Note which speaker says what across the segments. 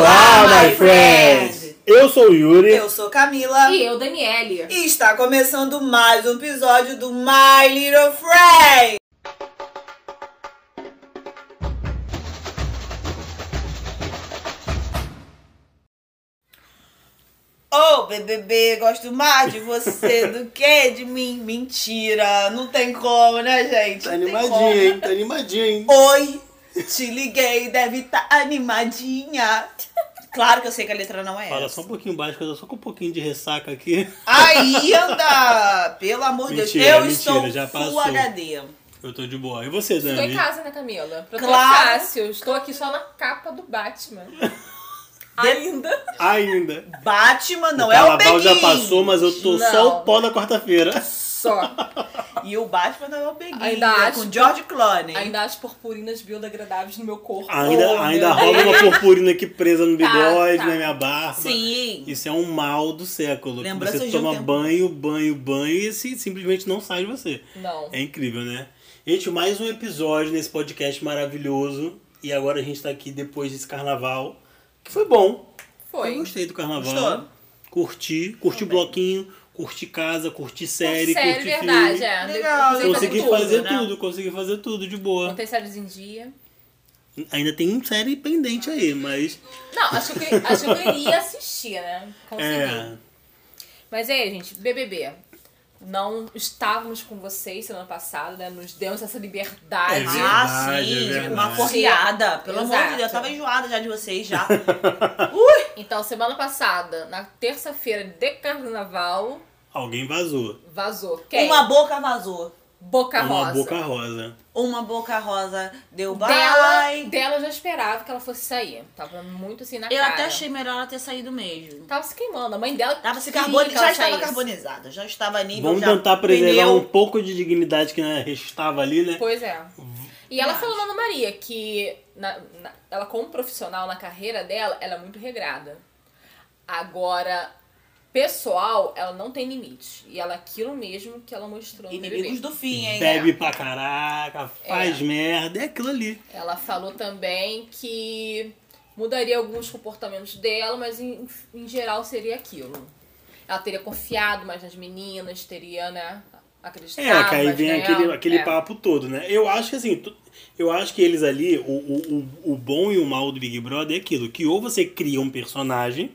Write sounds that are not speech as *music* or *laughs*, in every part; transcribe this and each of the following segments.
Speaker 1: my friend! Eu sou o Yuri.
Speaker 2: Eu sou Camila.
Speaker 3: E eu, Daniele.
Speaker 2: E está começando mais um episódio do My Little Friend. Ô, BBB, gosto mais de
Speaker 1: *laughs*
Speaker 2: você do que de mim. Mentira, não tem como, né, gente?
Speaker 1: Tá
Speaker 2: Não tem
Speaker 1: animadinho,
Speaker 2: como.
Speaker 1: hein? Tá animadinho, hein?
Speaker 2: Oi, te liguei, deve estar animadinha. Claro que eu sei que a letra não é
Speaker 1: Fala
Speaker 2: essa.
Speaker 1: só um pouquinho baixo, que eu tô só com um pouquinho de ressaca aqui. *laughs*
Speaker 2: Ainda! Pelo amor de Deus,
Speaker 1: Mentira,
Speaker 2: eu
Speaker 1: mentira,
Speaker 2: estou
Speaker 1: já
Speaker 2: full
Speaker 1: passou.
Speaker 2: HD.
Speaker 1: Eu tô de boa. E você,
Speaker 3: Estou em
Speaker 1: Dani?
Speaker 3: casa, né, Camila? Pra
Speaker 2: Claro.
Speaker 3: claro. fácil. Estou aqui só na capa do *laughs* Batman. Ainda.
Speaker 1: Ainda.
Speaker 2: Batman não
Speaker 1: o
Speaker 2: é o
Speaker 1: carnaval
Speaker 2: Beguinho.
Speaker 1: já passou, mas eu tô
Speaker 3: Não.
Speaker 1: só o pó da quarta-feira.
Speaker 3: Só.
Speaker 2: E o Batman não é o Beguinho,
Speaker 3: Ainda
Speaker 2: é
Speaker 3: acho-
Speaker 2: com George Clooney.
Speaker 3: Ainda as purpurinas biodegradáveis no meu corpo.
Speaker 1: Ainda,
Speaker 2: Oh,
Speaker 1: ainda
Speaker 2: meu
Speaker 1: rola uma purpurina aqui presa no
Speaker 3: Tá,
Speaker 1: bigode,
Speaker 3: tá.
Speaker 1: na minha barba.
Speaker 2: Sim.
Speaker 1: Isso é um mal do século. que
Speaker 2: Lembranças
Speaker 1: você
Speaker 2: de um
Speaker 1: toma
Speaker 2: tempo.
Speaker 1: banho, banho, banho e esse simplesmente não sai de você.
Speaker 3: Não.
Speaker 1: É incrível, né? Gente, mais um episódio nesse podcast maravilhoso. E agora a gente tá aqui depois desse carnaval. Que foi bom. Eu
Speaker 3: Foi.
Speaker 1: gostei do carnaval.
Speaker 2: Gostou?
Speaker 1: Curti, curti bloquinho, curti casa, curti série,
Speaker 3: série,
Speaker 1: curti
Speaker 3: verdade,
Speaker 1: filme.
Speaker 3: é.
Speaker 2: Legal,
Speaker 3: Consegui
Speaker 1: Consegui
Speaker 3: fazer tudo.
Speaker 1: fazer
Speaker 2: né?
Speaker 1: tudo, consegui fazer tudo de boa.
Speaker 3: Contei séries em dia.
Speaker 1: Ainda tem um série pendente aí, mas.
Speaker 3: Não, acho que, acho que eu iria assistir, né? Consegui.
Speaker 1: É.
Speaker 3: Mas é, gente, BBB. Não estávamos com vocês semana passada, né? Nos demos essa
Speaker 1: É
Speaker 3: liberdade.
Speaker 1: verdade.
Speaker 2: Ah, sim,
Speaker 1: é
Speaker 2: uma
Speaker 1: verdade.
Speaker 2: forreada. Pelo amor de
Speaker 3: Exato.
Speaker 2: Deus, eu tava enjoada já de vocês
Speaker 1: *laughs*
Speaker 2: já.
Speaker 3: Então, semana passada, na terça-feira de carnaval,
Speaker 1: Alguém vazou.
Speaker 3: vazou. Quem?
Speaker 2: Uma boca vazou.
Speaker 3: boca
Speaker 1: Uma
Speaker 3: rosa.
Speaker 1: boca rosa.
Speaker 2: Uma boca rosa deu
Speaker 3: Dela,
Speaker 2: bye.
Speaker 3: dela eu já esperava que ela fosse sair. Tava muito assim na
Speaker 2: Eu
Speaker 3: cara.
Speaker 2: até achei melhor ela ter saído mesmo.
Speaker 3: Tava se queimando. A mãe dela
Speaker 2: Tava se
Speaker 3: queria
Speaker 2: carboni...
Speaker 3: que ela
Speaker 2: Já estava
Speaker 3: saísse.
Speaker 2: carbonizada, já estava
Speaker 3: Então
Speaker 2: nível.
Speaker 1: Vamos
Speaker 2: já
Speaker 1: tentar preservar
Speaker 2: pneu.
Speaker 1: um pouco de dignidade que né, restava ali, né?
Speaker 3: Pois é. E ela
Speaker 2: Verdade.
Speaker 3: falou na Ana Maria que na- na- ela, como profissional na carreira dela, ela é muito regrada. Agora, pessoal, ela não tem limite. E ela é aquilo mesmo que ela mostrou no
Speaker 2: Inimigos
Speaker 3: BBB.
Speaker 2: do fim, hein? né?
Speaker 1: Bebe pra caraca, faz merda, é aquilo ali.
Speaker 3: Ela falou também que mudaria alguns comportamentos dela, mas em, em geral seria aquilo. Ela teria confiado mais nas meninas, teria, né, acreditado
Speaker 1: É, que aí
Speaker 3: mais
Speaker 1: vem
Speaker 3: nela.
Speaker 1: aquele, aquele
Speaker 3: É.
Speaker 1: papo todo, né? Eu acho que assim, tu- eu acho que eles ali, o, o, o, o bom e o mal do Big Brother é aquilo, que ou você cria um personagem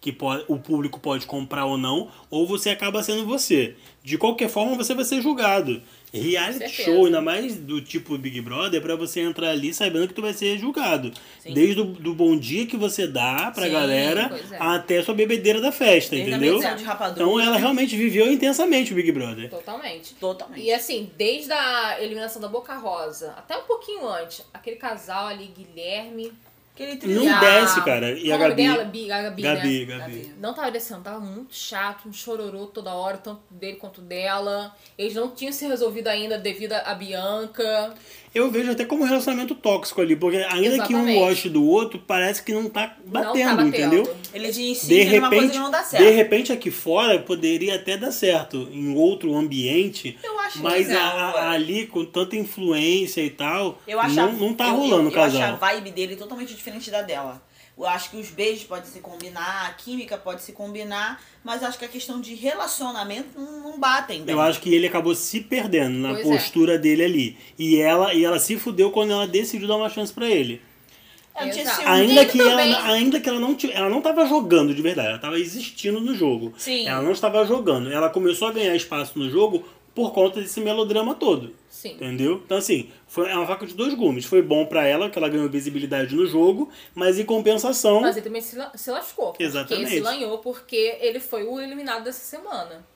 Speaker 1: que po- o público pode comprar ou não, ou você acaba sendo você. De qualquer forma, você vai ser julgado. Reality
Speaker 3: certeza.
Speaker 1: show, ainda mais do tipo Big Brother, é pra você entrar ali sabendo que tu vai ser julgado. Desde o do bom dia que você dá pra
Speaker 3: Sim,
Speaker 1: galera
Speaker 3: pois é.
Speaker 1: até a sua bebedeira da festa,
Speaker 2: Desde a
Speaker 1: entendeu?
Speaker 2: menção de rapadura.
Speaker 1: Então ela realmente viveu intensamente o Big Brother.
Speaker 3: Totalmente.
Speaker 2: Totalmente.
Speaker 3: E assim, desde a eliminação da Boca Rosa, até um pouquinho antes, aquele casal ali, Guilherme.
Speaker 2: Aquele trio.
Speaker 1: Não
Speaker 3: a-
Speaker 1: desce, cara. E
Speaker 3: qual
Speaker 1: a
Speaker 3: o nome
Speaker 1: Gabi.
Speaker 3: dela? Bi- a Gabi, né?
Speaker 1: Gabi, Gabi.
Speaker 3: Não tava descendo, tava muito chato, um chororô toda hora, tanto dele quanto dela. Eles não tinham se resolvido ainda devido à Bianca.
Speaker 1: Eu vejo até como um relacionamento tóxico ali, porque ainda que um
Speaker 3: Exatamente.
Speaker 1: goste do outro, parece que não tá batendo,
Speaker 3: batendo.
Speaker 1: entendeu?
Speaker 2: Ele é de
Speaker 1: De
Speaker 2: insiste numa coisa
Speaker 1: repente,
Speaker 2: que não dá certo.
Speaker 1: de repente aqui fora poderia até dar certo em outro ambiente,
Speaker 2: Eu acho
Speaker 1: mas
Speaker 2: legal,
Speaker 1: a- a-
Speaker 2: ué.
Speaker 1: ali com tanta influência e tal,
Speaker 2: Eu achava,
Speaker 1: não, não tá
Speaker 2: eu- eu-
Speaker 1: rolando o
Speaker 2: Eu acho a
Speaker 1: casal.
Speaker 2: vibe dele totalmente diferente da dela. Eu acho que os beijos podem se combinar, a química pode se combinar, mas acho que a questão de relacionamento não, não batem bem.
Speaker 1: Eu acho que ele acabou se perdendo na
Speaker 3: Pois é.
Speaker 1: postura dele ali. E ela, e ela se fudeu quando ela decidiu dar uma chance pra ele.
Speaker 2: Ela tinha
Speaker 3: *laughs* Exato.
Speaker 2: ciúme.
Speaker 1: Ainda
Speaker 3: Ele
Speaker 1: que,
Speaker 3: também.
Speaker 1: ela, ainda que ela não tivesse. Ela não tava jogando de verdade, ela tava existindo no jogo.
Speaker 2: Sim.
Speaker 1: Ela não estava jogando. Ela começou a ganhar espaço no jogo por conta desse melodrama todo.
Speaker 3: Sim.
Speaker 1: Entendeu? Então, assim, foi é uma faca de dois gumes. Foi bom pra ela, que ela ganhou visibilidade no jogo, mas em compensação.
Speaker 3: Mas ele também se, la- se lascou. porque
Speaker 1: Exatamente.
Speaker 3: Ele se lanhou porque ele foi o eliminado dessa semana.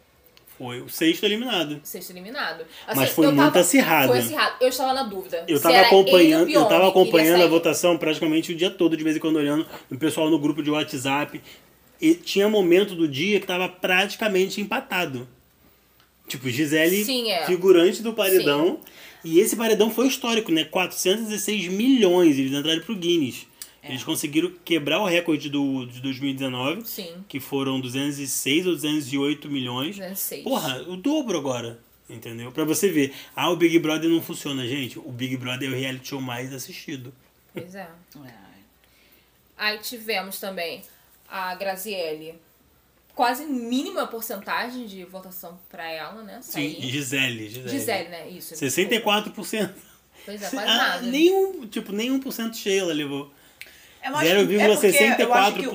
Speaker 1: Foi o sexto eliminado.
Speaker 3: Sexto eliminado. Assim,
Speaker 1: Mas foi
Speaker 3: eu
Speaker 1: muito acirrado.
Speaker 3: Foi acirrado. Eu estava na dúvida.
Speaker 1: Eu
Speaker 3: se
Speaker 1: tava
Speaker 3: era ele ou
Speaker 1: acompanhando, eu
Speaker 3: Bione
Speaker 1: tava
Speaker 3: que iria
Speaker 1: acompanhando a
Speaker 3: sair.
Speaker 1: votação praticamente o dia todo, de vez em quando olhando o pessoal no grupo de WhatsApp. E tinha momento do dia que tava praticamente empatado. Tipo, Gisele,
Speaker 3: Sim, é.
Speaker 1: figurante do paredão. E esse paredão foi histórico, né? 416 milhões eles entraram pro Guinness.
Speaker 3: É.
Speaker 1: Eles conseguiram quebrar o recorde do, de 2019,
Speaker 3: Sim. É.
Speaker 1: que foram 206 ou 208 milhões.
Speaker 3: 206.
Speaker 1: Porra, o dobro agora. Entendeu? Pra você ver. Ah, o Big Brother não é funciona, gente. O Big Brother é o reality show mais assistido.
Speaker 3: Pois é. Aí tivemos também a Graziele. Quase mínima porcentagem de votação pra ela, né?
Speaker 1: Sim,
Speaker 3: Sair.
Speaker 1: Gisele, Gisele.
Speaker 3: Gisele, né? Isso.
Speaker 1: 64%.
Speaker 3: Pois é, quase
Speaker 1: Ah,
Speaker 3: nada.
Speaker 1: nenhum, tipo, nem 1% Sheila levou.
Speaker 2: Eu acho que- é porque eu acho que o-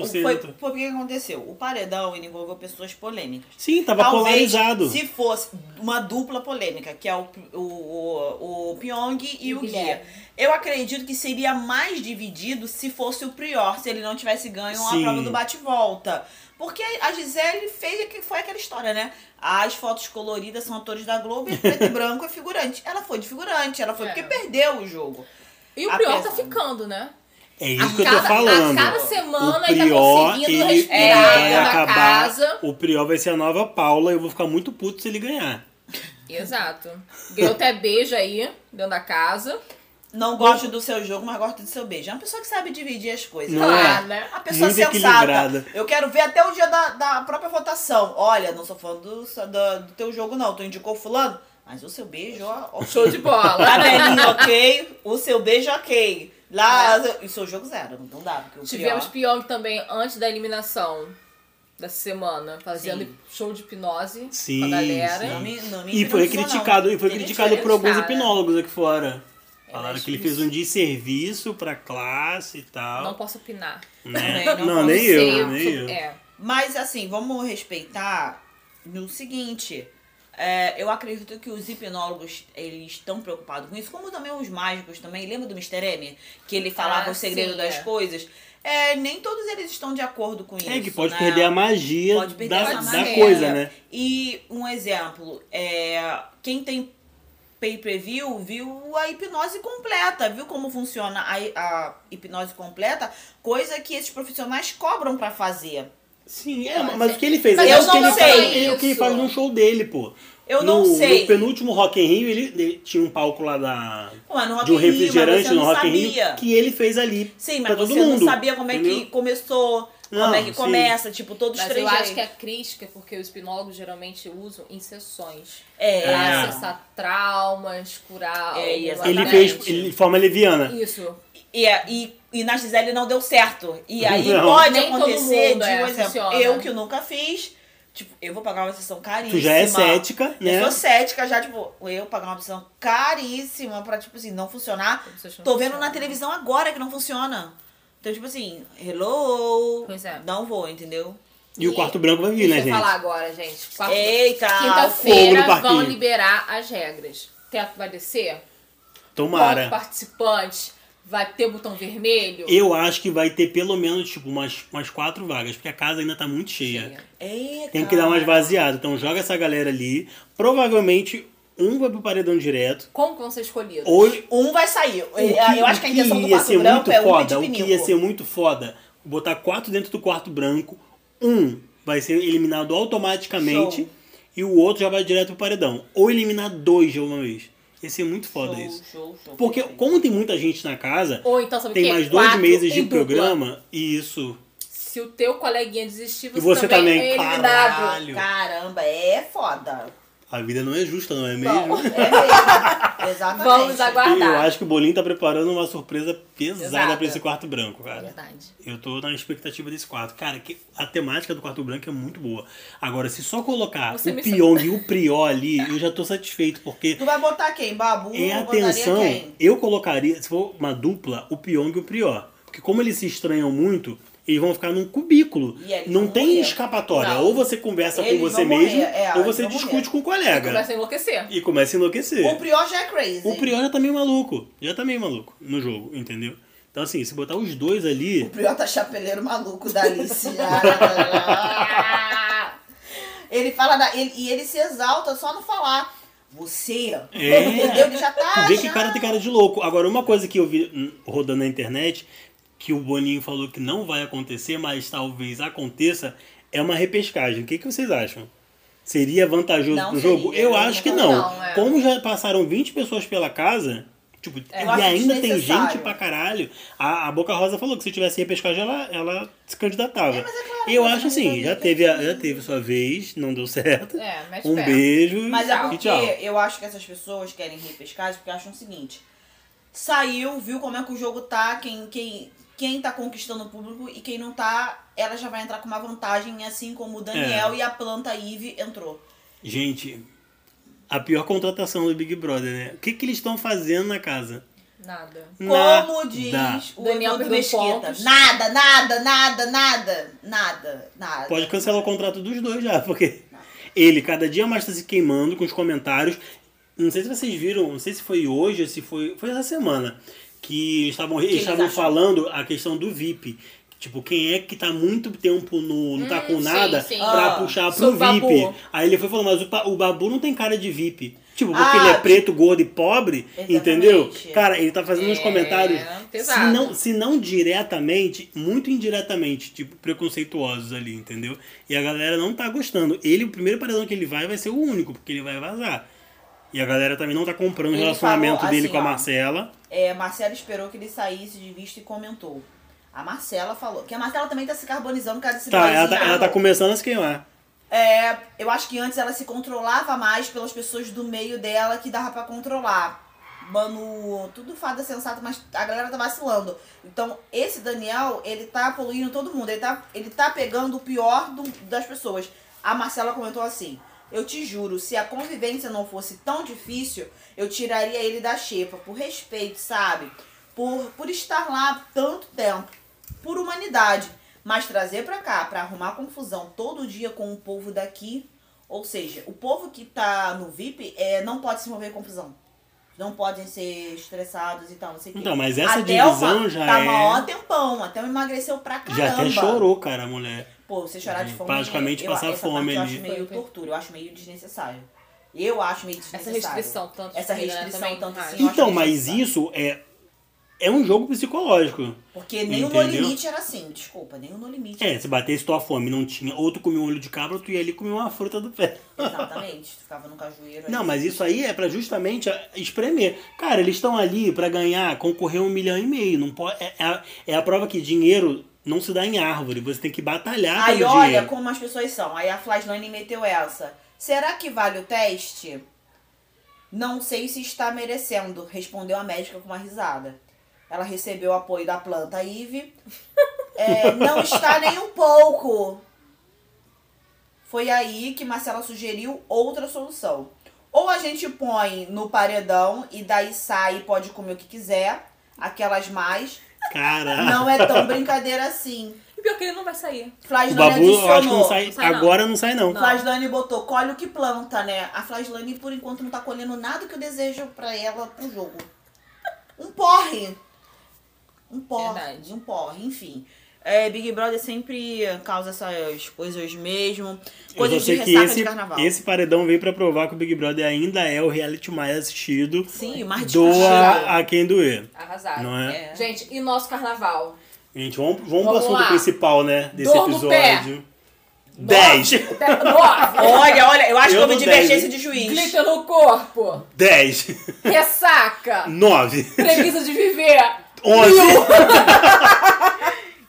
Speaker 1: 0,64%.
Speaker 2: Foi, foi porque aconteceu. O paredão ele envolveu pessoas polêmicas.
Speaker 1: Sim, tava
Speaker 2: Talvez
Speaker 1: polarizado.
Speaker 2: Se fosse uma dupla polêmica, que é o, o, o, o Pyong e,
Speaker 3: E
Speaker 2: o
Speaker 3: o Guilherme.
Speaker 2: Guia. Eu acredito que seria mais dividido se fosse o Prior, se ele não tivesse ganho a
Speaker 1: Sim.
Speaker 2: prova do bate-volta. Porque a Gisele fez que foi aquela história, né? As fotos coloridas são atores da Globo e
Speaker 1: *laughs*
Speaker 2: preto e branco é figurante. Ela foi de figurante, ela foi
Speaker 3: É.
Speaker 2: porque perdeu o jogo.
Speaker 3: E o
Speaker 2: A
Speaker 3: Prior tá
Speaker 2: pessoa.
Speaker 3: ficando, né?
Speaker 1: É
Speaker 3: A
Speaker 1: isso que eu
Speaker 3: cada-
Speaker 1: tô falando.
Speaker 3: A cada semana
Speaker 1: o
Speaker 3: ele tá
Speaker 1: Prior,
Speaker 3: conseguindo
Speaker 1: ele
Speaker 3: respirar
Speaker 1: vai
Speaker 3: dentro da
Speaker 1: acabar.
Speaker 3: casa.
Speaker 1: O Prior vai ser a nova Paula. Eu vou ficar muito puto se ele ganhar.
Speaker 3: Exato. Ganhou até beijo aí, dentro da casa.
Speaker 2: Não gosto do seu jogo, mas gosto do seu beijo. É uma pessoa que sabe dividir as coisas.
Speaker 1: Não
Speaker 3: Claro,
Speaker 1: é?
Speaker 3: né?
Speaker 2: A pessoa
Speaker 1: Muito
Speaker 2: sensata.
Speaker 1: equilibrada.
Speaker 2: Eu quero ver até o dia da, da própria votação. Olha, não sou fã do, da- do teu jogo, não. Tu indicou fulano, mas o seu beijo, ó. ó.
Speaker 3: Show de bola.
Speaker 2: Panelinha, ok. O seu beijo, ok. Lá, o seu jogo zero. Não dá, porque o
Speaker 3: É. Tivemos
Speaker 2: pior...
Speaker 3: Pyong também antes da eliminação da semana, fazendo
Speaker 2: Sim.
Speaker 3: show de hipnose com a
Speaker 1: Sim,
Speaker 3: galera.
Speaker 2: Não me, não me
Speaker 1: E foi
Speaker 2: hipnotizou, não.
Speaker 1: criticado, e foi
Speaker 2: Ele
Speaker 1: criticado por alguns
Speaker 3: cara.
Speaker 1: hipnólogos aqui fora.
Speaker 3: É,
Speaker 1: Falaram
Speaker 3: mas
Speaker 1: que ele fez um desserviço pra classe e
Speaker 3: Não
Speaker 1: tal.
Speaker 3: posso opinar.
Speaker 1: né?
Speaker 2: Também não
Speaker 1: Não, nem
Speaker 3: Não sei
Speaker 1: eu, nem eu.
Speaker 3: sobre- É.
Speaker 2: Mas assim, vamos respeitar no seguinte. é, eu acredito que os hipnólogos eles estão preocupados com isso, como também os mágicos também. Lembra do Mr. M? Que ele falava
Speaker 3: Ah,
Speaker 2: o segredo
Speaker 3: sim,
Speaker 2: das
Speaker 3: é.
Speaker 2: coisas. É, nem todos eles estão de acordo com isso.
Speaker 1: É que pode
Speaker 2: né?
Speaker 1: perder a magia
Speaker 2: Pode perder
Speaker 1: da,
Speaker 2: essa
Speaker 1: da
Speaker 3: magia.
Speaker 1: coisa, né?
Speaker 2: E um exemplo, é, quem tem pay-per-view viu a hipnose completa, viu como funciona a, a hipnose completa, coisa que esses profissionais cobram pra fazer.
Speaker 1: Sim, é,
Speaker 3: Pode
Speaker 1: mas,
Speaker 3: ser.
Speaker 1: o que ele fez?
Speaker 2: Mas
Speaker 1: é
Speaker 2: eu
Speaker 1: o que
Speaker 2: não
Speaker 1: ele
Speaker 2: sei
Speaker 1: faz, ele- o que ele
Speaker 3: isso.
Speaker 1: faz no show dele, pô.
Speaker 2: Eu não
Speaker 1: No-
Speaker 2: sei.
Speaker 1: No penúltimo Rock in Rio, ele, ele tinha um palco lá da,
Speaker 2: Ué, no Rock
Speaker 1: de um
Speaker 2: in Rio,
Speaker 1: refrigerante
Speaker 2: mas você
Speaker 1: no
Speaker 2: não
Speaker 1: Rock in Rio
Speaker 2: sabia.
Speaker 1: que ele fez ali
Speaker 2: Sim,
Speaker 1: pra
Speaker 2: mas
Speaker 1: todo
Speaker 2: você não
Speaker 1: mundo,
Speaker 2: sabia como é que
Speaker 1: entendeu?
Speaker 2: começou, como
Speaker 1: Não,
Speaker 2: é que
Speaker 1: sim.
Speaker 2: começa, tipo, todos os
Speaker 3: Mas
Speaker 2: três
Speaker 3: eu acho que
Speaker 2: jeitos.
Speaker 3: a crítica, porque os hipnólogos geralmente usam em sessões.
Speaker 2: É,
Speaker 3: Pra acessar traumas, curar.
Speaker 2: É, e
Speaker 3: alguma-
Speaker 1: Ele
Speaker 3: né?
Speaker 1: fez ele, de forma leviana.
Speaker 3: Isso.
Speaker 2: E, é, e, e na Gisele não deu certo. E aí
Speaker 1: *laughs* Não.
Speaker 2: pode
Speaker 3: Nem todo
Speaker 2: acontecer
Speaker 3: mundo,
Speaker 2: de um
Speaker 3: é,
Speaker 2: exemplo.
Speaker 3: funciona.
Speaker 2: Eu que nunca fiz, tipo, eu vou pagar uma sessão caríssima.
Speaker 1: Tu já é cética, né?
Speaker 2: Eu sou cética já, tipo, eu pagar uma sessão caríssima pra, tipo assim, não funcionar.
Speaker 3: Vocês não
Speaker 2: Tô vendo
Speaker 3: funcionam.
Speaker 2: na televisão agora que não funciona. Então, tipo assim, hello.
Speaker 3: Pois é.
Speaker 2: Não vou, entendeu?
Speaker 1: E o quarto branco vai vir, né,
Speaker 3: Deixa eu
Speaker 1: gente?
Speaker 3: falar agora, gente. Quarto-
Speaker 2: Eita!
Speaker 1: fogo
Speaker 3: Quinta-feira
Speaker 1: no parquinho.
Speaker 3: vão liberar as regras. Teto vai descer? Quanto
Speaker 1: Tomara.
Speaker 3: participante? Vai ter botão vermelho?
Speaker 1: Eu acho que vai ter pelo menos, tipo, umas, umas quatro vagas, porque a casa ainda tá muito cheia.
Speaker 2: Eita.
Speaker 1: Tem que dar umas vaziadas. Então joga essa galera ali. Provavelmente um vai pro paredão direto.
Speaker 3: Como que vão ser escolhidos?
Speaker 1: Ou
Speaker 2: Um vai sair.
Speaker 1: O que-
Speaker 2: eu acho que a
Speaker 1: o
Speaker 2: intenção do
Speaker 1: ia
Speaker 2: quarto
Speaker 1: ser
Speaker 2: branco
Speaker 1: muito
Speaker 2: é um
Speaker 1: foda,
Speaker 2: de
Speaker 1: O que
Speaker 2: pinico.
Speaker 1: ia ser muito foda, botar quatro dentro do quarto branco, um vai ser eliminado automaticamente
Speaker 2: Show.
Speaker 1: e o outro já vai direto pro paredão. Ou eliminar dois de uma vez. Ia ser muito foda
Speaker 2: Show,
Speaker 1: isso.
Speaker 2: show, show.
Speaker 1: Porque como tem muita gente na casa,
Speaker 3: Ou então, sabe o
Speaker 1: tem
Speaker 3: quê?
Speaker 1: mais dois
Speaker 3: Quatro
Speaker 1: meses de
Speaker 3: em dupla.
Speaker 1: programa e isso...
Speaker 3: Se o teu coleguinha desistir, você,
Speaker 1: E você
Speaker 3: também, é
Speaker 1: também,
Speaker 3: eliminado.
Speaker 1: caralho.
Speaker 2: Caramba, é foda.
Speaker 1: A vida não é justa, não é mesmo? *laughs*
Speaker 3: *laughs* Bom,
Speaker 2: É mesmo. Exatamente.
Speaker 3: Vamos aguardar.
Speaker 1: E eu acho que o Bolinho tá preparando uma surpresa pesada
Speaker 3: Pesada.
Speaker 1: pra esse quarto branco, cara.
Speaker 3: Verdade.
Speaker 1: Eu tô na expectativa desse quarto. Cara, que a temática do quarto branco é muito boa. Agora, se só colocar
Speaker 3: Você
Speaker 1: o
Speaker 3: me
Speaker 1: Pyong e o Prió ali, eu já tô satisfeito, porque
Speaker 2: Tu vai botar quem? Babu?
Speaker 1: em
Speaker 2: Eu botaria
Speaker 1: atenção,
Speaker 2: quem?
Speaker 1: eu colocaria, se for uma dupla, o Pyong e o Prió. Porque como eles se estranham muito, eles vão ficar num cubículo.
Speaker 2: E eles
Speaker 1: Não
Speaker 2: vão
Speaker 1: tem
Speaker 2: morrer.
Speaker 1: escapatória.
Speaker 3: Não.
Speaker 1: Ou você conversa
Speaker 2: Eles
Speaker 1: com você
Speaker 2: vão morrer,
Speaker 1: mesmo,
Speaker 2: é,
Speaker 1: ou
Speaker 2: eles
Speaker 1: você
Speaker 2: vão
Speaker 1: discute
Speaker 2: morrer.
Speaker 1: com o colega.
Speaker 3: Começa a enlouquecer.
Speaker 1: E começa a enlouquecer.
Speaker 2: O Prior já é crazy.
Speaker 1: O Prior já tá meio maluco. Já tá meio maluco no jogo, entendeu? Então, assim, se botar os dois ali.
Speaker 2: O Prior tá chapeleiro maluco da
Speaker 1: *laughs*
Speaker 2: Alice. Ah,
Speaker 3: Ah,
Speaker 2: ele fala da, ele- e ele se exalta só no falar. Você.
Speaker 1: É.
Speaker 2: Entendeu? Ele já tá.
Speaker 1: Tu vê que
Speaker 2: já-
Speaker 1: cara tem cara de louco. Agora, uma coisa que eu vi hum, rodando na internet, que o Boninho falou que não vai acontecer, mas talvez aconteça, é uma repescagem. O que, que vocês acham? Seria vantajoso
Speaker 2: Não
Speaker 1: pro jogo?
Speaker 2: seria,
Speaker 1: eu
Speaker 2: não,
Speaker 1: acho que
Speaker 3: não,
Speaker 1: não.
Speaker 3: não, é.
Speaker 1: Como já passaram 20 pessoas pela casa, tipo,
Speaker 2: É, Eu
Speaker 1: e
Speaker 2: acho
Speaker 1: ainda tem
Speaker 2: desnecessário.
Speaker 1: gente pra caralho. A, a Boca Rosa falou que se tivesse repescagem, ela, ela se candidatava.
Speaker 2: É, mas é claro,
Speaker 1: eu
Speaker 2: mas
Speaker 1: acho
Speaker 2: não
Speaker 1: assim,
Speaker 2: resolve
Speaker 1: já
Speaker 2: ninguém.
Speaker 1: teve, a- já teve sua vez, não deu certo.
Speaker 3: É, mete
Speaker 1: um
Speaker 3: pé.
Speaker 1: beijo
Speaker 2: Mas é
Speaker 1: e
Speaker 2: porque
Speaker 1: tchau.
Speaker 2: eu acho que essas pessoas querem repescagem porque acham o seguinte. Saiu, viu como é que o jogo tá, quem, quem, quem tá conquistando o público e quem não tá, ela já vai entrar com uma vantagem, assim como o Daniel
Speaker 1: É.
Speaker 2: e a planta Eve entrou.
Speaker 1: Gente, a pior contratação do Big Brother, né? O que, que eles estão fazendo na casa?
Speaker 3: Nada.
Speaker 1: Né.
Speaker 2: Como diz
Speaker 1: Nada.
Speaker 2: o Daniel
Speaker 3: Daniel perdeu
Speaker 2: Mesquita.
Speaker 3: pontos.
Speaker 2: Nada, nada, nada, nada, nada, nada.
Speaker 1: Pode cancelar o contrato dos dois já, porque ele cada dia mais tá se queimando com os comentários. Não sei se vocês viram, não sei se foi hoje, ou se foi. Foi essa semana. Que estavam, eles
Speaker 2: eles
Speaker 1: estavam
Speaker 2: acham?
Speaker 1: falando a questão do VIP. Tipo, quem é que tá muito tempo no. não tá com
Speaker 3: Hum, sim,
Speaker 1: nada
Speaker 3: sim.
Speaker 1: pra
Speaker 2: Ah,
Speaker 1: puxar pro
Speaker 3: sou
Speaker 1: VIP.
Speaker 3: babu.
Speaker 1: Aí ele foi falando, mas o, pa- o babu não tem cara de VIP. Tipo,
Speaker 2: Ah,
Speaker 1: porque ele é preto, gordo e pobre,
Speaker 2: Exatamente.
Speaker 1: entendeu? Cara, ele tá fazendo uns
Speaker 3: É,
Speaker 1: comentários. Se
Speaker 3: pesado.
Speaker 1: não, se não diretamente, muito indiretamente, tipo, preconceituosos ali, entendeu? E a galera não tá gostando. Ele, o primeiro paredão que ele vai, vai ser o único, porque ele vai vazar. E a galera também não tá comprando o
Speaker 2: Ele
Speaker 1: relacionamento
Speaker 2: falou
Speaker 1: dele
Speaker 2: assim,
Speaker 1: com a
Speaker 2: ó.
Speaker 1: Marcela.
Speaker 2: É, Marcela esperou que ele saísse de vista e comentou. A Marcela falou. Que a Marcela também tá se carbonizando por causa desse
Speaker 1: Tá ela, tá,
Speaker 2: boyzinho.
Speaker 1: ela tá começando a se queimar.
Speaker 2: É, eu acho que antes ela se controlava mais pelas pessoas do meio dela que dava pra controlar. Mano, tudo fada sensata, mas a galera tá vacilando. Então, esse Daniel, ele tá poluindo todo mundo. Ele tá, ele tá pegando o pior do- das pessoas. A Marcela comentou assim: Eu te juro, se a convivência não fosse tão difícil, eu tiraria ele da xepa. Por respeito, sabe? Por, por estar lá tanto tempo por humanidade. Mas trazer pra cá, pra arrumar confusão todo dia com o povo daqui, ou seja, o povo que tá no VIP é, não pode se envolver em confusão. Não podem ser estressados e tal, não sei o quê.
Speaker 1: Então, mas essa
Speaker 2: a Delma
Speaker 1: divisão já
Speaker 2: tá
Speaker 1: é-
Speaker 2: maior tempão, até emagreceu pra caramba.
Speaker 1: Já até chorou, cara, a mulher.
Speaker 2: Pô, você chorar de
Speaker 1: É,
Speaker 2: fome.
Speaker 1: praticamente
Speaker 2: eu-
Speaker 1: passar
Speaker 2: essa
Speaker 1: fome
Speaker 2: parte
Speaker 1: ali.
Speaker 2: Eu acho meio tortura, eu acho meio desnecessário. Eu acho meio
Speaker 3: Essa
Speaker 2: desnecessário.
Speaker 3: restrição, tanto
Speaker 2: Essa
Speaker 3: de comida, né,
Speaker 2: restrição,
Speaker 3: também
Speaker 2: tanto
Speaker 3: racha.
Speaker 2: assim. eu acho
Speaker 1: Então, mas
Speaker 2: desnecessário.
Speaker 1: isso é. É um jogo psicológico.
Speaker 2: Porque nem o No
Speaker 1: Entendeu?
Speaker 2: Limite era assim, desculpa, nem o No Limite.
Speaker 1: É, se batesse tua fome não tinha. Ou tu comia um olho de cabra, ou tu ia ali comer uma fruta do pé.
Speaker 2: assim, Exatamente, tu ficava no cajueiro.
Speaker 1: Não,
Speaker 2: ali.
Speaker 1: mas isso aí é pra justamente ah, espremer. Cara, eles estão ali pra ganhar, concorrer um milhão e meio. Não pode, é, é a, é a prova que dinheiro não se dá em árvore. Você tem que batalhar
Speaker 2: Aí
Speaker 1: pelo
Speaker 2: olha
Speaker 1: dinheiro.
Speaker 2: como as pessoas são. Aí a Flaslane meteu essa. Será que vale o teste? Não sei se está merecendo, respondeu a médica com uma risada. Ela recebeu o apoio da planta Ive. É, não
Speaker 1: *laughs*
Speaker 2: está nem um pouco. Foi aí que Marcela sugeriu outra solução. Ou a gente põe no paredão e daí sai e pode comer o que quiser, aquelas mais.
Speaker 1: Cara.
Speaker 2: Não é
Speaker 1: *laughs*
Speaker 2: tão brincadeira assim.
Speaker 3: E pior que ele não vai sair.
Speaker 1: O
Speaker 2: Flaslane
Speaker 1: babu, eu acho que não
Speaker 2: adicionou.
Speaker 1: sai,
Speaker 3: Não sai não.
Speaker 1: agora não sai, não.
Speaker 3: Não.
Speaker 2: Flaslane botou, colhe o que planta, né? A Flaslane, por enquanto, não tá colhendo nada que eu desejo pra ela pro jogo. Um porre. Um porre.
Speaker 3: Verdade.
Speaker 2: Um porre, enfim. É, Big Brother sempre causa essas coisas mesmo.
Speaker 1: eu
Speaker 2: Coisas
Speaker 1: só
Speaker 2: de
Speaker 1: sei que
Speaker 2: ressaca
Speaker 1: esse,
Speaker 2: de carnaval.
Speaker 1: esse paredão veio pra provar que o Big Brother ainda é o reality mais assistido.
Speaker 2: Sim, o mais discutido.
Speaker 1: Doa a quem doer.
Speaker 3: Arrasaram.
Speaker 1: Não é?
Speaker 2: É.
Speaker 3: Gente, e nosso carnaval?
Speaker 1: Gente, vamos, vamos, pro
Speaker 3: Vamos
Speaker 1: assunto
Speaker 3: lá.
Speaker 1: principal, né? Desse
Speaker 3: Dor no pé.
Speaker 1: episódio. 10!
Speaker 3: Pe- Nove.
Speaker 2: Olha, olha, eu acho
Speaker 1: Eu
Speaker 2: que eu me
Speaker 1: não
Speaker 2: diverti
Speaker 1: dei.
Speaker 2: esse de juiz.
Speaker 3: Glitter no corpo.
Speaker 1: 10! *laughs*
Speaker 3: Ressaca.
Speaker 1: 9!
Speaker 3: Preguiça de viver.
Speaker 1: 11!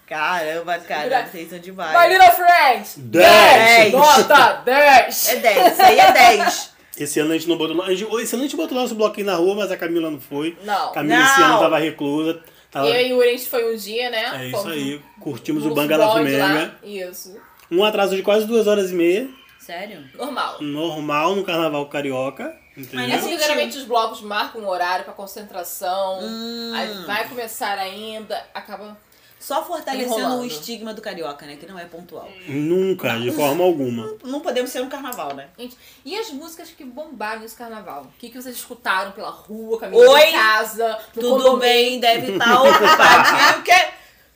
Speaker 2: Caramba, cara, vocês são demais.
Speaker 3: My Little Friends.
Speaker 1: Dez.
Speaker 2: Dez.
Speaker 3: Nota 10.
Speaker 2: É 10, isso aí é 10.
Speaker 1: Esse ano a gente não botou. a gente- Esse ano a gente botou nosso bloquinho na rua, mas a Camila não foi.
Speaker 3: Não.
Speaker 1: Camila
Speaker 2: Não.
Speaker 1: esse ano tava reclusa. Tava...
Speaker 3: Eu e o Yuri, a gente foi um dia, né?
Speaker 1: É
Speaker 3: Fomos
Speaker 1: isso aí. Curtimos
Speaker 3: no
Speaker 1: o Banga da
Speaker 3: futebol de lá.
Speaker 1: Fumega.
Speaker 3: Isso.
Speaker 1: Um atraso de quase duas horas e meia.
Speaker 2: Sério?
Speaker 3: Normal.
Speaker 1: Hum. Normal no carnaval carioca.
Speaker 3: É
Speaker 1: Entendeu?
Speaker 2: Mas
Speaker 3: porque
Speaker 2: Sentiu.
Speaker 3: geralmente os blocos marcam um horário pra concentração.
Speaker 2: Hum.
Speaker 3: Aí vai começar ainda, acaba.
Speaker 2: Só fortalecendo
Speaker 3: Enrolando.
Speaker 2: o estigma do carioca, né? Que não é pontual.
Speaker 1: Nunca, de forma alguma.
Speaker 2: Não podemos ser um carnaval, né?
Speaker 3: Gente, E as músicas que bombaram nesse carnaval? O que, que vocês escutaram pela rua, caminhando
Speaker 2: Oi,
Speaker 3: em casa? no
Speaker 2: Tudo
Speaker 3: condomínio?
Speaker 2: bem, deve
Speaker 1: *laughs*
Speaker 2: estar ocupado. que é-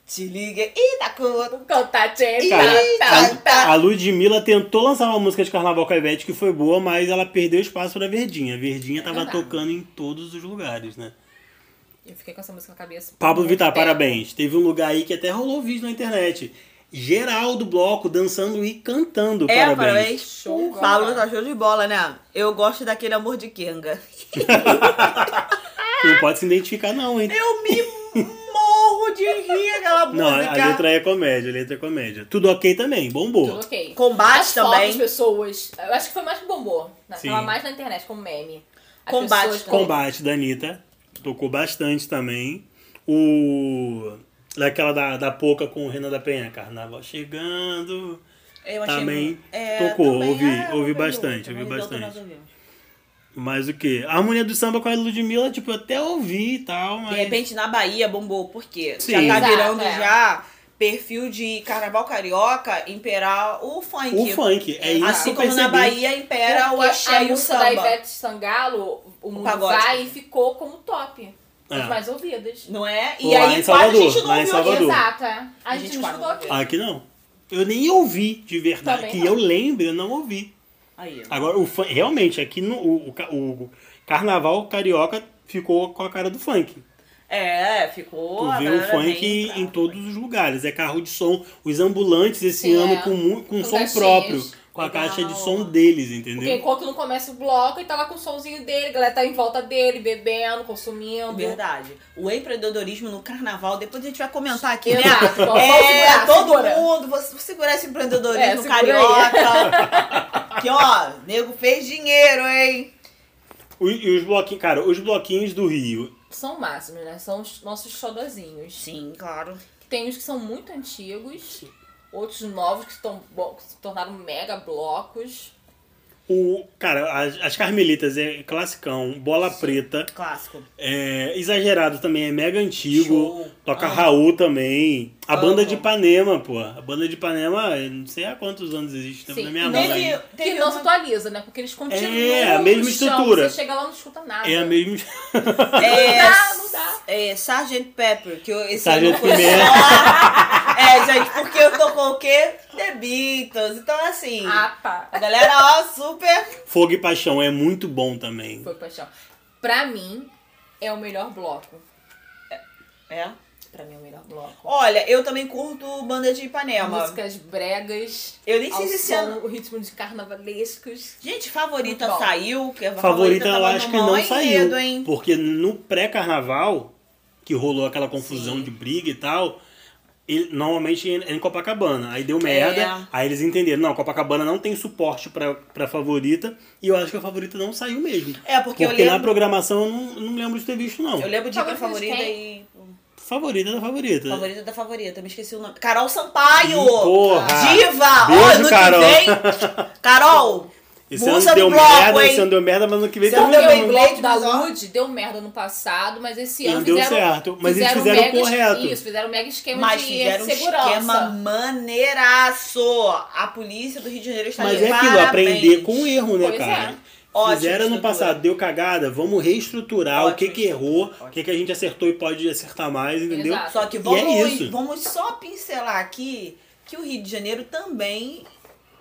Speaker 2: te liga e tá com
Speaker 3: Cantar
Speaker 1: Cara,
Speaker 3: tá, tá,
Speaker 1: A Ludmilla tentou lançar uma música de carnaval com a Ivete que foi boa, mas ela perdeu espaço da Verdinha. A Verdinha tava
Speaker 3: verdade.
Speaker 1: tocando em todos os lugares, né?
Speaker 3: Eu fiquei com essa música na cabeça.
Speaker 2: É,
Speaker 1: Pablo
Speaker 3: Muito
Speaker 1: Vittar,
Speaker 3: tempo.
Speaker 1: parabéns. Teve um lugar aí que até rolou vídeo na internet. Geral do bloco dançando e cantando.
Speaker 2: É,
Speaker 1: parabéns.
Speaker 2: parabéns.
Speaker 3: Show,
Speaker 2: O Pablo
Speaker 3: cara.
Speaker 2: tá show de bola, né? Eu gosto daquele amor de Kenga.
Speaker 1: Não pode se identificar, não, hein?
Speaker 2: Eu me morro de rir aquela
Speaker 1: Não, a-
Speaker 2: música.
Speaker 1: a letra é comédia, a letra é comédia. Tudo ok também, bombou.
Speaker 3: Tudo ok.
Speaker 2: Combate
Speaker 3: As fotos,
Speaker 2: também.
Speaker 3: as pessoas. Eu acho que foi mais que bombou. né?
Speaker 1: Sim.
Speaker 3: Tava mais na internet, como meme. As
Speaker 2: Combate
Speaker 3: pessoas-
Speaker 2: também.
Speaker 1: Combate da Anitta, tocou bastante também. O Daquela da, da Poca com o Renan da Penha, Carnaval chegando.
Speaker 2: Eu
Speaker 1: Também
Speaker 2: é,
Speaker 1: tocou, ouvi-
Speaker 2: ah,
Speaker 1: ouvi
Speaker 2: ouvi
Speaker 1: bastante,
Speaker 2: outra,
Speaker 1: ouvi
Speaker 2: mas outra
Speaker 1: bastante.
Speaker 2: nós ouvimos.
Speaker 1: Mas o quê? A harmonia do samba com a Ludmilla, tipo, eu até ouvi e tal, mas.
Speaker 2: De repente na Bahia bombou, por quê?
Speaker 1: Sim.
Speaker 2: Já tá virando
Speaker 3: Exato, é.
Speaker 2: já perfil de carnaval carioca imperar o funk.
Speaker 1: o funk, é isso
Speaker 2: Assim
Speaker 1: que eu
Speaker 2: como na
Speaker 1: percebi.
Speaker 2: Bahia impera o
Speaker 3: Porque
Speaker 2: axé
Speaker 3: a
Speaker 2: e o
Speaker 3: música da
Speaker 2: samba.
Speaker 3: Ivete Sangalo, o mundo
Speaker 2: pagode.
Speaker 3: vai e ficou como top.
Speaker 1: É.
Speaker 3: As mais ouvidas.
Speaker 2: Não é? E
Speaker 1: Lá
Speaker 2: aí quase
Speaker 1: em
Speaker 2: a
Speaker 1: Salvador,
Speaker 2: gente não
Speaker 1: lá em
Speaker 2: ouviu
Speaker 1: Salvador.
Speaker 2: aqui.
Speaker 3: Exato, é. A,
Speaker 2: A
Speaker 3: gente,
Speaker 2: gente
Speaker 3: não
Speaker 2: para
Speaker 3: estudou
Speaker 2: no
Speaker 3: aqui.
Speaker 2: lugar.
Speaker 1: Ah, Aqui não. Eu nem ouvi de verdade.
Speaker 3: Também
Speaker 1: que
Speaker 3: não.
Speaker 1: eu lembro, eu não ouvi.
Speaker 2: Aí.
Speaker 1: Agora, o fun- realmente, aqui no, o, o ca- o carnaval carioca ficou com a cara do funk.
Speaker 2: É, ficou.
Speaker 1: Tu
Speaker 2: a
Speaker 1: vê o
Speaker 2: galera
Speaker 3: né?
Speaker 1: funk
Speaker 2: vem pra-
Speaker 1: em todos os lugares. É carro de som. Os ambulantes esse
Speaker 3: Sim,
Speaker 1: ano
Speaker 3: é.
Speaker 1: com, mu- com
Speaker 3: Com
Speaker 1: som
Speaker 3: caixinhas.
Speaker 1: próprio. Com a
Speaker 2: Legal.
Speaker 1: caixa de som deles,
Speaker 3: Porque
Speaker 1: entendeu?
Speaker 3: enquanto não começa o bloco, ele tá lá com o somzinho dele, a galera tá em volta dele, bebendo, consumindo.
Speaker 2: Verdade. O empreendedorismo no carnaval, depois a gente vai comentar aqui, né?
Speaker 3: Exato. Vamos
Speaker 2: É,
Speaker 3: segurar,
Speaker 2: todo
Speaker 3: segura.
Speaker 2: mundo, você vou segurar esse
Speaker 3: É,
Speaker 2: empreendedorismo
Speaker 3: segura aí. *laughs*
Speaker 2: carioca. que ó, nego fez dinheiro, hein?
Speaker 1: O- E os bloquinhos, cara, os bloquinhos do Rio.
Speaker 3: São máximos, né? São os nossos xodozinhos.
Speaker 2: Sim, claro.
Speaker 3: Tem uns que são muito antigos, outros novos que, estão, bo- que se tornaram mega blocos.
Speaker 1: O, cara, as, as Carmelitas é classicão, bola preta.
Speaker 2: Clássico.
Speaker 1: É, exagerado também, é mega antigo.
Speaker 2: Show.
Speaker 1: Toca
Speaker 2: Amo.
Speaker 1: Raul também. A
Speaker 3: Amo.
Speaker 1: banda de Ipanema, pô. A banda de Ipanema, eu não sei há quantos anos existe, tempo
Speaker 3: Sim,
Speaker 1: da minha né?
Speaker 3: e
Speaker 1: mãe.
Speaker 2: teve-
Speaker 3: que
Speaker 2: teve
Speaker 3: não
Speaker 2: uma-
Speaker 3: se atualiza, né? Porque eles continuam.
Speaker 1: É, a
Speaker 3: no
Speaker 1: mesma
Speaker 3: chão,
Speaker 1: estrutura.
Speaker 3: Você chega lá e não escuta nada.
Speaker 1: É a mesma.
Speaker 2: É,
Speaker 3: Não dá, não dá.
Speaker 2: é Sgt. Pepper, que eu, esse
Speaker 1: Sargento
Speaker 2: ano foi
Speaker 1: Pimenta.
Speaker 2: só. *laughs* É, gente, porque eu tô com o quê? The Beatles. Então, assim,
Speaker 3: Ah, pá.
Speaker 2: a galera, ó, super.
Speaker 1: Fogo e Paixão é muito bom também.
Speaker 3: Foi paixão. Pra mim, é o melhor bloco.
Speaker 2: É.
Speaker 3: Pra mim, é o melhor bloco.
Speaker 2: Olha, eu também curto banda de Ipanema.
Speaker 3: Músicas bregas.
Speaker 2: Eu nem sei
Speaker 3: ao
Speaker 2: se esse
Speaker 3: som,
Speaker 2: ano-
Speaker 3: O ritmo de carnavalescos.
Speaker 2: Gente, favorita
Speaker 3: Muito bom.
Speaker 2: saiu. Que a
Speaker 1: Favorita, eu
Speaker 2: tava
Speaker 1: acho
Speaker 2: no
Speaker 1: que não
Speaker 2: maior
Speaker 1: saiu.
Speaker 2: enredo, hein?
Speaker 1: Porque no pré-carnaval, que rolou aquela confusão de briga e tal. ele- normalmente é em Copacabana. Aí deu merda.
Speaker 2: É.
Speaker 1: Aí eles entenderam. Não, Copacabana não tem suporte pra, pra favorita. E eu acho que a favorita não saiu mesmo.
Speaker 2: É, porque,
Speaker 1: Porque,
Speaker 2: eu lembro.
Speaker 1: na programação eu não, não lembro de ter visto, não.
Speaker 2: Eu lembro de ir pra
Speaker 3: Favorita de
Speaker 2: favorita e.
Speaker 3: quem?
Speaker 1: Favorita da favorita.
Speaker 2: Favorita da favorita, me esqueci o nome. Carol Sampaio!
Speaker 1: Porra!
Speaker 2: Diva!
Speaker 1: Beijo,
Speaker 2: Olha, no
Speaker 1: Carol.
Speaker 2: que vem. Carol!
Speaker 1: Esse ano
Speaker 2: Musa do
Speaker 1: deu
Speaker 2: bloco,
Speaker 1: merda,
Speaker 2: hein?
Speaker 1: esse ano deu merda, mas ano que vem
Speaker 2: Esse ano
Speaker 1: também
Speaker 3: Porque
Speaker 2: deu
Speaker 1: deu
Speaker 3: o
Speaker 2: merda.
Speaker 1: merda.
Speaker 3: bloco da
Speaker 2: Mas, ó.
Speaker 3: Lud deu merda no passado, mas esse
Speaker 1: Não
Speaker 3: ano
Speaker 1: deu
Speaker 3: fizeram,
Speaker 1: certo, mas eles fizeram
Speaker 3: mega-
Speaker 1: correto.
Speaker 3: Isso, fizeram um mega esquema
Speaker 2: Mas
Speaker 3: de
Speaker 2: fizeram um
Speaker 3: segurança.
Speaker 2: esquema maneiraço. A polícia do Rio de Janeiro está
Speaker 1: Mas
Speaker 2: de
Speaker 1: é aquilo,
Speaker 2: parabéns.
Speaker 1: aprender com erro, né,
Speaker 3: Pois
Speaker 1: cara?
Speaker 3: é.
Speaker 2: Ótima
Speaker 1: Fizeram no
Speaker 2: estrutura.
Speaker 1: passado, deu cagada, vamos reestruturar o que
Speaker 2: Ótima
Speaker 1: que
Speaker 2: estrutura.
Speaker 1: errou, o que que a gente acertou e pode acertar mais, entendeu?
Speaker 3: Exato.
Speaker 2: Só que
Speaker 1: E é
Speaker 2: vamos,
Speaker 1: isso.
Speaker 2: vamos só pincelar aqui que o Rio de Janeiro também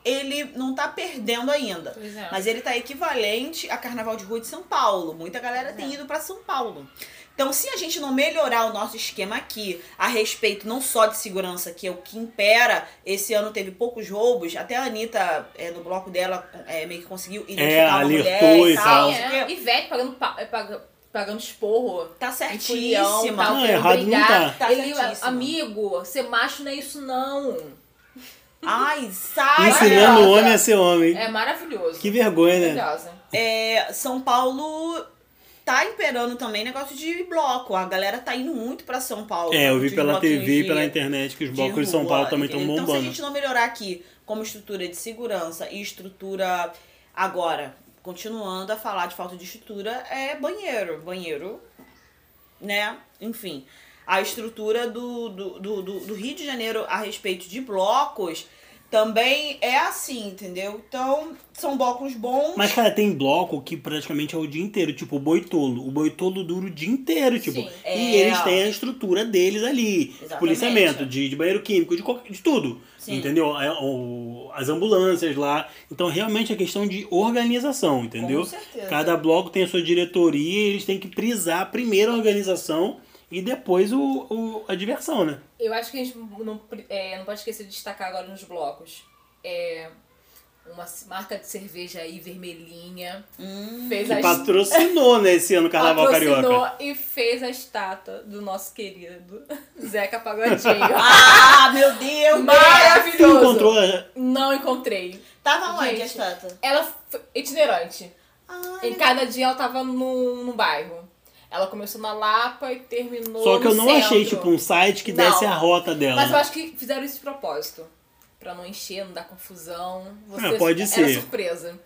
Speaker 2: ele não tá perdendo ainda.
Speaker 3: Pois é.
Speaker 2: Mas ele tá equivalente a Carnaval de Rua de São Paulo. Muita galera tem ido para São Paulo. Então, se a gente não melhorar o nosso esquema aqui, a respeito não só de segurança, que é o que impera, esse ano teve poucos roubos, até a Anitta, é, no bloco dela, é, meio que conseguiu identificar uma
Speaker 1: alertou
Speaker 2: mulher
Speaker 1: e
Speaker 2: e tal.
Speaker 1: tal.
Speaker 2: não sei o quê.
Speaker 3: É, Ivete pagando, pa- é, paga- pagando esporro.
Speaker 2: Tá
Speaker 3: Certíssima.
Speaker 2: certíssima.
Speaker 1: Não, errado não tá.
Speaker 2: Tá
Speaker 3: Ele,
Speaker 2: certíssima.
Speaker 3: amigo, ser macho não é isso não.
Speaker 2: Ai, sai!
Speaker 1: Ensinando
Speaker 3: Maravilhosa.
Speaker 1: o homem a ser homem.
Speaker 3: É maravilhoso.
Speaker 1: Que vergonha, né?
Speaker 3: Maravilhosa.
Speaker 2: É, São Paulo tá imperando também negócio de bloco. A galera tá indo muito pra São Paulo.
Speaker 1: É, eu
Speaker 2: De
Speaker 1: vi pela
Speaker 2: bloquinho
Speaker 1: TV e
Speaker 2: de-
Speaker 1: pela internet que os
Speaker 2: de
Speaker 1: blocos de São
Speaker 2: rua,
Speaker 1: Paulo também estão
Speaker 2: entendeu? Então, se a
Speaker 1: bombando.
Speaker 2: gente não melhorar aqui como estrutura de segurança e estrutura agora, continuando a falar de falta de estrutura, é banheiro. Banheiro, né? Enfim. A estrutura do, do, do, do- do Rio de Janeiro a respeito de blocos também é assim, entendeu? Então, são blocos bons.
Speaker 1: Mas, cara, tem bloco que praticamente é o dia inteiro, tipo o boitolo. O boitolo dura o dia inteiro, tipo.
Speaker 3: Sim.
Speaker 2: É.
Speaker 1: E eles têm a estrutura deles ali.
Speaker 2: Exatamente.
Speaker 1: Policiamento, de, de banheiro químico, de, qualquer- de tudo.
Speaker 2: Sim.
Speaker 1: Entendeu? É, o- as ambulâncias lá. Então, realmente é questão de organização, entendeu?
Speaker 2: Com certeza.
Speaker 1: Cada bloco tem a sua diretoria e eles têm que prisar primeiro a organização e depois o, o- a diversão, né?
Speaker 3: Eu acho que a gente não, é, não pode esquecer de destacar agora nos blocos. É uma c- marca de cerveja aí vermelhinha. fez
Speaker 1: Que
Speaker 3: a
Speaker 1: patrocinou, né, esse ano o Carnaval
Speaker 3: patrocinou
Speaker 1: Carioca.
Speaker 3: e fez a estátua do nosso querido *laughs*
Speaker 2: *laughs*
Speaker 3: Zeca Pagodinho. *laughs*
Speaker 2: Ah, meu Deus!
Speaker 1: Tu
Speaker 3: Maravilhoso!
Speaker 1: encontrou a-
Speaker 3: Não encontrei.
Speaker 2: Tava onde
Speaker 3: Gente.
Speaker 2: a estátua?
Speaker 3: Ela foi itinerante.
Speaker 2: Ah,
Speaker 3: Em cada dia ela tava num, num bairro. Ela começou na Lapa e terminou.
Speaker 1: Só que eu
Speaker 3: no
Speaker 1: não achei,
Speaker 3: centro.
Speaker 1: tipo, um site que
Speaker 3: Não.
Speaker 1: desse a rota dela.
Speaker 3: Mas eu acho que fizeram isso de propósito. Pra não encher, não dar confusão. Você
Speaker 1: Ah, pode
Speaker 3: era
Speaker 1: ser.
Speaker 3: surpresa.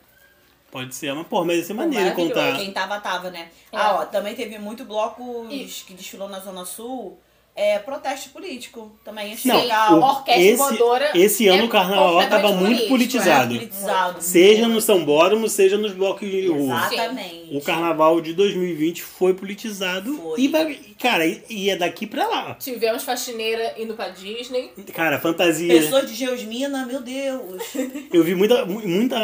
Speaker 1: Pode ser, mas, pô, mas ia ser maneiro
Speaker 3: maravilhoso.
Speaker 1: contar.
Speaker 2: Quem tava, tava, né?
Speaker 3: É.
Speaker 2: Ah, ó, também teve muito blocos
Speaker 3: E-
Speaker 2: que desfilou na Zona Sul. É, protesto político também. assim, Achei
Speaker 1: Não,
Speaker 2: legal.
Speaker 1: o-
Speaker 3: A orquestra
Speaker 1: Esse-
Speaker 3: voadora.
Speaker 1: esse ano o carnaval
Speaker 3: completamente
Speaker 1: tava muito
Speaker 3: político, é.
Speaker 1: politizado.
Speaker 2: Politizado.
Speaker 1: Seja no São Bódromo, seja nos blocos de rua.
Speaker 2: Exatamente.
Speaker 1: O carnaval de 2020 foi politizado
Speaker 2: Foi.
Speaker 1: e vai, cara, e- e é daqui pra lá.
Speaker 3: Tivemos faxineira indo pra Disney.
Speaker 1: Cara, fantasia.
Speaker 2: Pessoas de Geusmina, meu Deus.
Speaker 1: Eu vi muita, mu- muita.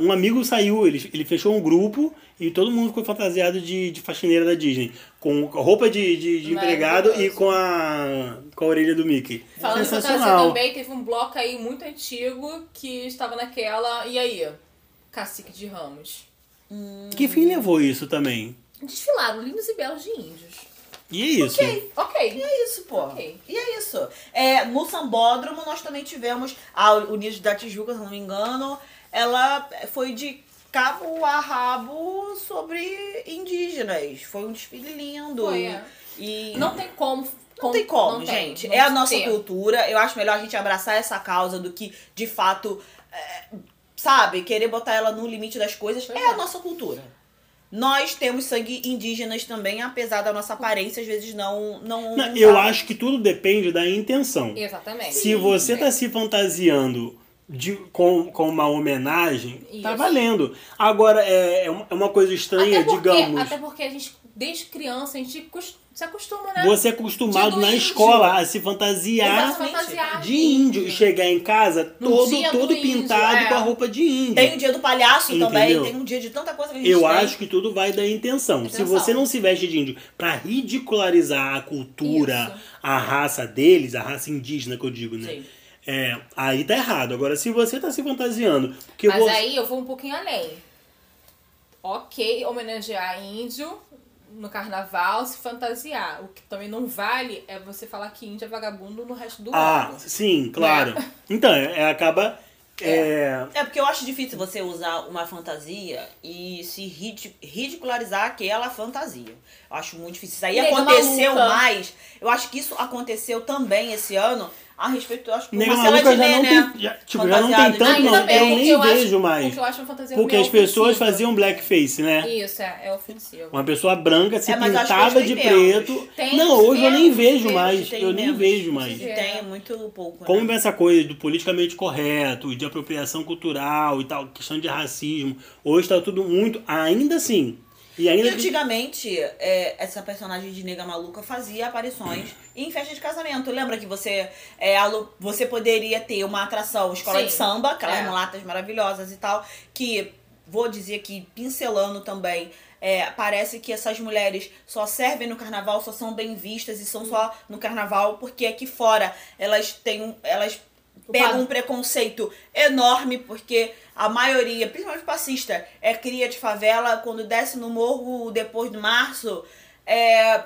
Speaker 1: Um amigo saiu, ele, ele fechou um grupo e todo mundo ficou fantasiado de, de faxineira da Disney. Com roupa de, de, de empregado e
Speaker 3: Maravilhoso.
Speaker 1: com a. com a orelha do Mickey.
Speaker 3: Falando em fantasia
Speaker 1: Sensacional.
Speaker 3: também, teve um bloco aí muito antigo que estava naquela. E aí? Cacique de Ramos.
Speaker 1: Que fim levou isso também?
Speaker 3: Desfilaram lindos e belos de índios.
Speaker 1: E é isso.
Speaker 3: Ok.
Speaker 2: É isso, pô.
Speaker 3: Ok.
Speaker 2: E é isso. É, no Sambódromo, nós também tivemos a Unidos da Tijuca, se não me engano. Ela foi de cabo a rabo sobre indígenas. Foi um desfile lindo.
Speaker 3: Foi, é.
Speaker 2: E
Speaker 3: Não tem como.
Speaker 2: Não tem como, gente. é a nossa cultura. Eu acho melhor a gente abraçar essa causa do que, de fato, é, sabe, querer botar ela no limite das coisas.
Speaker 3: Pois
Speaker 2: É,
Speaker 3: é.
Speaker 2: a nossa cultura. Nós temos sangue indígenas também, apesar da nossa aparência, às vezes não. não
Speaker 1: Não, eu
Speaker 2: tá.
Speaker 1: acho que tudo depende da intenção.
Speaker 3: Exatamente.
Speaker 1: Se você tá se fantasiando de- com, com uma homenagem, tá
Speaker 3: Isso.
Speaker 1: valendo. Agora, é, é uma- é uma coisa estranha,
Speaker 3: até porque,
Speaker 1: digamos.
Speaker 3: Até porque a gente, desde criança, a gente cos- se acostuma, né?
Speaker 1: Você é acostumado
Speaker 3: Tido
Speaker 1: na
Speaker 3: índio.
Speaker 1: escola a se
Speaker 3: Exato,
Speaker 1: fantasiar
Speaker 3: fantasiar
Speaker 1: de índio e chegar em casa
Speaker 3: No dia
Speaker 1: todo,
Speaker 3: do
Speaker 1: todo
Speaker 3: índio,
Speaker 1: pintado
Speaker 3: é. né?
Speaker 1: com a roupa de índio.
Speaker 2: Tem o dia do palhaço também,
Speaker 1: Entendeu?
Speaker 2: tem um dia de tanta coisa que a gente
Speaker 1: Eu
Speaker 2: tem.
Speaker 1: acho que tudo vai da intenção. Se
Speaker 3: Intenção.
Speaker 1: você não se veste de índio pra ridicularizar a cultura,
Speaker 3: Isso.
Speaker 1: a raça deles, a raça indígena que eu digo, né?
Speaker 3: Sim.
Speaker 1: É, aí tá errado. Agora, se você tá se fantasiando, porque
Speaker 3: Mas
Speaker 1: você.
Speaker 3: aí eu vou um pouquinho além. Ok, homenagear índio no carnaval, se fantasiar. O que também não vale é você falar que índio é vagabundo no resto do
Speaker 1: Ah,
Speaker 3: ano.
Speaker 1: sim, claro.
Speaker 3: Né?
Speaker 1: Então, é, acaba. é,
Speaker 2: É porque eu acho difícil você usar uma fantasia e se rid- ridicularizar aquela fantasia. Eu acho muito difícil. Isso aí
Speaker 3: Nega
Speaker 2: aconteceu
Speaker 3: maluca.
Speaker 2: mais. Eu acho que isso aconteceu também esse ano a respeito, eu acho que
Speaker 1: Nega
Speaker 2: Marcela
Speaker 1: maluca já
Speaker 2: Diné,
Speaker 1: não
Speaker 2: né?
Speaker 1: tem. já- tipo, já não tem
Speaker 2: Fantasiado
Speaker 1: tanto,
Speaker 2: de-
Speaker 1: não.
Speaker 3: né? Ainda bem,
Speaker 1: eu
Speaker 3: porque
Speaker 1: nem
Speaker 3: acho-
Speaker 1: vejo mais.
Speaker 3: Porque eu acho uma fantasia
Speaker 1: Porque
Speaker 3: meio
Speaker 1: as pessoas
Speaker 3: ofensiva.
Speaker 1: faziam blackface, né?
Speaker 3: Isso, é, é ofensivo.
Speaker 1: Uma pessoa branca se
Speaker 2: É, mas acho que
Speaker 1: pintava
Speaker 2: hoje
Speaker 1: de
Speaker 2: tem menos.
Speaker 1: preto.
Speaker 3: Tem
Speaker 1: não, hoje eu nem
Speaker 3: menos,
Speaker 1: vejo
Speaker 3: tem-
Speaker 1: mais.
Speaker 2: tem
Speaker 1: eu nem
Speaker 2: menos.
Speaker 1: vejo mais.
Speaker 2: E tem muito pouco.
Speaker 1: Como
Speaker 2: né?
Speaker 1: essa coisa do politicamente correto, de apropriação cultural e tal, questão de racismo, hoje tá tudo muito. Ainda assim. E
Speaker 2: E
Speaker 1: ainda.
Speaker 2: antigamente, é, essa personagem de nega maluca fazia
Speaker 3: *clears throat*
Speaker 2: aparições em festa de casamento. Lembra que você é, alu- você poderia ter uma atração escola
Speaker 3: Sim.
Speaker 2: de samba, aquelas
Speaker 3: É.
Speaker 2: mulatas maravilhosas e tal, que vou dizer que pincelando também. é, parece que essas mulheres só servem no carnaval, só são bem vistas e são só no carnaval, porque aqui fora elas têm um- elas
Speaker 3: O
Speaker 2: pega
Speaker 3: padrão.
Speaker 2: um preconceito enorme, porque a maioria, principalmente passista, é cria de favela, quando desce no morro depois do março, é...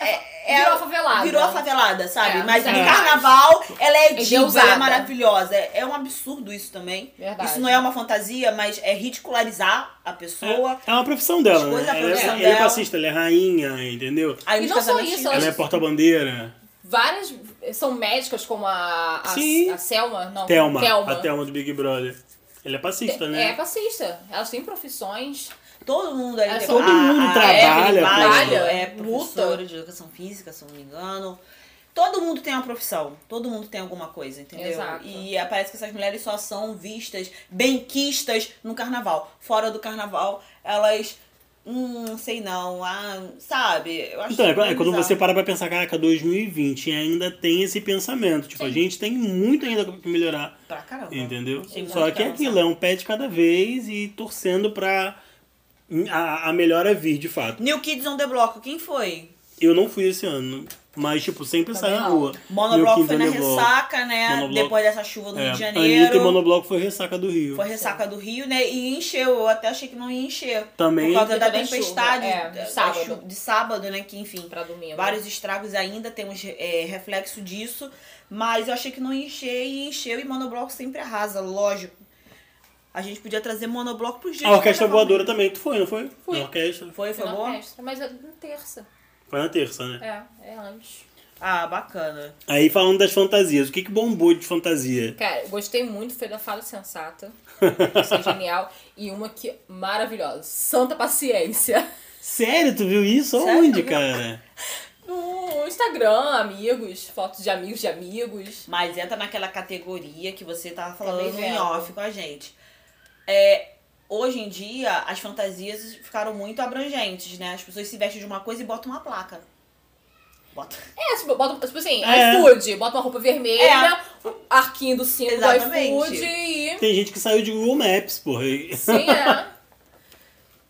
Speaker 2: É, é-
Speaker 3: Virou a favelada.
Speaker 2: virou a favelada, sabe?
Speaker 3: É,
Speaker 2: mas
Speaker 3: é.
Speaker 2: no carnaval ela é
Speaker 3: É
Speaker 2: diva,
Speaker 3: deusada.
Speaker 2: é maravilhosa. É um absurdo isso também.
Speaker 3: Verdade.
Speaker 2: Isso não é uma fantasia, mas é ridicularizar a pessoa.
Speaker 1: É uma profissão dela,
Speaker 2: As
Speaker 1: né?
Speaker 2: coisas da
Speaker 1: Ela, é-
Speaker 2: profissão
Speaker 1: ela é
Speaker 2: dela.
Speaker 1: passista, ela é rainha, entendeu?
Speaker 2: Aí tá
Speaker 3: E
Speaker 2: nos
Speaker 3: não só
Speaker 2: casamentos
Speaker 3: isso,
Speaker 2: tinha
Speaker 3: ela-
Speaker 1: Ela é porta-bandeira.
Speaker 3: Várias são médicas, como a, a,
Speaker 1: Sim.
Speaker 3: a Selma, não,
Speaker 1: Thelma,
Speaker 3: Thelma.
Speaker 1: a Thelma do Big Brother. Ela é passista,
Speaker 3: É
Speaker 1: né?
Speaker 3: passista. Elas têm profissões.
Speaker 2: Todo mundo ali.
Speaker 3: Ela
Speaker 2: tem-
Speaker 3: só- Todo
Speaker 1: É, mundo trabalha,
Speaker 2: Evelyn
Speaker 1: pô.
Speaker 2: Baggio
Speaker 3: Trabalha,
Speaker 2: é professora
Speaker 3: luta.
Speaker 2: de educação física, se eu não me engano. Todo mundo tem uma profissão, todo mundo tem alguma coisa, entendeu?
Speaker 3: Exato.
Speaker 2: E é, parece que essas mulheres só são vistas, benquistas no carnaval. Fora do carnaval, elas. Hum, sei não, ah, sabe? Eu acho
Speaker 1: Então, é,
Speaker 2: que
Speaker 1: é quando
Speaker 2: bizarro.
Speaker 1: você para pra pensar, caraca, 2020 ainda tem esse pensamento. Tipo, a gente tem muito ainda que melhorar.
Speaker 2: Pra caramba.
Speaker 1: Entendeu?
Speaker 2: Sim,
Speaker 1: Só
Speaker 2: muito
Speaker 1: que é
Speaker 2: bom,
Speaker 1: aquilo,
Speaker 2: sabe?
Speaker 1: é um pé de cada vez e torcendo pra a, a melhora vir, de fato.
Speaker 2: New Kids on the Block, quem foi?
Speaker 1: Eu não fui esse ano, mas, tipo, sempre
Speaker 3: Também
Speaker 1: saio na
Speaker 3: não.
Speaker 1: rua.
Speaker 2: Monobloco
Speaker 1: Meu
Speaker 2: foi na
Speaker 1: Kids on the Block.
Speaker 2: ressaca, né?
Speaker 1: Monobloco.
Speaker 2: Depois dessa chuva no
Speaker 1: É,
Speaker 2: Rio de
Speaker 1: Anitta e
Speaker 2: Janeiro.
Speaker 1: Monobloco foi ressaca do Rio.
Speaker 2: Foi ressaca do Rio, né? E encheu. Eu até achei que não ia encher.
Speaker 1: Também-
Speaker 2: Por causa da
Speaker 3: Da chuva,
Speaker 2: tempestade
Speaker 3: é, de
Speaker 2: da-
Speaker 3: sábado.
Speaker 2: da chu- de sábado, né? Que enfim,
Speaker 3: Pra domingo.
Speaker 2: vários estragos ainda, temos é, reflexo disso. Mas eu achei que não ia encher e encheu. E monobloco sempre arrasa, lógico. A gente podia trazer monobloco pros dias.
Speaker 1: Ah, A orquestra voadora também. Tu foi, não foi?
Speaker 3: Fui.
Speaker 1: Na orquestra.
Speaker 2: Foi, foi
Speaker 3: na
Speaker 2: bom?
Speaker 3: orquestra, mas é na terça.
Speaker 1: Foi na terça, né?
Speaker 3: É, é antes.
Speaker 2: Ah, bacana.
Speaker 1: Aí falando das fantasias, o que, que bombou de fantasia?
Speaker 3: Cara, eu gostei muito, foi da Fada
Speaker 2: *laughs*
Speaker 3: Sensata. Isso é genial. E uma que maravilhosa. Santa Paciência.
Speaker 1: Sério, tu viu isso?
Speaker 2: Sério?
Speaker 1: Onde, cara?
Speaker 3: No Instagram, amigos, fotos de amigos de amigos.
Speaker 2: Mas entra naquela categoria que você tava falando
Speaker 3: Também
Speaker 2: em
Speaker 3: vendo.
Speaker 2: off com a gente. É, hoje em dia, as fantasias ficaram muito abrangentes, né? As pessoas se vestem de uma coisa e botam uma placa. Bota.
Speaker 3: É, tipo, bota, tipo assim,
Speaker 1: É.
Speaker 3: iFood, bota uma roupa vermelha, o arquinho do cinto
Speaker 2: É. Exatamente.
Speaker 3: do iFood e.
Speaker 1: Tem gente que saiu de Google Maps, porra.
Speaker 3: Sim, é.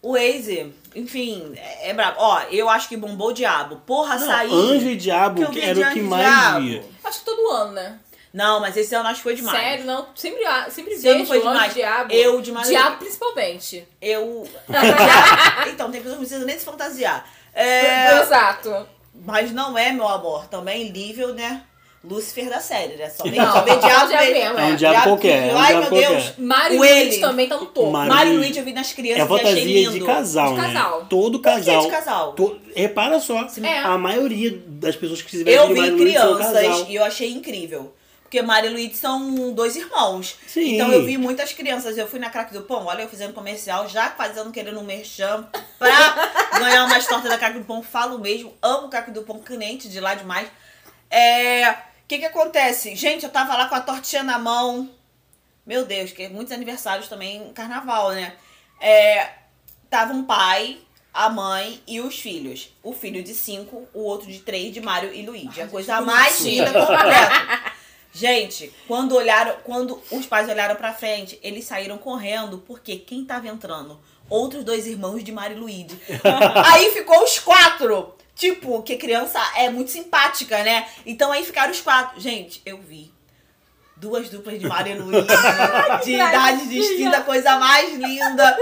Speaker 2: O Waze, enfim, é, é brabo. Ó, eu acho que bombou o diabo. Porra,
Speaker 1: Não,
Speaker 2: saí.
Speaker 1: anjo e diabo
Speaker 2: Que eu vi
Speaker 1: era
Speaker 2: de
Speaker 1: o que
Speaker 2: anjo e
Speaker 1: mais
Speaker 2: diabo.
Speaker 1: via.
Speaker 3: Acho que todo ano, né?
Speaker 2: Não, mas esse ano acho que foi demais.
Speaker 3: Sério, não. Sempre, sempre
Speaker 2: Esse ano
Speaker 3: vejo
Speaker 2: foi
Speaker 3: longe
Speaker 2: demais.
Speaker 3: diabo.
Speaker 2: Eu demais-
Speaker 3: Diabo principalmente.
Speaker 2: Eu.
Speaker 3: *laughs*
Speaker 2: Diabo- então, tem pessoas que não precisam nem se fantasiar. *laughs* É,
Speaker 3: Exato.
Speaker 2: Mas não é, meu amor, também nível, né? Lúcifer da série, né? Só vem,
Speaker 3: Não,
Speaker 2: só vem
Speaker 3: só
Speaker 2: diabo
Speaker 3: diabo
Speaker 2: mesmo.
Speaker 3: mesmo, É um
Speaker 1: diabo
Speaker 2: que
Speaker 1: qualquer,
Speaker 2: vive.
Speaker 1: é um
Speaker 2: Ai,
Speaker 1: diabo
Speaker 2: meu Deus.
Speaker 1: qualquer.
Speaker 3: Mário e
Speaker 2: O
Speaker 3: Luiz
Speaker 2: ele.
Speaker 3: também estão no topo.
Speaker 1: Mário-
Speaker 2: Mário e Luigi eu vi nas
Speaker 1: É
Speaker 2: crianças
Speaker 1: a
Speaker 2: e achei
Speaker 1: fantasia de
Speaker 2: lindo.
Speaker 1: casal,
Speaker 3: De
Speaker 1: né?
Speaker 3: casal.
Speaker 1: Todo
Speaker 2: Por que
Speaker 1: casal.
Speaker 2: de casal?
Speaker 1: To- Repara só,
Speaker 3: É.
Speaker 1: a maioria das pessoas que se vestem
Speaker 2: Eu
Speaker 1: de Maria
Speaker 2: vi
Speaker 1: Luísa são casal.
Speaker 2: crianças e eu achei incrível. Porque Mário e Luigi são dois irmãos.
Speaker 1: Sim.
Speaker 2: Então eu vi muitas crianças. Eu fui na Craque do Pão, olha eu fazendo comercial, já fazendo querendo um merchan pra ganhar umas tortas da Craque do Pão. Falo mesmo, amo Craque do Pão, cliente de lá demais. É... O que que acontece? Gente, eu tava lá com a tortinha na mão. Meu Deus, que é muitos aniversários também em carnaval, né? É, tava um pai, a mãe e os filhos. O filho de cinco, o outro de três, de Mário e Luigi.
Speaker 3: Ai,
Speaker 2: a
Speaker 3: gente,
Speaker 2: coisa
Speaker 3: que
Speaker 2: mais
Speaker 3: bonitinho.
Speaker 2: linda completa. Gente, quando olharam, quando os pais olharam pra frente, eles saíram correndo, porque quem tava entrando? Outros dois irmãos de Mário e
Speaker 3: *laughs*
Speaker 2: Luigi. aí ficou os quatro. Tipo, que criança é muito simpática, né? Então aí ficaram os quatro. Gente, eu vi duas duplas de Maria Luísa,
Speaker 3: *laughs*
Speaker 2: de idades
Speaker 3: gracinha.
Speaker 2: distintas, coisa mais linda,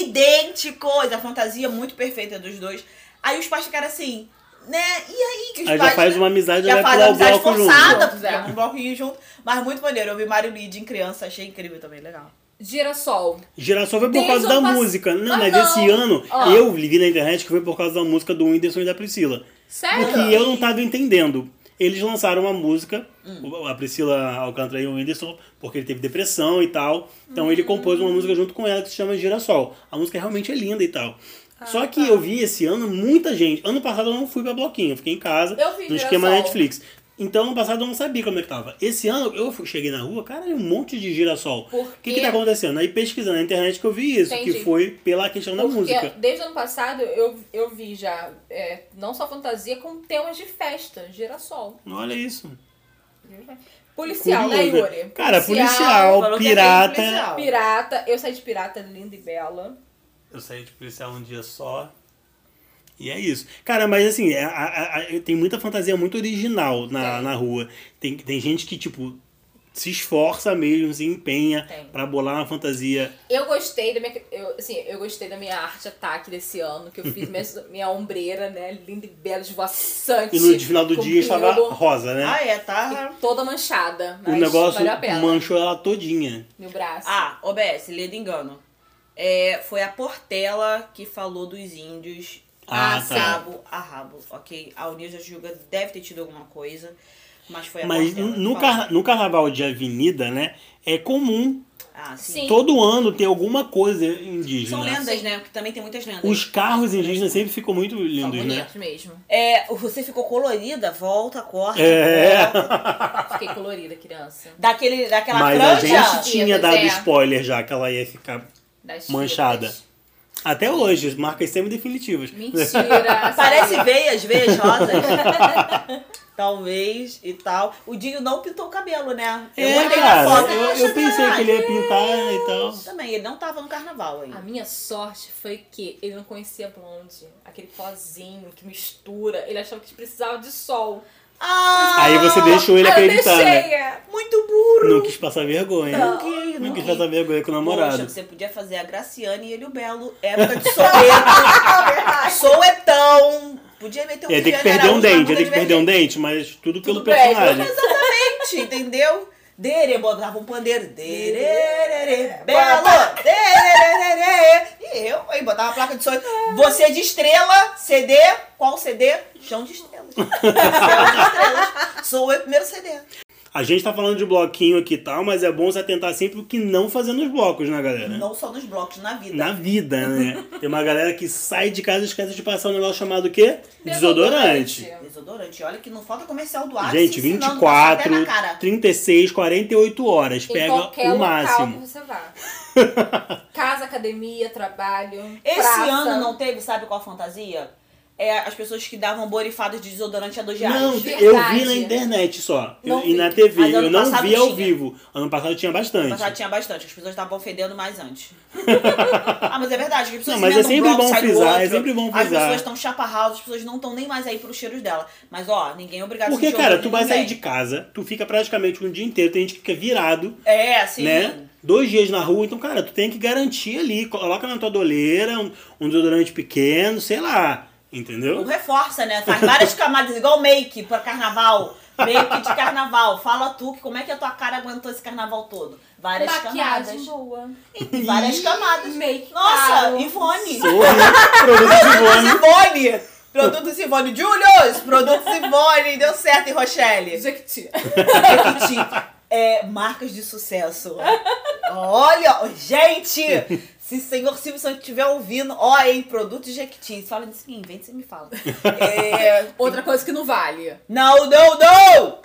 Speaker 2: idênticos, a fantasia muito perfeita dos dois. Aí os pais ficaram assim, né? E aí que os
Speaker 1: Aí já
Speaker 2: pais né?
Speaker 1: faz uma amizade
Speaker 2: já
Speaker 1: já vai
Speaker 2: faz
Speaker 1: pular o
Speaker 2: amizade
Speaker 1: bloco junto.
Speaker 2: forçada,
Speaker 3: junto. É.
Speaker 2: porque um bloquinho junto, mas muito maneiro. Eu vi Mario Luigi em criança, achei incrível também, legal.
Speaker 3: Girassol.
Speaker 1: Girassol foi por
Speaker 3: Desde
Speaker 1: causa
Speaker 3: o
Speaker 1: da
Speaker 3: ano pass-
Speaker 1: música. Não,
Speaker 3: Ah,
Speaker 1: mas
Speaker 3: não.
Speaker 1: esse ano
Speaker 3: Ó.
Speaker 1: eu vi na internet que foi por causa da música do Whindersson e da Priscila.
Speaker 3: Sério?
Speaker 1: O que eu não tava entendendo. Eles lançaram uma música, o- a Priscila Alcântara e o Whindersson, porque ele teve depressão e tal. Então ele compôs uma música junto com ela que se chama Girassol. A música realmente é linda e tal.
Speaker 3: Ah,
Speaker 1: Só
Speaker 3: tá.
Speaker 1: que eu vi esse ano muita gente. Ano passado eu não fui pra bloquinho, eu fiquei em casa,
Speaker 3: Eu vi
Speaker 1: no esquema
Speaker 3: Girassol.
Speaker 1: Netflix. Então, ano passado eu não sabia como é que tava. Esse ano eu fui- cheguei na rua, cara, um monte de girassol. O
Speaker 3: Por
Speaker 1: que,
Speaker 3: quê?
Speaker 1: que tá acontecendo? Aí pesquisando na internet que eu vi isso,
Speaker 3: Entendi.
Speaker 1: que foi pela questão da
Speaker 3: Porque
Speaker 1: música.
Speaker 3: Desde o ano passado eu, eu vi já, é, não só fantasia, como temas de festa, girassol.
Speaker 1: Olha isso.
Speaker 3: Policial, né,
Speaker 1: Curioso, né?
Speaker 3: Yuri?
Speaker 1: Cara,
Speaker 2: falou
Speaker 1: policial,
Speaker 2: que é bem
Speaker 1: pirata.
Speaker 2: policial.
Speaker 3: Pirata, eu saí de pirata linda e bela.
Speaker 1: Eu saí de policial um dia só. E é isso. Cara, mas assim, a- a- a- tem muita fantasia muito original na,
Speaker 3: Tem.
Speaker 1: na rua. Tem, tem gente que, tipo, se esforça mesmo, se empenha
Speaker 3: Tem.
Speaker 1: pra bolar uma fantasia.
Speaker 3: Eu gostei da minha. Eu, assim, eu gostei da minha arte ataque desse ano, que eu fiz minha,
Speaker 1: *laughs*
Speaker 3: minha ombreira, né? Linda e bela, esvoaçante.
Speaker 1: E no final do
Speaker 3: com
Speaker 1: dia estava
Speaker 3: pelo,
Speaker 1: rosa, né?
Speaker 2: Ah, é, tá.
Speaker 3: e toda manchada.
Speaker 1: o
Speaker 3: mas
Speaker 1: negócio
Speaker 3: valeu a pena.
Speaker 1: manchou ela todinha.
Speaker 3: Meu braço.
Speaker 2: Ah, OBS, lê do engano. É, foi a Portela que falou dos índios
Speaker 1: Ah,
Speaker 2: a
Speaker 1: tá.
Speaker 2: cabo a rabo, ok? A Unilda Juga deve ter tido alguma coisa, mas
Speaker 3: É,
Speaker 2: foi a
Speaker 1: Mas
Speaker 2: Portela que
Speaker 1: no,
Speaker 2: falou.
Speaker 1: carna- no carnaval de avenida, né? É comum
Speaker 2: Ah, sim.
Speaker 3: Sim.
Speaker 1: todo ano ter alguma coisa indígena.
Speaker 2: São lendas, né? Porque também tem muitas lendas.
Speaker 1: Os carros indígenas sempre ficam muito
Speaker 3: São
Speaker 1: lindos, né?
Speaker 3: bonitos mesmo.
Speaker 2: É, você ficou colorida, volta, corta,
Speaker 1: É.
Speaker 2: volta.
Speaker 3: Fiquei colorida, criança.
Speaker 2: Daquele, daquela
Speaker 1: Mas a
Speaker 2: franja.
Speaker 1: gente tinha
Speaker 3: Tidas,
Speaker 1: dado
Speaker 3: é.
Speaker 1: spoiler já que ela ia ficar.
Speaker 3: Das
Speaker 1: Manchada.
Speaker 3: fitas.
Speaker 1: Até hoje, as marcas semi-definitivas.
Speaker 3: Mentira.
Speaker 2: Parece
Speaker 3: sabe?
Speaker 2: veias, veias rosas. *laughs* Talvez e tal. O Dinho não pintou o cabelo, né?
Speaker 1: É,
Speaker 2: botei na
Speaker 1: cara,
Speaker 2: foto.
Speaker 1: eu, eu
Speaker 2: Acho
Speaker 1: pensei que
Speaker 2: verdade.
Speaker 1: ele ia pintar e tal.
Speaker 2: Também, ele não tava no carnaval
Speaker 3: A
Speaker 2: ainda.
Speaker 3: minha sorte foi que ele não conhecia blonde. Aquele pozinho que mistura. Ele achava que precisava de sol.
Speaker 2: Ah,
Speaker 1: Aí você deixou ele
Speaker 3: Aí eu
Speaker 1: acreditar, né?
Speaker 3: deixei, é.
Speaker 2: muito burro.
Speaker 1: Não quis passar vergonha.
Speaker 2: Não quis,
Speaker 1: Não
Speaker 2: não
Speaker 1: quis
Speaker 2: quis.
Speaker 1: passar vergonha com o
Speaker 2: Poxa,
Speaker 1: namorado.
Speaker 2: você podia fazer a Graciane e ele o Belo. Época de *laughs* soleto. Souetão. Podia meter um
Speaker 1: Ia ter que
Speaker 2: Guilherme
Speaker 1: perder um
Speaker 2: Araújo na
Speaker 1: dente, ia
Speaker 2: bunda
Speaker 1: ter que
Speaker 2: de
Speaker 1: perder um dente, mas tudo pelo
Speaker 3: Tudo
Speaker 1: *laughs*
Speaker 3: bem,
Speaker 1: personagem.
Speaker 2: Exatamente, entendeu? Dere, botava um pandeiro. Dererere, belo. Dererere. E eu, aí botava a placa de som. Você de estrela, CD. Qual CD? Chão de estrelas. *laughs* Chão de estrelas. Sou eu primeiro CD.
Speaker 1: A gente tá falando de bloquinho aqui e tal, mas é bom você atentar sempre o que não fazer nos blocos, né, galera?
Speaker 2: Não só nos blocos, na vida.
Speaker 1: Na vida, né? Tem uma galera que sai de casa e esquece de passar um negócio chamado o quê? Desodorante.
Speaker 2: Desodorante. Olha que não falta comercial do ar.
Speaker 1: Gente,
Speaker 2: se ensinando, passa até
Speaker 1: 24,
Speaker 2: na cara.
Speaker 1: 36, 48 horas.
Speaker 3: Em
Speaker 1: Pega
Speaker 3: qualquer
Speaker 1: o
Speaker 3: local
Speaker 1: máximo.
Speaker 3: que
Speaker 1: *laughs*
Speaker 3: você vá. Casa, academia, trabalho.
Speaker 2: Esse
Speaker 3: praça.
Speaker 2: ano não teve, sabe qual fantasia? É as pessoas que davam borifadas de desodorante a dois reais.
Speaker 1: Não,
Speaker 3: Verdade.
Speaker 1: eu vi na internet só.
Speaker 3: Não
Speaker 1: Eu- e na
Speaker 3: vi.
Speaker 1: TV.
Speaker 2: Mas ano
Speaker 1: Eu não
Speaker 2: passado
Speaker 1: vi ao
Speaker 2: tinha.
Speaker 1: vivo. Ano passado tinha
Speaker 2: No
Speaker 1: bastante.
Speaker 2: passado tinha bastante, as pessoas estavam fedendo mais antes.
Speaker 1: *laughs*
Speaker 2: ah, mas é verdade, que as pessoas
Speaker 1: Não, mas é
Speaker 2: inventam
Speaker 1: sempre
Speaker 2: um bloco,
Speaker 1: bom
Speaker 2: sai do
Speaker 1: frisar, é
Speaker 2: outro.
Speaker 1: sempre bom
Speaker 2: As
Speaker 1: frisar.
Speaker 2: pessoas estão chaparradas, as pessoas não estão nem mais aí pros cheiros dela. Mas ó, ninguém é obrigado a
Speaker 1: Porque,
Speaker 2: sentir
Speaker 1: cara,
Speaker 2: odor
Speaker 1: tu
Speaker 2: de
Speaker 1: vai sair de
Speaker 2: ninguém.
Speaker 1: casa, tu fica praticamente um dia inteiro, tem gente que fica virado,
Speaker 2: É, assim.
Speaker 1: né? Dois dias na rua, então, cara, tu tem que garantir ali, coloca na tua doleira um, um desodorante pequeno, sei lá,
Speaker 2: Não
Speaker 1: entendeu?
Speaker 2: reforça, né? Faz várias camadas, igual make pra carnaval. Make de carnaval. Fala tu que como é que a tua cara aguentou esse carnaval todo. Várias
Speaker 3: Maquiagem
Speaker 2: camadas.
Speaker 3: boa.
Speaker 2: E várias camadas.
Speaker 3: Make
Speaker 2: Nossa,
Speaker 3: caro.
Speaker 2: Ivone.
Speaker 1: Porra, né? produto de bom.
Speaker 2: Produtos Ivone! Produtos Ivone, Julius! Produtos Ivone, deu certo, hein, Rochelle?
Speaker 3: Jequiti.
Speaker 2: Jequiti. É, marcas de sucesso. Olha, gente! Se o senhor Silvio Santos estiver ouvindo, ó, hein, produtos Jequiti. Fala disso aqui, vem, você me fala. É,
Speaker 3: *laughs* Outra coisa que não vale.
Speaker 2: não, não, não!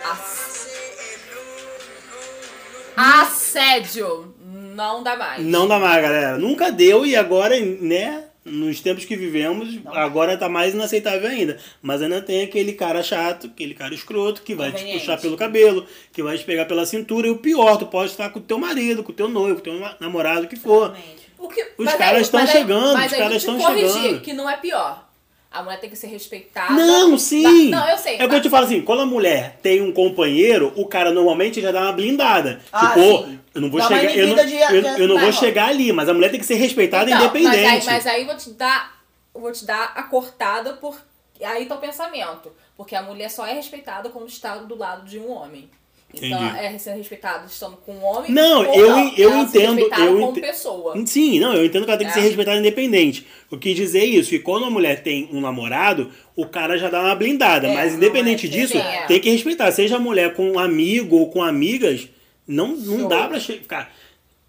Speaker 3: Assédio. Não dá mais.
Speaker 1: Não dá mais, galera. Nunca deu e agora, né? Nos tempos que vivemos, agora tá mais inaceitável ainda. Mas ainda tem aquele cara chato, aquele cara escroto, que vai te
Speaker 2: Conveniente.
Speaker 1: puxar pelo cabelo, que vai te pegar pela cintura. E o pior, tu pode estar com o teu marido, com o teu noivo, com o teu na- namorado, o que for.
Speaker 3: O que-
Speaker 1: Os
Speaker 3: mas
Speaker 1: caras
Speaker 3: aí-
Speaker 1: estão
Speaker 3: mas aí-
Speaker 1: chegando,
Speaker 3: mas
Speaker 1: os
Speaker 3: aí
Speaker 1: caras
Speaker 3: eu te
Speaker 1: estão
Speaker 3: corrigir,
Speaker 1: chegando.
Speaker 3: que não é pior. A mulher tem que ser respeitada.
Speaker 1: Não, sim!
Speaker 3: Ah, tá. Não, eu sei.
Speaker 1: É o que eu te falo assim, quando a mulher tem um companheiro, o cara normalmente já dá uma blindada.
Speaker 2: Ah,
Speaker 1: tipo, "Ô,
Speaker 2: sim.
Speaker 1: eu não vou
Speaker 2: Dá uma
Speaker 1: chegar. Eu não,
Speaker 2: inibida de-
Speaker 1: eu,
Speaker 2: de-
Speaker 1: eu não
Speaker 3: vai,
Speaker 1: vou
Speaker 3: ó.
Speaker 1: chegar ali, mas a mulher tem que ser respeitada e
Speaker 3: Então,
Speaker 1: independente.
Speaker 3: Mas aí, mas aí eu vou te dar, eu vou te dar a cortada por aí tá o pensamento, porque a mulher só é respeitada quando está do lado de um homem. Então
Speaker 1: Entendi.
Speaker 3: é ser respeitada estando com um homem.
Speaker 1: Não,
Speaker 3: ou
Speaker 1: eu,
Speaker 3: não.
Speaker 1: eu
Speaker 3: Ela ser
Speaker 1: entendo.
Speaker 3: respeitada
Speaker 1: Eu
Speaker 3: como
Speaker 1: ente-
Speaker 3: pessoa.
Speaker 1: Sim, não, eu entendo que ela tem que
Speaker 3: É.
Speaker 1: ser respeitada independente. O que dizer é isso, que quando a mulher tem um namorado, o cara já dá uma blindada.
Speaker 2: É,
Speaker 1: mas
Speaker 2: não
Speaker 1: independente
Speaker 2: é,
Speaker 1: disso,
Speaker 3: sim, é.
Speaker 1: tem que respeitar. Seja a mulher com um amigo ou com amigas, não, não
Speaker 3: Show.
Speaker 1: dá pra che- ficar,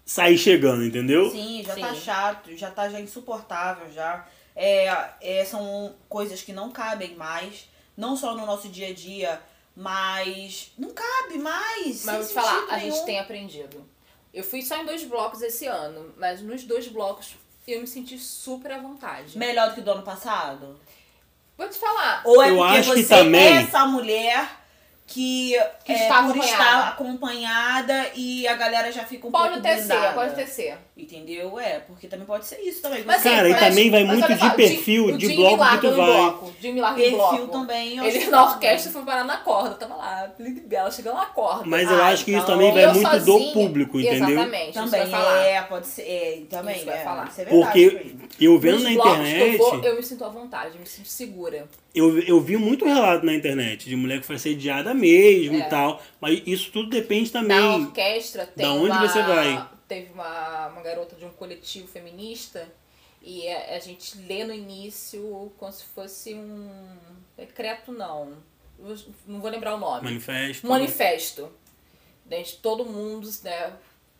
Speaker 1: sair chegando, entendeu?
Speaker 2: Sim, já
Speaker 3: Sim.
Speaker 2: tá chato, já tá já insuportável já. É, é, são coisas que não cabem mais, não só no nosso dia a dia, mas não cabe mais.
Speaker 3: Mas
Speaker 2: sem
Speaker 3: vou te falar,
Speaker 2: sentido
Speaker 3: a gente
Speaker 2: nenhum.
Speaker 3: tem aprendido. Eu fui só em dois blocos esse ano, mas nos dois blocos eu me senti super à vontade.
Speaker 2: melhor do que do ano passado.
Speaker 3: Vou te falar.
Speaker 2: Ou é
Speaker 1: Eu
Speaker 2: porque
Speaker 1: acho
Speaker 2: você
Speaker 1: que também-
Speaker 2: é essa mulher que,
Speaker 3: Que
Speaker 2: é,
Speaker 3: está
Speaker 2: por
Speaker 3: acompanhada.
Speaker 2: estar acompanhada e a galera já fica um
Speaker 3: Pode
Speaker 2: pouco
Speaker 3: acontecer,
Speaker 2: blindada.
Speaker 3: pode acontecer.
Speaker 2: Entendeu? É, porque também pode ser isso também.
Speaker 3: Mas,
Speaker 1: Cara,
Speaker 3: assim,
Speaker 1: e também vai
Speaker 3: mas
Speaker 1: muito
Speaker 3: olha
Speaker 1: de perfil,
Speaker 3: o
Speaker 1: de
Speaker 3: Jimmy
Speaker 1: bloco que
Speaker 3: larga
Speaker 1: tu
Speaker 3: no
Speaker 1: vai.
Speaker 3: Bloco, Jimmy larga no
Speaker 2: perfil
Speaker 3: bloco.
Speaker 2: também. eu acho
Speaker 3: Ele
Speaker 2: que é
Speaker 3: na
Speaker 2: não.
Speaker 3: orquestra foi parar na corda, tava lá, Lili Bela chegando na corda.
Speaker 1: Mas eu
Speaker 2: Ah,
Speaker 1: acho que isso
Speaker 2: então,
Speaker 1: também
Speaker 3: E eu
Speaker 1: vai muito do
Speaker 3: sozinha-
Speaker 1: público, entendeu?
Speaker 3: Exatamente, também
Speaker 2: Também
Speaker 3: isso vai falar.
Speaker 2: é, pode ser. É, também
Speaker 3: Isso vai
Speaker 2: é,
Speaker 3: falar.
Speaker 2: Isso é verdade.
Speaker 1: Porque
Speaker 2: Fred.
Speaker 1: eu vendo na
Speaker 3: Nos blocos que
Speaker 1: internet.
Speaker 3: Eu, vou, eu me sinto à vontade, eu me sinto segura.
Speaker 1: Eu, eu vi muito relato na internet de mulher que foi assediada mesmo
Speaker 3: É.
Speaker 1: e tal. Mas isso tudo depende também.
Speaker 3: Na orquestra tem
Speaker 1: Da onde
Speaker 3: uma-
Speaker 1: você vai?
Speaker 3: Teve uma, uma garota de um coletivo feminista e a, a gente lê no início como se fosse um decreto, não. Eu não vou lembrar o nome.
Speaker 1: Manifesto.
Speaker 3: Um manifesto. Daí todo mundo, né,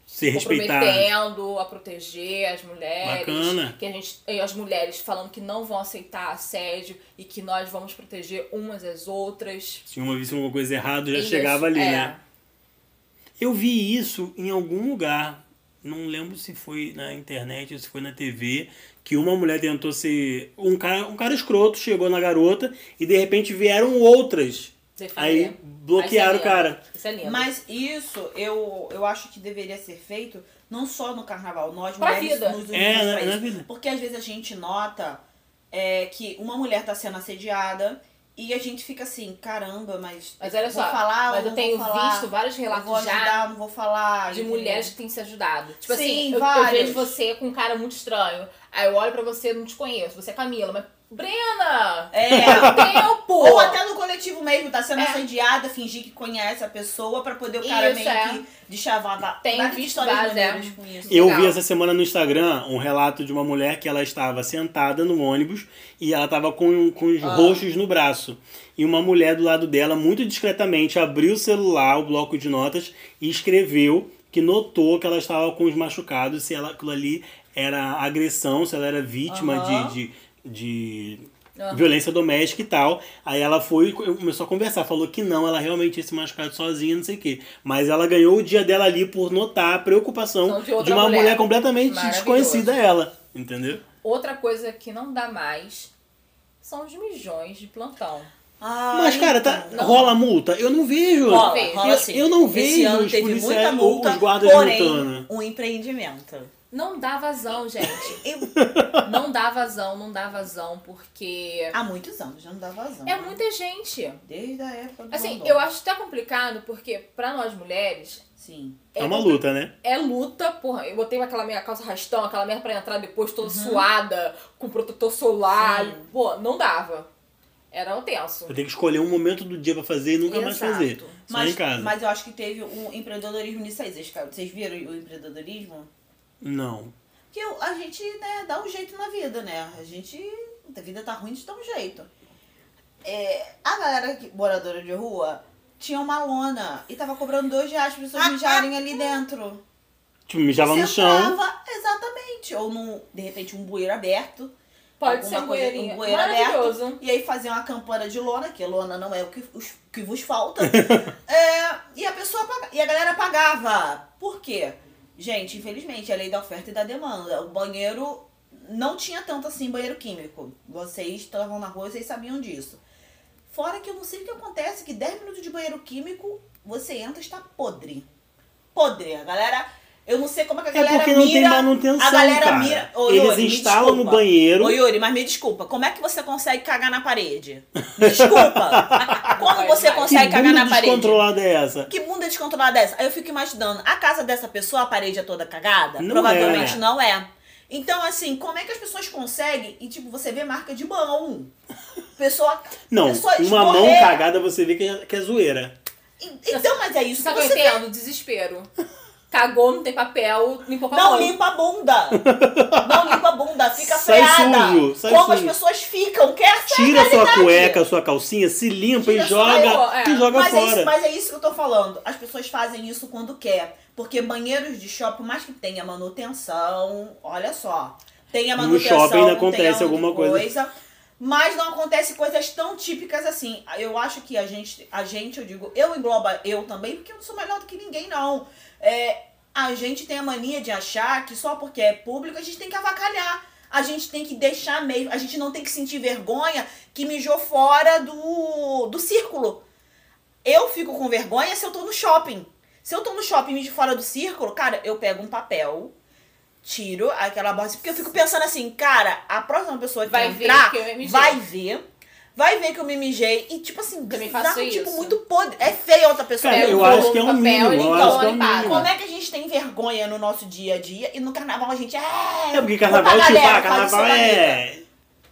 Speaker 1: Se respeitar.
Speaker 3: comprometendo a proteger as mulheres.
Speaker 1: Bacana.
Speaker 3: Que a gente, e as mulheres falando que não vão aceitar assédio e que nós vamos proteger umas às outras.
Speaker 1: Se uma visse alguma coisa errada, já
Speaker 3: Isso,
Speaker 1: chegava ali,
Speaker 3: é.
Speaker 1: né? Eu vi isso em algum lugar. Não lembro se foi na internet ou se foi na TV. Que uma mulher tentou ser. Um cara, um cara escroto chegou na garota e de repente vieram outras.
Speaker 3: Defender.
Speaker 1: Aí bloquearam o
Speaker 3: Isso é lindo.
Speaker 1: cara.
Speaker 3: Isso é lindo.
Speaker 2: Mas isso eu, eu acho que deveria ser feito não só no carnaval, nós
Speaker 3: Pra
Speaker 2: mulheres
Speaker 3: vida.
Speaker 2: nos unimos
Speaker 1: É, na-
Speaker 2: pra
Speaker 1: na
Speaker 2: isso.
Speaker 1: vida.
Speaker 2: Porque às vezes a gente nota é, que uma mulher tá sendo assediada e a gente fica assim, caramba, mas,
Speaker 3: Mas olha
Speaker 2: vou
Speaker 3: só,
Speaker 2: falar,
Speaker 3: mas
Speaker 2: não
Speaker 3: eu tenho
Speaker 2: vou falar,
Speaker 3: visto vários
Speaker 2: eu vou
Speaker 3: relatos já
Speaker 2: ajudar, não vou falar.
Speaker 3: de
Speaker 2: entendeu?
Speaker 3: mulheres que têm se ajudado. Tipo
Speaker 2: Sim,
Speaker 3: assim, eu- eu,
Speaker 2: vários.
Speaker 3: vejo você com um cara muito estranho. Aí eu olho pra você, não te conheço. Você é Camila, mas Brena! *laughs*
Speaker 2: É.
Speaker 3: Tempo!
Speaker 2: Ou até no coletivo mesmo, tá sendo
Speaker 3: É.
Speaker 2: assediada, fingir que conhece a pessoa pra poder o cara
Speaker 3: Isso,
Speaker 2: meio
Speaker 3: é.
Speaker 2: que deschavar. Dá-
Speaker 3: Tem
Speaker 2: várias
Speaker 3: visto
Speaker 2: histórias
Speaker 3: várias,
Speaker 2: maneiras
Speaker 3: é.
Speaker 2: com isso.
Speaker 1: Eu
Speaker 3: Legal.
Speaker 1: vi essa semana no Instagram um relato de uma mulher que ela estava sentada no ônibus e ela estava com, com
Speaker 3: Ah.
Speaker 1: os roxos no braço. E uma mulher do lado dela, muito discretamente, abriu o celular, o bloco de notas, e escreveu que notou que ela estava com os machucados, se ela, aquilo ali era agressão, se ela era vítima
Speaker 2: Aham.
Speaker 1: de, de, de
Speaker 3: Aham.
Speaker 1: violência doméstica e tal. Aí ela foi e começou a conversar, falou que não, ela realmente tinha se machucado sozinha, não sei o quê. Mas ela ganhou o dia dela ali por notar a preocupação
Speaker 3: Então, de
Speaker 1: de,
Speaker 3: outra
Speaker 1: uma mulher,
Speaker 3: mulher.
Speaker 1: completamente
Speaker 3: Maravilhoso.
Speaker 1: desconhecida a ela, entendeu?
Speaker 3: Outra coisa que não dá mais são os mijões de plantão.
Speaker 2: Ah,
Speaker 1: Mas, cara, tá,
Speaker 2: então, não.
Speaker 1: rola multa? Eu não vejo.
Speaker 2: Rola,
Speaker 3: Eu-
Speaker 2: rola
Speaker 1: eu,
Speaker 2: sim.
Speaker 1: eu não
Speaker 2: Esse
Speaker 1: vejo
Speaker 2: ano
Speaker 1: os
Speaker 2: teve muita
Speaker 1: policiais,
Speaker 2: multa,
Speaker 1: os guardas
Speaker 2: porém,
Speaker 1: multando.
Speaker 2: um empreendimento.
Speaker 3: Não dá vazão, gente.
Speaker 2: *laughs*
Speaker 1: *laughs*
Speaker 2: Eu-
Speaker 3: Não dá vazão, não dá vazão, porque
Speaker 2: há muitos anos, já não dá vazão.
Speaker 3: é
Speaker 2: né?
Speaker 3: muita gente.
Speaker 2: Desde a época do
Speaker 3: Assim,
Speaker 2: Rondon.
Speaker 3: eu acho até complicado, porque pra nós mulheres
Speaker 2: Sim.
Speaker 1: É uma luta, né?
Speaker 3: É luta, porra. Eu botei aquela minha calça rastão, aquela merda pra entrar depois toda suada, com protetor solar.
Speaker 2: Uhum. Sim.
Speaker 3: Pô, não dava. Era um tenso.
Speaker 1: Eu tenho que escolher um momento do dia pra fazer e nunca mais
Speaker 3: Exato.
Speaker 1: fazer. Só
Speaker 2: Mas,
Speaker 1: em casa.
Speaker 2: mas eu acho que teve um empreendedorismo nisso aí. Vocês, vocês viram o empreendedorismo?
Speaker 1: Não.
Speaker 2: Porque eu- a gente, né, dá um jeito na vida, né? A gente. A vida tá ruim, a gente dá um jeito. É, a galera que, moradora de rua tinha uma lona e tava cobrando dois reais pra pessoas mijarem ali dentro.
Speaker 1: Tipo, mijava no chão.
Speaker 2: Sentava, Exatamente. Ou num, de repente, um bueiro aberto.
Speaker 3: Pode
Speaker 2: alguma
Speaker 3: ser um
Speaker 2: coisa-
Speaker 3: bueirinho.
Speaker 2: Um bueiro
Speaker 3: Maravilhoso.
Speaker 2: aberto. E aí fazia uma campana de lona, que lona não é o que, os, que vos
Speaker 1: *laughs*
Speaker 2: falta. É, e a pessoa paga- e a galera pagava. Por quê? Gente, infelizmente, é a lei da oferta e da demanda. O banheiro não tinha tanto assim banheiro químico. Vocês estavam na rua, vocês sabiam disso. Fora que eu não sei o que acontece, que 10 minutos de banheiro químico, você entra e está podre. Podre. A galera. Eu não sei como é que a
Speaker 1: É
Speaker 2: galera
Speaker 1: porque não tem
Speaker 2: mira-
Speaker 1: manutenção,
Speaker 2: a galera
Speaker 1: cara.
Speaker 2: mira. Ô,
Speaker 1: Eles
Speaker 2: Yuri, me
Speaker 1: instalam no
Speaker 2: desculpa.
Speaker 1: banheiro.
Speaker 2: Ô, Yuri, mas me desculpa, como é que você consegue cagar na parede? Me
Speaker 3: *laughs*
Speaker 2: Desculpa. como
Speaker 3: Vai,
Speaker 2: você
Speaker 3: vai.
Speaker 1: que
Speaker 2: consegue cagar
Speaker 1: bunda
Speaker 2: na parede?
Speaker 1: descontrolada é essa?
Speaker 2: Que bunda descontrolada é essa? Aí eu fico imaginando, a casa dessa pessoa, a parede é toda cagada?
Speaker 1: Não
Speaker 2: Provavelmente
Speaker 1: é.
Speaker 2: não é. Então, assim, como é que as pessoas conseguem? E, tipo, você vê marca de mão. Pessoa.
Speaker 1: Não,
Speaker 2: pessoa
Speaker 1: uma mão
Speaker 2: É escorrer.
Speaker 1: cagada você vê que é, que é zoeira.
Speaker 2: E- Então, mas é isso
Speaker 3: Sabe
Speaker 2: que
Speaker 3: o que eu
Speaker 2: você vê.
Speaker 3: entendo?
Speaker 2: *laughs*
Speaker 3: Desespero. Cagou, não tem papel, limpou com a
Speaker 2: Não
Speaker 3: mão.
Speaker 2: limpa a bunda. Não limpa a bunda, fica
Speaker 1: Sai
Speaker 2: freada.
Speaker 1: sujo, sai
Speaker 2: como as
Speaker 1: sujo.
Speaker 2: pessoas ficam, quer essa
Speaker 1: Tira
Speaker 2: realidade.
Speaker 1: sua cueca, sua calcinha, se limpa
Speaker 2: Tira
Speaker 1: e
Speaker 2: sua
Speaker 1: joga,
Speaker 3: roupa, é.
Speaker 1: e joga
Speaker 2: mas, É
Speaker 1: fora.
Speaker 2: isso, mas é isso que eu tô falando. As pessoas fazem isso quando quer. Porque banheiros de shopping, por mais que tenha manutenção, olha só. Tem a
Speaker 1: No
Speaker 2: manutenção.
Speaker 1: shopping ainda
Speaker 2: tem
Speaker 1: acontece
Speaker 2: a outra
Speaker 1: alguma coisa.
Speaker 2: Mas não acontece coisas tão típicas assim. Eu acho que a gente, a gente, eu digo, eu engloba eu também, porque eu não sou melhor do que ninguém, não. É, a gente tem a mania de achar que só porque é público a gente tem que avacalhar. A gente tem que deixar meio. A gente não tem que sentir vergonha que mijou fora do, do círculo. Eu fico com vergonha se eu tô no shopping. Se eu tô no shopping e mijo fora do círculo, cara, eu pego um papel, tiro aquela bosta. Porque eu fico pensando assim, cara, a próxima pessoa que
Speaker 3: Vai ver
Speaker 2: entrar
Speaker 3: que eu me mijei.
Speaker 2: vai ver. Vai ver que eu me mijei. E, tipo assim,
Speaker 3: Também faço
Speaker 2: bizarro, tipo,
Speaker 3: isso.
Speaker 2: muito podre. É feio a outra pessoa.
Speaker 1: Cara,
Speaker 3: É,
Speaker 1: eu
Speaker 3: o
Speaker 1: acho que é um
Speaker 3: papel,
Speaker 1: mínimo, eu
Speaker 3: então,
Speaker 1: acho que é um
Speaker 3: limpar.
Speaker 1: mínimo.
Speaker 2: Como é que a gente tem vergonha no nosso dia a dia e no carnaval a gente é.
Speaker 1: É porque carnaval,
Speaker 2: Opa,
Speaker 1: tipo,
Speaker 2: galera,
Speaker 1: ah,
Speaker 2: faz isso
Speaker 1: carnaval
Speaker 2: da
Speaker 1: é.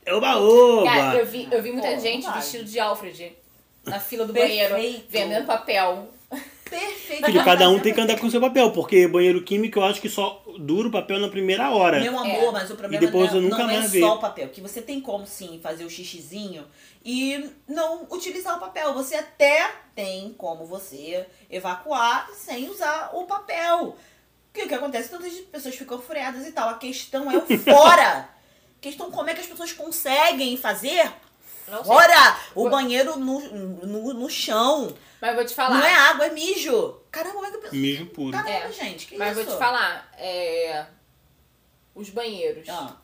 Speaker 1: É oba-oba.
Speaker 3: Cara, eu vi, eu vi muita
Speaker 2: Pô,
Speaker 3: gente
Speaker 2: vai.
Speaker 3: vestido de Alfred na fila do
Speaker 2: Perfeito.
Speaker 3: banheiro, vendendo papel.
Speaker 2: Perfeito.
Speaker 1: Filho, cada um tem que andar com o seu papel, porque banheiro químico eu acho que só dura o papel na primeira hora.
Speaker 2: Meu amor,
Speaker 3: É.
Speaker 2: mas o problema
Speaker 1: E depois
Speaker 2: não, é-
Speaker 1: eu nunca
Speaker 2: não é
Speaker 1: mais
Speaker 2: só
Speaker 1: vi.
Speaker 2: o papel, que você tem como sim fazer o xixizinho e não utilizar o papel. Você até tem como você evacuar sem usar o papel. Porque o que acontece? Tantas pessoas ficam furiadas e tal. A questão é
Speaker 1: *laughs*
Speaker 2: o fora. A questão é como é que as pessoas conseguem fazer
Speaker 3: Não sei.
Speaker 2: fora o
Speaker 3: Vou-
Speaker 2: banheiro no, no, no chão.
Speaker 3: Mas vou te falar.
Speaker 2: Não é água, é mijo. Caramba, como é que eu penso?
Speaker 1: Mijo puro.
Speaker 2: Caramba,
Speaker 3: É.
Speaker 2: gente, que
Speaker 3: Mas
Speaker 2: isso?
Speaker 3: vou te falar. é, Os banheiros.
Speaker 2: Ah,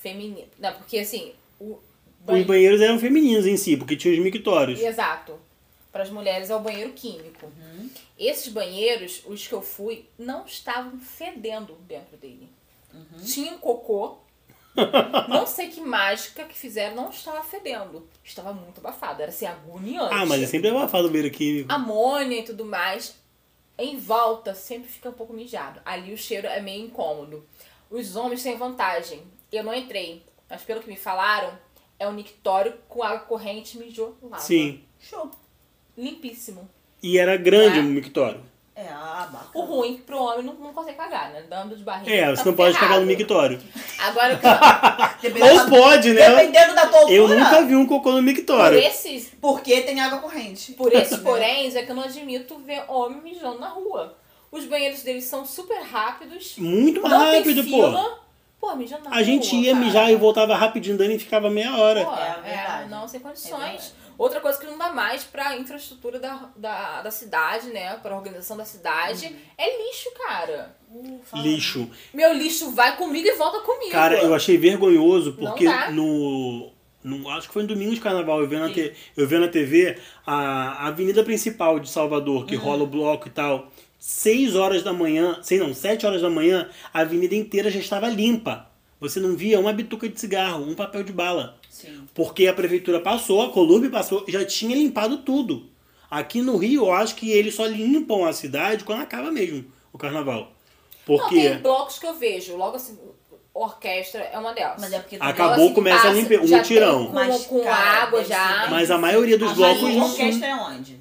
Speaker 3: Femininos. Não, porque assim. O
Speaker 1: Os banheiros eram femininos em si, porque tinha os mictórios.
Speaker 3: Exato. Para as mulheres é o banheiro químico. Esses banheiros, os que eu fui, não estavam fedendo dentro dele. Tinha um *laughs* cocô. não sei que mágica que fizeram, não estava fedendo. Estava muito abafado, era assim, agoniante.
Speaker 1: Ah, mas é sempre abafado o banheiro
Speaker 3: Ah.
Speaker 1: químico.
Speaker 3: Amônia e tudo mais. Em volta sempre fica um pouco mijado. Ali o cheiro é meio incômodo. Os homens têm vantagem. Eu não entrei, mas pelo que me falaram, é um nictório com água corrente, mijou, lava.
Speaker 1: Sim.
Speaker 3: Show. Limpíssimo.
Speaker 1: E era grande
Speaker 3: É.
Speaker 1: o mictório.
Speaker 2: É, ah, bacana.
Speaker 3: O ruim pro homem não, não consegue cagar, né? Dando de barriga.
Speaker 1: É,
Speaker 3: tá
Speaker 1: você não pode
Speaker 3: ferrado.
Speaker 1: cagar no mictório.
Speaker 3: Agora,
Speaker 1: *laughs*
Speaker 3: cara,
Speaker 2: Dependendo
Speaker 1: Ou
Speaker 2: da-
Speaker 1: pode, né?
Speaker 2: Dependendo da tua altura.
Speaker 1: Eu nunca vi um cocô no
Speaker 3: por
Speaker 1: mictório.
Speaker 3: esses,
Speaker 2: Porque tem água corrente.
Speaker 3: por
Speaker 1: *laughs*
Speaker 3: esses
Speaker 1: né?
Speaker 3: poréns é que eu não admito ver homem mijando na rua. Os banheiros deles são super rápidos.
Speaker 1: Muito mais
Speaker 3: não
Speaker 1: rápido,
Speaker 3: tem
Speaker 1: pô.
Speaker 3: fila. Pô, mijando na
Speaker 1: A gente
Speaker 3: rua,
Speaker 1: ia
Speaker 3: cara.
Speaker 1: mijar e voltava rapidinho dando e ficava meia hora.
Speaker 3: Pô,
Speaker 2: É,
Speaker 3: é,
Speaker 2: verdade.
Speaker 3: não sem
Speaker 2: É
Speaker 3: condições.
Speaker 2: verdade.
Speaker 3: Outra coisa que não dá mais pra infraestrutura da, da, da cidade, né? Pra organização da cidade,
Speaker 2: Uhum.
Speaker 3: é lixo, cara.
Speaker 2: Uh, fala.
Speaker 1: Lixo.
Speaker 3: Meu lixo vai comigo e volta comigo.
Speaker 1: Cara, eu achei vergonhoso porque
Speaker 3: Não dá.
Speaker 1: no, no- Acho que foi no domingo de carnaval, eu vendo, na, te- eu vendo na TV a, a avenida principal de Salvador,
Speaker 3: Uhum.
Speaker 1: que rola o bloco e tal. seis horas da manhã, sei não, sete horas da manhã, a avenida inteira já estava limpa. Você não via uma bituca de cigarro, um papel de bala.
Speaker 2: Sim.
Speaker 1: Porque a prefeitura passou, a Columbe passou, já tinha limpado tudo. Aqui no Rio, eu acho que eles só limpam a cidade quando acaba mesmo o carnaval.
Speaker 3: Não,
Speaker 1: Porque.
Speaker 3: tem blocos que eu vejo. Logo assim, orquestra é uma delas.
Speaker 2: Mas é porque
Speaker 3: Logo assim,
Speaker 1: Acabou, começa a limpar, um
Speaker 3: já tem
Speaker 1: mutirão.
Speaker 3: Com,
Speaker 2: Mas,
Speaker 3: com
Speaker 2: cara,
Speaker 3: água
Speaker 2: deve
Speaker 3: já.
Speaker 2: ser-
Speaker 1: Mas a maioria dos
Speaker 2: a
Speaker 1: blocos né?
Speaker 2: Rainha
Speaker 1: não.
Speaker 2: orquestra é onde?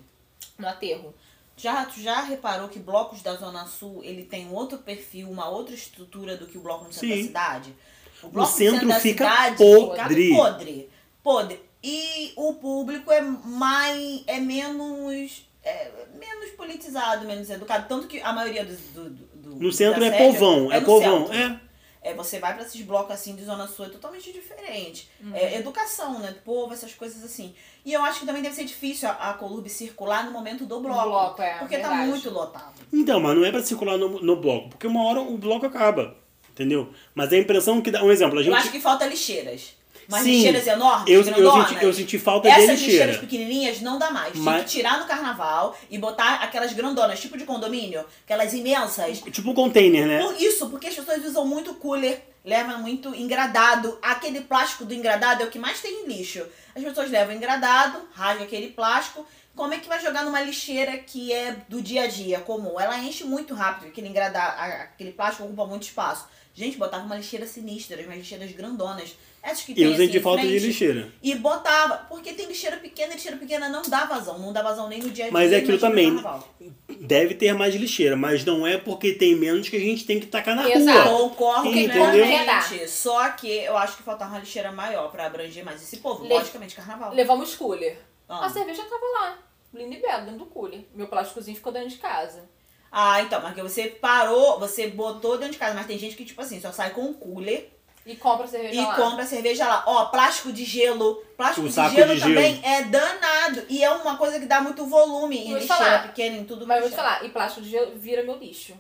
Speaker 3: No aterro.
Speaker 2: Já, tu já reparou que blocos da Zona Sul, ele tem um outro perfil, uma outra estrutura do que o bloco no centro
Speaker 1: Sim.
Speaker 2: da cidade?
Speaker 1: O
Speaker 2: bloco no
Speaker 1: centro
Speaker 2: da
Speaker 1: fica
Speaker 2: cidade
Speaker 1: podre.
Speaker 2: Fica podre. Podre. E o público é mais, é menos, é menos politizado, menos educado. Tanto que a maioria dos- do, do, do-
Speaker 1: No
Speaker 2: da
Speaker 1: centro é
Speaker 2: sede
Speaker 1: povão, é,
Speaker 2: no
Speaker 1: povão,
Speaker 2: centro.
Speaker 1: é.
Speaker 2: É, você vai pra esses blocos assim de Zona Sul, é totalmente diferente.
Speaker 3: Uhum.
Speaker 2: É educação, né? Povo, essas coisas assim. E eu acho que também deve ser difícil a, a Colurbe circular no momento do bloco.
Speaker 3: bloco, é,
Speaker 2: porque tá
Speaker 3: verdade.
Speaker 2: muito lotado.
Speaker 1: Então, mas não é pra circular no, no bloco, porque uma hora o bloco acaba, entendeu? Mas é a impressão que dá. Um exemplo, a gente.
Speaker 2: Eu acho que falta lixeiras. Mas
Speaker 1: Sim.
Speaker 2: lixeiras enormes,
Speaker 1: eu, eu,
Speaker 2: grandonas.
Speaker 1: senti, eu senti falta
Speaker 2: Essas
Speaker 1: de
Speaker 2: lixeiras
Speaker 1: lixeira.
Speaker 2: pequenininhas não dá mais. Tem
Speaker 1: Mas-
Speaker 2: que tirar no carnaval e botar aquelas grandonas, tipo de condomínio, aquelas imensas.
Speaker 1: Tipo um container, né?
Speaker 2: Por isso, porque as pessoas usam muito cooler, levam muito engradado. Aquele plástico do engradado é o que mais tem em lixo. As pessoas levam engradado, rasga aquele plástico. Como é que vai jogar numa lixeira que é do dia a dia comum? Ela enche muito rápido, aquele engradado, a- aquele plástico ocupa muito espaço. Gente, botava uma lixeira sinistra, umas lixeiras grandonas. Essas que tem
Speaker 1: Eu
Speaker 2: assim,
Speaker 1: senti
Speaker 2: em
Speaker 1: falta de
Speaker 2: frente.
Speaker 1: lixeira.
Speaker 2: E botava, porque tem lixeira pequena, lixeira pequena não dá vazão, não dá vazão nem no dia a dia.
Speaker 1: Mas é
Speaker 2: nem
Speaker 1: aquilo
Speaker 2: no
Speaker 1: também.
Speaker 2: carnaval.
Speaker 1: Deve ter mais lixeira, mas não é porque tem menos que a gente tem que tacar na
Speaker 3: Exato.
Speaker 1: rua.
Speaker 2: Concordo
Speaker 1: Sim, entendeu?
Speaker 2: plenamente. Só que eu acho que faltava uma lixeira maior pra abranger mais esse povo.
Speaker 3: Le-
Speaker 2: Logicamente, carnaval.
Speaker 3: Levamos cooler.
Speaker 2: Ah.
Speaker 3: A cerveja tava lá. Linda e bela, dentro do cooler. Meu plásticozinho ficou dentro de casa.
Speaker 2: Ah, então, mas que você parou, você botou dentro de casa. Mas tem gente que, tipo assim, só sai com um cooler
Speaker 3: E compra a cerveja
Speaker 2: e
Speaker 3: lá.
Speaker 2: compra a cerveja lá. Ó, plástico de gelo. Plástico
Speaker 1: O
Speaker 2: de
Speaker 1: saco
Speaker 2: gelo
Speaker 1: de
Speaker 2: também é danado. E é uma coisa que dá muito volume em
Speaker 3: Vou te
Speaker 2: lixeira
Speaker 3: falar.
Speaker 2: pequena, em tudo
Speaker 3: Mas
Speaker 2: mais.
Speaker 3: eu vou te falar, e plástico de gelo vira meu lixo.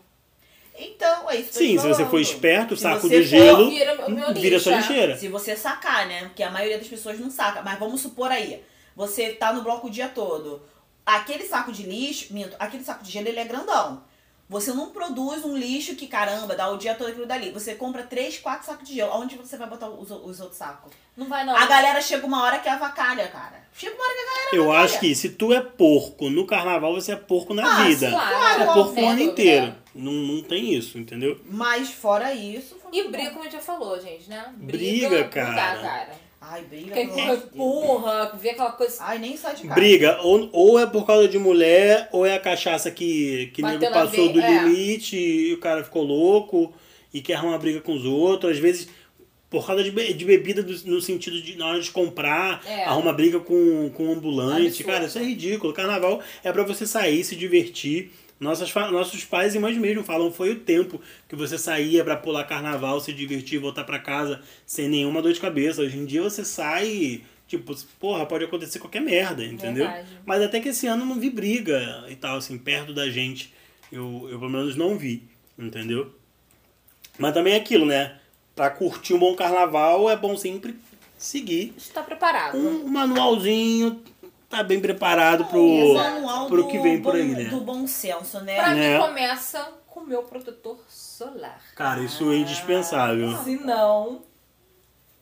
Speaker 2: Então, é isso que eu tô
Speaker 1: Sim,
Speaker 2: te
Speaker 1: se você
Speaker 2: falando.
Speaker 1: for esperto, o
Speaker 2: Se
Speaker 1: saco
Speaker 2: você
Speaker 1: de
Speaker 2: for-
Speaker 1: gelo
Speaker 3: vira meu- meu
Speaker 1: vira
Speaker 3: lixo,
Speaker 1: sua
Speaker 3: é.
Speaker 1: lixeira.
Speaker 2: Se você sacar, né? Porque a maioria das pessoas não saca. Mas vamos supor aí, você tá no bloco o dia todo. Aquele saco de lixo, minto, aquele saco de gelo, ele é grandão. Você não produz um lixo que, caramba, dá o dia todo aquilo dali. Você compra três, quatro sacos de gelo. Aonde você vai botar os, os outros sacos?
Speaker 3: Não vai não.
Speaker 2: A galera chega uma hora que é avacalha, cara. Chega uma hora que a galera
Speaker 1: Eu
Speaker 2: avacalha.
Speaker 1: acho que se tu é porco no carnaval, você é porco na
Speaker 2: Ah, né?
Speaker 1: vida.
Speaker 3: claro.
Speaker 1: Você é porco o
Speaker 3: Sem
Speaker 1: ano
Speaker 3: dúvida.
Speaker 1: inteiro. Não, não tem isso, entendeu?
Speaker 2: Mas fora isso... foi
Speaker 3: E
Speaker 2: muito
Speaker 3: briga,
Speaker 2: bom.
Speaker 3: como a gente já falou, gente, né?
Speaker 1: Briga,
Speaker 3: não dá,
Speaker 1: cara.
Speaker 3: cara.
Speaker 2: Ai, briga,
Speaker 3: Quem
Speaker 2: pelo amor de Deus.
Speaker 3: empurra, vê aquela coisa.
Speaker 2: Ai, nem sai de casa.
Speaker 1: Briga, ou, ou é por causa de mulher, ou é a cachaça que, que
Speaker 3: Bateu
Speaker 1: nego
Speaker 3: na
Speaker 1: passou
Speaker 3: veia,
Speaker 1: do
Speaker 3: é.
Speaker 1: limite e o cara ficou louco e quer arrumar briga com os outros. Às vezes, por causa de, be- de bebida do- no sentido de na hora de comprar,
Speaker 3: É.
Speaker 1: arruma briga com, com ambulante.
Speaker 3: Absurdo.
Speaker 1: Cara, isso é ridículo. Carnaval é pra você sair, se divertir. Nossas, fa- nossos pais e mães mesmo falam foi o tempo que você saía pra pular carnaval, se divertir, voltar pra casa sem nenhuma dor de cabeça. Hoje em dia você sai, tipo, porra, pode acontecer qualquer merda, entendeu?
Speaker 3: Verdade.
Speaker 1: Mas até que esse ano eu não vi briga e tal, assim, perto da gente. Eu, eu pelo menos não vi, entendeu? Mas também é aquilo, né? Pra curtir um bom carnaval é bom sempre seguir
Speaker 3: Está tá preparado.
Speaker 1: um manualzinho, tá bem preparado
Speaker 2: Esse
Speaker 1: pro,
Speaker 2: é o anual
Speaker 1: pro
Speaker 2: do
Speaker 1: que vem por
Speaker 2: bom-
Speaker 1: aí, né?
Speaker 2: Do bom senso, né?
Speaker 3: Pra
Speaker 1: Né?
Speaker 3: mim começa com o meu protetor solar.
Speaker 1: Cara, isso é indispensável.
Speaker 3: Se não,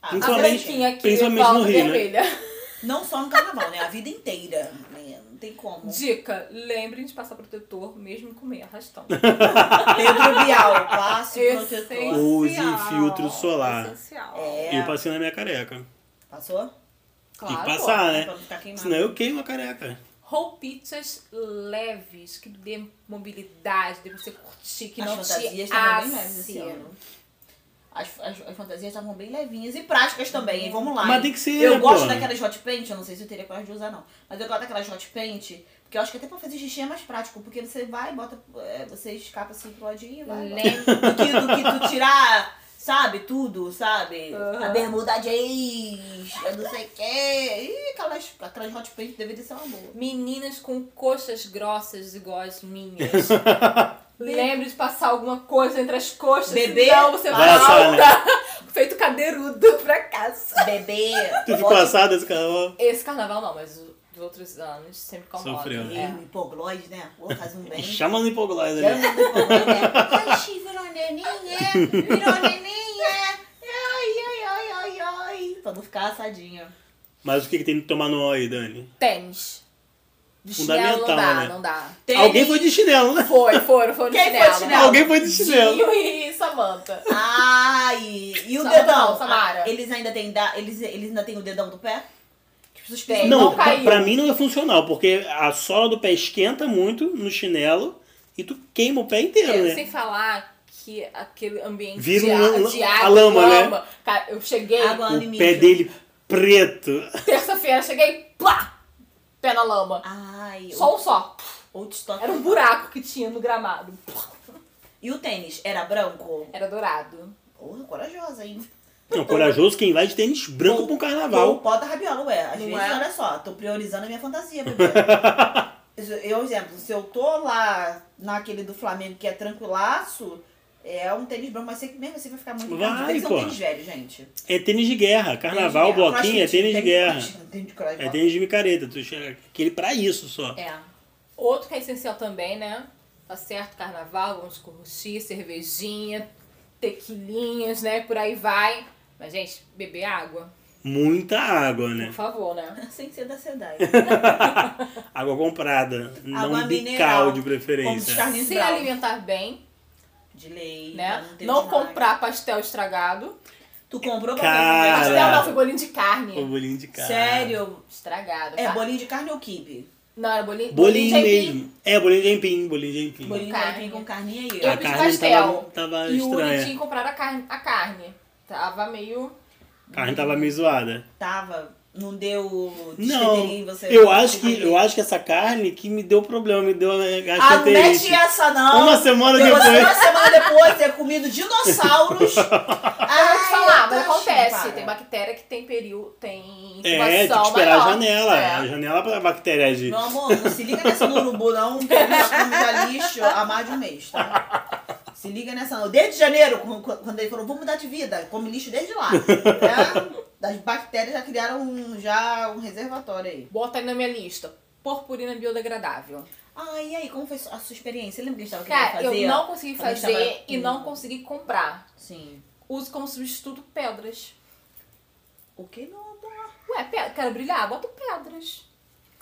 Speaker 2: Ah,
Speaker 3: a
Speaker 1: Hum. Principalmente-
Speaker 3: branquinha aqui
Speaker 1: principalmente
Speaker 3: volta
Speaker 1: no Rio, né?
Speaker 3: vermelha.
Speaker 2: Não só no carnaval, né? A vida inteira. né? Não tem como.
Speaker 3: Dica, lembrem de passar protetor mesmo com meia arrastão.
Speaker 1: *laughs*
Speaker 2: Ah, Pedro Bial, passe é o protetor.
Speaker 3: Essencial.
Speaker 1: Use filtro solar.
Speaker 3: Essencial.
Speaker 2: É.
Speaker 1: Eu passei na minha careca.
Speaker 2: Passou?
Speaker 1: Tem
Speaker 3: Claro.
Speaker 1: que passar,
Speaker 2: né,
Speaker 1: né?
Speaker 2: pra não ficar queimado.
Speaker 1: Senão eu queimo a careca.
Speaker 3: Ou pizzas leves, que dê mobilidade, dê pra você curtir, que
Speaker 2: as
Speaker 3: não te
Speaker 2: fantasias estavam bem leves esse
Speaker 3: assia.
Speaker 2: ano. As, as, as fantasias estavam bem levinhas e práticas também, hein? Vamos lá.
Speaker 1: Mas
Speaker 2: hein?
Speaker 1: tem que ser,
Speaker 2: Eu
Speaker 1: né,
Speaker 2: gosto
Speaker 1: pô?
Speaker 2: daquelas hot paint, eu não sei se eu teria coragem de usar, não. Mas eu gosto daquelas hot paint, porque eu acho que até pra fazer xixi é mais prático, porque você vai, bota. é, você escapa assim pro ladinho e vai.
Speaker 3: Lem-
Speaker 2: Do que, do que tu tirar, sabe, tudo, sabe?
Speaker 3: Aham.
Speaker 2: A bermuda jeans, eu não sei o quê. Ih, aquelas, aquelas hot paint deveria ser uma boa.
Speaker 3: Meninas com coxas grossas
Speaker 2: *laughs*
Speaker 3: iguais minhas. Lembre de passar alguma coisa entre as coxas.
Speaker 2: Bebê,
Speaker 3: senão você
Speaker 1: vai assar, né?
Speaker 3: volta *laughs* feito cadeirudo pra casa.
Speaker 2: Bebê,
Speaker 1: Tu ficou
Speaker 2: bota
Speaker 1: assado esse carnaval?
Speaker 3: Esse carnaval não, mas o- dos outros anos sempre com
Speaker 1: Sofreu,
Speaker 3: moda.
Speaker 1: né?
Speaker 3: É.
Speaker 2: um hipoglós, né? Pô, faz um bem. um
Speaker 1: Chama no hipoglós ali.
Speaker 2: né? Ai, virou neninha, virou neninha. Ai, ai, ai, ai, ai. Pra não ficar assadinha.
Speaker 1: Mas o que, que tem que tomar no aí, Dani?
Speaker 3: Tênis. De
Speaker 1: Fundamental,
Speaker 3: chinelo não dá,
Speaker 1: né?
Speaker 3: não dá.
Speaker 1: Alguém foi de chinelo, né?
Speaker 3: Foi, foram, foram de
Speaker 2: Quem foi
Speaker 3: chinelo. né?
Speaker 2: de chinelo?
Speaker 1: Alguém foi de chinelo.
Speaker 3: Dinho e Samanta.
Speaker 2: Ai, e o
Speaker 3: Samara
Speaker 2: dedão?
Speaker 3: não, Samara.
Speaker 2: Ah, Eles ainda têm da, eles, eles ainda têm o dedão do pé? Que pessoas
Speaker 3: Tem.
Speaker 2: pensam-
Speaker 1: Não,
Speaker 3: não
Speaker 1: pra,
Speaker 3: caiu.
Speaker 1: pra mim não é funcional, porque a sola do pé esquenta muito no chinelo e tu queima o pé inteiro, né?
Speaker 3: Sem falar que aquele ambiente
Speaker 1: Vira
Speaker 3: de,
Speaker 1: um
Speaker 3: a-
Speaker 1: lan-
Speaker 3: de
Speaker 1: a
Speaker 3: água,
Speaker 1: lama, né?
Speaker 3: lama. Cara, eu cheguei,
Speaker 2: Água
Speaker 1: O
Speaker 2: limite.
Speaker 1: pé dele preto.
Speaker 3: terça-feira, cheguei, plá! Pé na lama.
Speaker 2: Ah, Ai,
Speaker 3: Só um só.
Speaker 2: o, outro estoque.
Speaker 3: Era um buraco que tinha no gramado.
Speaker 2: E o tênis? Era branco?
Speaker 3: Era dourado.
Speaker 2: Porra, corajosa, hein?
Speaker 1: Não, corajoso quem vai de tênis branco
Speaker 2: Ou-
Speaker 1: pra um
Speaker 2: Ou
Speaker 1: carnaval.
Speaker 2: pó da rabiola, ué. Às
Speaker 3: Não
Speaker 2: vezes,
Speaker 3: é?
Speaker 2: olha só, tô priorizando a minha
Speaker 1: *laughs*
Speaker 2: fantasia, bebê. Isso- eu, exemplo, se eu tô lá naquele do Flamengo que é tranquilaço, é um tênis branco, mas você, mesmo assim vai ficar muito
Speaker 1: Vai,
Speaker 2: grande. Tênis é
Speaker 1: pô.
Speaker 2: um tênis velho, gente.
Speaker 1: É tênis de guerra. Carnaval,
Speaker 3: Tênis de guerra.
Speaker 1: bloquinho, é
Speaker 2: Crossfit,
Speaker 1: tênis de guerra.
Speaker 2: crossfit, Tênis de crossfit.
Speaker 1: É tênis de micareta. Tu chega aquele pra isso só.
Speaker 3: É. Outro que é essencial também, né? Tá certo, carnaval, vamos curtir, cervejinha, tequilinhas, né? Por aí vai. Mas, gente, beber água,
Speaker 1: Muita água, né?
Speaker 3: por favor, né?
Speaker 2: É, Sem ser da
Speaker 1: *laughs*
Speaker 2: Sedai.
Speaker 1: Água comprada,
Speaker 2: Água mineral,
Speaker 1: não bical de
Speaker 2: como os
Speaker 1: preferência.
Speaker 2: carnes
Speaker 3: Se
Speaker 2: Brau.
Speaker 3: alimentar bem,
Speaker 2: De lei.
Speaker 3: né?
Speaker 2: tem
Speaker 3: Não,
Speaker 2: demais.
Speaker 3: comprar pastel estragado.
Speaker 2: Tu comprou
Speaker 1: Cara.
Speaker 2: pra um
Speaker 3: Pastel não, foi bolinho de carne.
Speaker 1: O bolinho de carne.
Speaker 2: Sério?
Speaker 3: Estragado.
Speaker 2: É,
Speaker 3: tá?
Speaker 2: bolinho de carne ou kibe?
Speaker 3: Não, era bolinho.
Speaker 1: Bolinho
Speaker 3: de aipim.
Speaker 1: mesmo. É, bolinho de empim, bolinho de empim.
Speaker 2: Bolinho de
Speaker 3: carne.
Speaker 2: aipim com carninha aí.
Speaker 3: Eu
Speaker 1: A
Speaker 3: pedi
Speaker 1: carne
Speaker 3: pastel.
Speaker 1: tava, tava
Speaker 3: E o Uri
Speaker 1: estranha.
Speaker 3: tinha comprado a carne, a carne. Tava meio.
Speaker 1: A carne tava meio zoada.
Speaker 2: Tava, não deu
Speaker 1: Não,
Speaker 2: despederinho em você.
Speaker 1: eu acho, que, eu acho que essa carne que me deu problema, me deu né,
Speaker 2: Ah, não
Speaker 1: gastroenterite.
Speaker 2: mete essa não.
Speaker 1: Uma semana
Speaker 2: Porque você,
Speaker 1: depois.
Speaker 2: Uma semana depois ter comido dinossauros.
Speaker 1: *laughs*
Speaker 2: ah,
Speaker 3: Eu vou te falar, mas é acontece. Tem
Speaker 2: Tem
Speaker 3: bactéria que tem período, tem incubação
Speaker 1: É, tem que esperar
Speaker 3: maior.
Speaker 1: a janela.
Speaker 3: É.
Speaker 1: A janela pra bactéria de...
Speaker 2: Meu amor, não se liga nessa no urubu não, que eu já comi já lixo há mais de um mês, tá? Se liga nessa não. Desde janeiro, quando- quando ele falou, vou mudar de vida, come lixo desde lá. né? Das bactérias já criaram um, já um reservatório aí.
Speaker 3: Bota aí na minha lista. Purpurina biodegradável.
Speaker 2: Ah, e aí, como foi a sua experiência? Você lembra que a gente tava querendo
Speaker 3: Cara,
Speaker 2: fazer?
Speaker 3: eu não consegui
Speaker 2: Quando a gente
Speaker 3: fazer
Speaker 2: tava-
Speaker 3: e não consegui comprar.
Speaker 2: Sim.
Speaker 3: Uso como substituto pedras.
Speaker 2: O que, meu amor?
Speaker 3: Ué, pedra, quero brilhar? Boto pedras.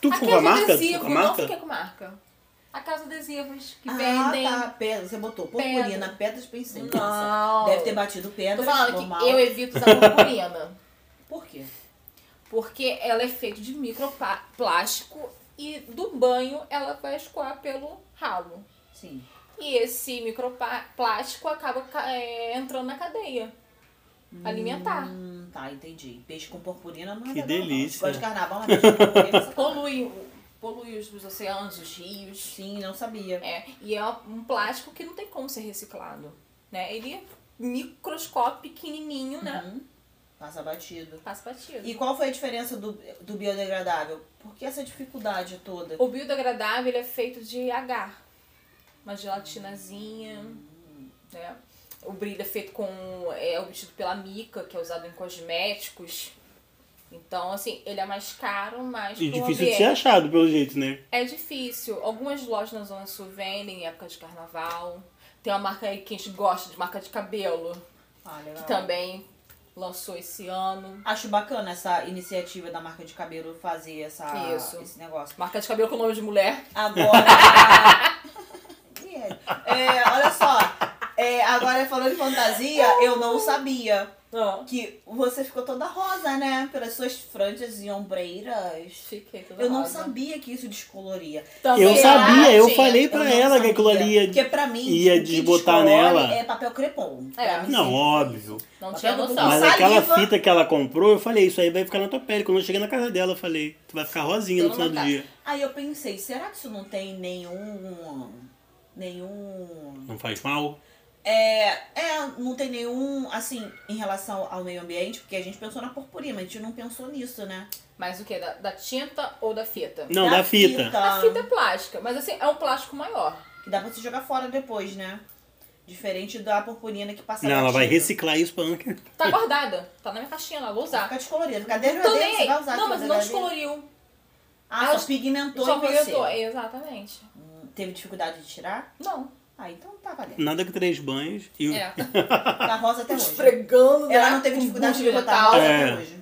Speaker 1: Tu ficou com a
Speaker 3: Aqueles
Speaker 1: marca? Tu ficou
Speaker 3: adesivos,
Speaker 1: com a
Speaker 3: é não
Speaker 1: marca?
Speaker 3: fiquei com marca. Aquelas adesivas que
Speaker 2: Ah,
Speaker 3: vendem.
Speaker 2: tá. Pedra. Você botou purpurina, pedras pensei. Nossa,
Speaker 3: Não.
Speaker 2: deve ter batido pedra.
Speaker 3: Tô falando
Speaker 2: normal.
Speaker 3: que eu evito usar purpurina.
Speaker 2: Por quê?
Speaker 3: *laughs* porque ela é feita de microplástico e do banho ela vai escoar pelo ralo.
Speaker 2: Sim.
Speaker 3: E esse microplástico acaba ca- é, entrando na cadeia alimentar.
Speaker 2: Hum, tá, entendi. Peixe com purpurina não é
Speaker 1: Que
Speaker 2: legal, não.
Speaker 1: delícia.
Speaker 2: Gosto de carnaval, mas peixe com purpurina... é sacanagem.
Speaker 3: Polui, o- polui os, os oceanos, os
Speaker 2: *laughs*
Speaker 3: rios.
Speaker 2: Sim, não sabia.
Speaker 3: É, e é um plástico que não tem como ser reciclado. Né? Ele é microscópio pequenininho, né?
Speaker 2: Uhum. Passa batido.
Speaker 3: Passa batido.
Speaker 2: E qual foi a diferença do, do biodegradável? Por que essa dificuldade toda?
Speaker 3: O biodegradável ele é feito de agar, uma gelatinazinha, né? O brilho é feito com é obtido pela mica, que é usado em cosméticos. Então, assim, ele é mais caro, mas
Speaker 1: E
Speaker 3: pro
Speaker 1: difícil de ser
Speaker 3: ambiente-
Speaker 1: achado, pelo jeito, né?
Speaker 3: É difícil. Algumas lojas na Zona Sul vendem em época de carnaval. Tem uma marca aí que a gente gosta de marca de cabelo,
Speaker 2: Ah, legal.
Speaker 3: que também lançou esse ano.
Speaker 2: Acho bacana essa iniciativa da marca de cabelo fazer essa,
Speaker 3: Isso.
Speaker 2: esse negócio.
Speaker 3: Marca de cabelo com nome de mulher.
Speaker 2: Agora. é, olha só. É, agora falando de fantasia, eu não sabia.
Speaker 3: Não.
Speaker 2: Que você ficou toda rosa, né? Pelas suas franjas e ombreiras.
Speaker 3: Fiquei toda
Speaker 2: Eu não
Speaker 3: rosa.
Speaker 2: sabia que isso descoloria.
Speaker 3: Também é
Speaker 1: Eu
Speaker 3: lá
Speaker 1: sabia, eu
Speaker 3: tinha-
Speaker 1: falei pra
Speaker 2: não
Speaker 1: ela que
Speaker 2: sabia.
Speaker 1: aquilo ali ia.
Speaker 2: Porque pra mim,
Speaker 1: ia
Speaker 2: o que descolore
Speaker 1: desbotar nela.
Speaker 2: É papel crepom.
Speaker 3: É.
Speaker 2: Pra mim,
Speaker 1: Não,
Speaker 2: sempre
Speaker 1: óbvio.
Speaker 3: Não tinha
Speaker 2: Mas
Speaker 3: noção.
Speaker 2: Assim.
Speaker 1: Mas é
Speaker 2: saliva.
Speaker 1: aquela fita que ela comprou, eu falei, isso aí vai ficar na tua pele. Quando eu cheguei na casa dela, eu falei, tu vai ficar rosinha no
Speaker 3: Todo
Speaker 1: final do
Speaker 3: mancado.
Speaker 1: dia.
Speaker 2: Aí eu pensei, será que isso não tem nenhum. Nenhum.
Speaker 1: Não faz mal?
Speaker 2: É, é, não tem nenhum, assim, em relação ao meio ambiente, porque a gente pensou na purpurina, mas a gente não pensou nisso, né?
Speaker 3: Mas o que? Da, da tinta ou da fita?
Speaker 1: Não, da, fita.
Speaker 3: A fita é plástica, mas assim, é um plástico maior.
Speaker 2: Que dá pra se jogar fora depois, né? Diferente da purpurina que passa
Speaker 1: Não, ela vai
Speaker 2: batido.
Speaker 1: reciclar isso pra não-
Speaker 3: Tá guardada. Tá na minha caixinha lá, vou usar.
Speaker 2: Fica descolorido, fica dentro
Speaker 3: Tô
Speaker 2: dele,
Speaker 3: nem
Speaker 2: você
Speaker 3: aí.
Speaker 2: vai usar.
Speaker 3: Não,
Speaker 2: aquilo na
Speaker 3: mas não
Speaker 2: geladeira.
Speaker 3: descoloriu.
Speaker 2: Ah,
Speaker 3: Ela
Speaker 2: só pigmentou
Speaker 3: Só
Speaker 2: em você.
Speaker 3: pigmentou. É, Exatamente.
Speaker 2: Teve dificuldade de tirar?
Speaker 3: Não.
Speaker 2: Ah, então tá
Speaker 1: *laughs*
Speaker 2: valendo.
Speaker 1: Nada que três banhos. E... *laughs*
Speaker 3: É.
Speaker 2: Tá rosa até hoje.
Speaker 3: Esfregando.
Speaker 2: Ela
Speaker 3: né,
Speaker 2: não teve
Speaker 3: com
Speaker 2: dificuldade de
Speaker 3: bucho
Speaker 2: botar rosa
Speaker 1: É.
Speaker 2: até hoje.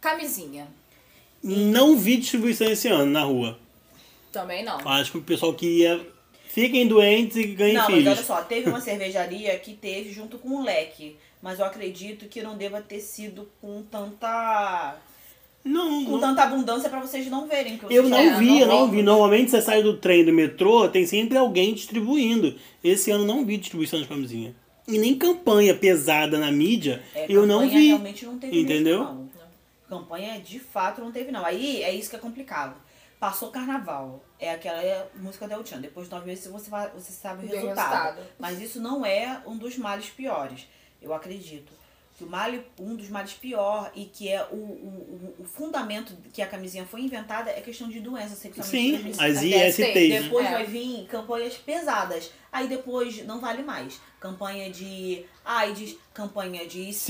Speaker 3: Camisinha.
Speaker 1: Não vi distribuição esse ano na rua.
Speaker 3: Também não.
Speaker 1: Acho que o pessoal que ia. Fiquem doentes e ganhem
Speaker 2: não, mas
Speaker 1: filhos.
Speaker 2: olha só, teve
Speaker 1: *laughs*
Speaker 2: uma cervejaria que teve junto com um leque. Mas eu acredito que não deva ter sido com tanta.
Speaker 1: Não,
Speaker 2: com
Speaker 1: não.
Speaker 2: tanta abundância pra vocês não verem. Que
Speaker 1: Eu
Speaker 2: vocês
Speaker 1: não
Speaker 3: É,
Speaker 1: vi, eu não
Speaker 3: normal.
Speaker 1: vi. Normalmente você sai do trem do metrô, tem sempre alguém distribuindo. Esse ano não vi distribuição de camisinha. E nem campanha pesada na mídia,
Speaker 2: É,
Speaker 1: eu não
Speaker 2: campanha
Speaker 1: vi.
Speaker 2: realmente não teve
Speaker 1: entendeu?
Speaker 2: mesmo, não. Campanha de fato não teve, não. Aí é isso que é complicado. Passou o carnaval. É aquela é a música da Eltian. Depois de nove meses você, vai- você sabe o
Speaker 3: Vê o
Speaker 2: um resultado.
Speaker 3: resultado.
Speaker 2: Mas isso não é um dos males piores, eu acredito. Que o mal, um dos males pior e que é o, o, o- o fundamento que a camisinha foi inventada é questão de doença sexualmente
Speaker 1: Sim,
Speaker 2: transmissível.
Speaker 1: as
Speaker 3: Até
Speaker 1: ISTs. né?
Speaker 2: Depois
Speaker 3: É.
Speaker 2: vai vir campanhas pesadas. Aí depois não vale mais. Campanha de AIDS, campanha de sífilis,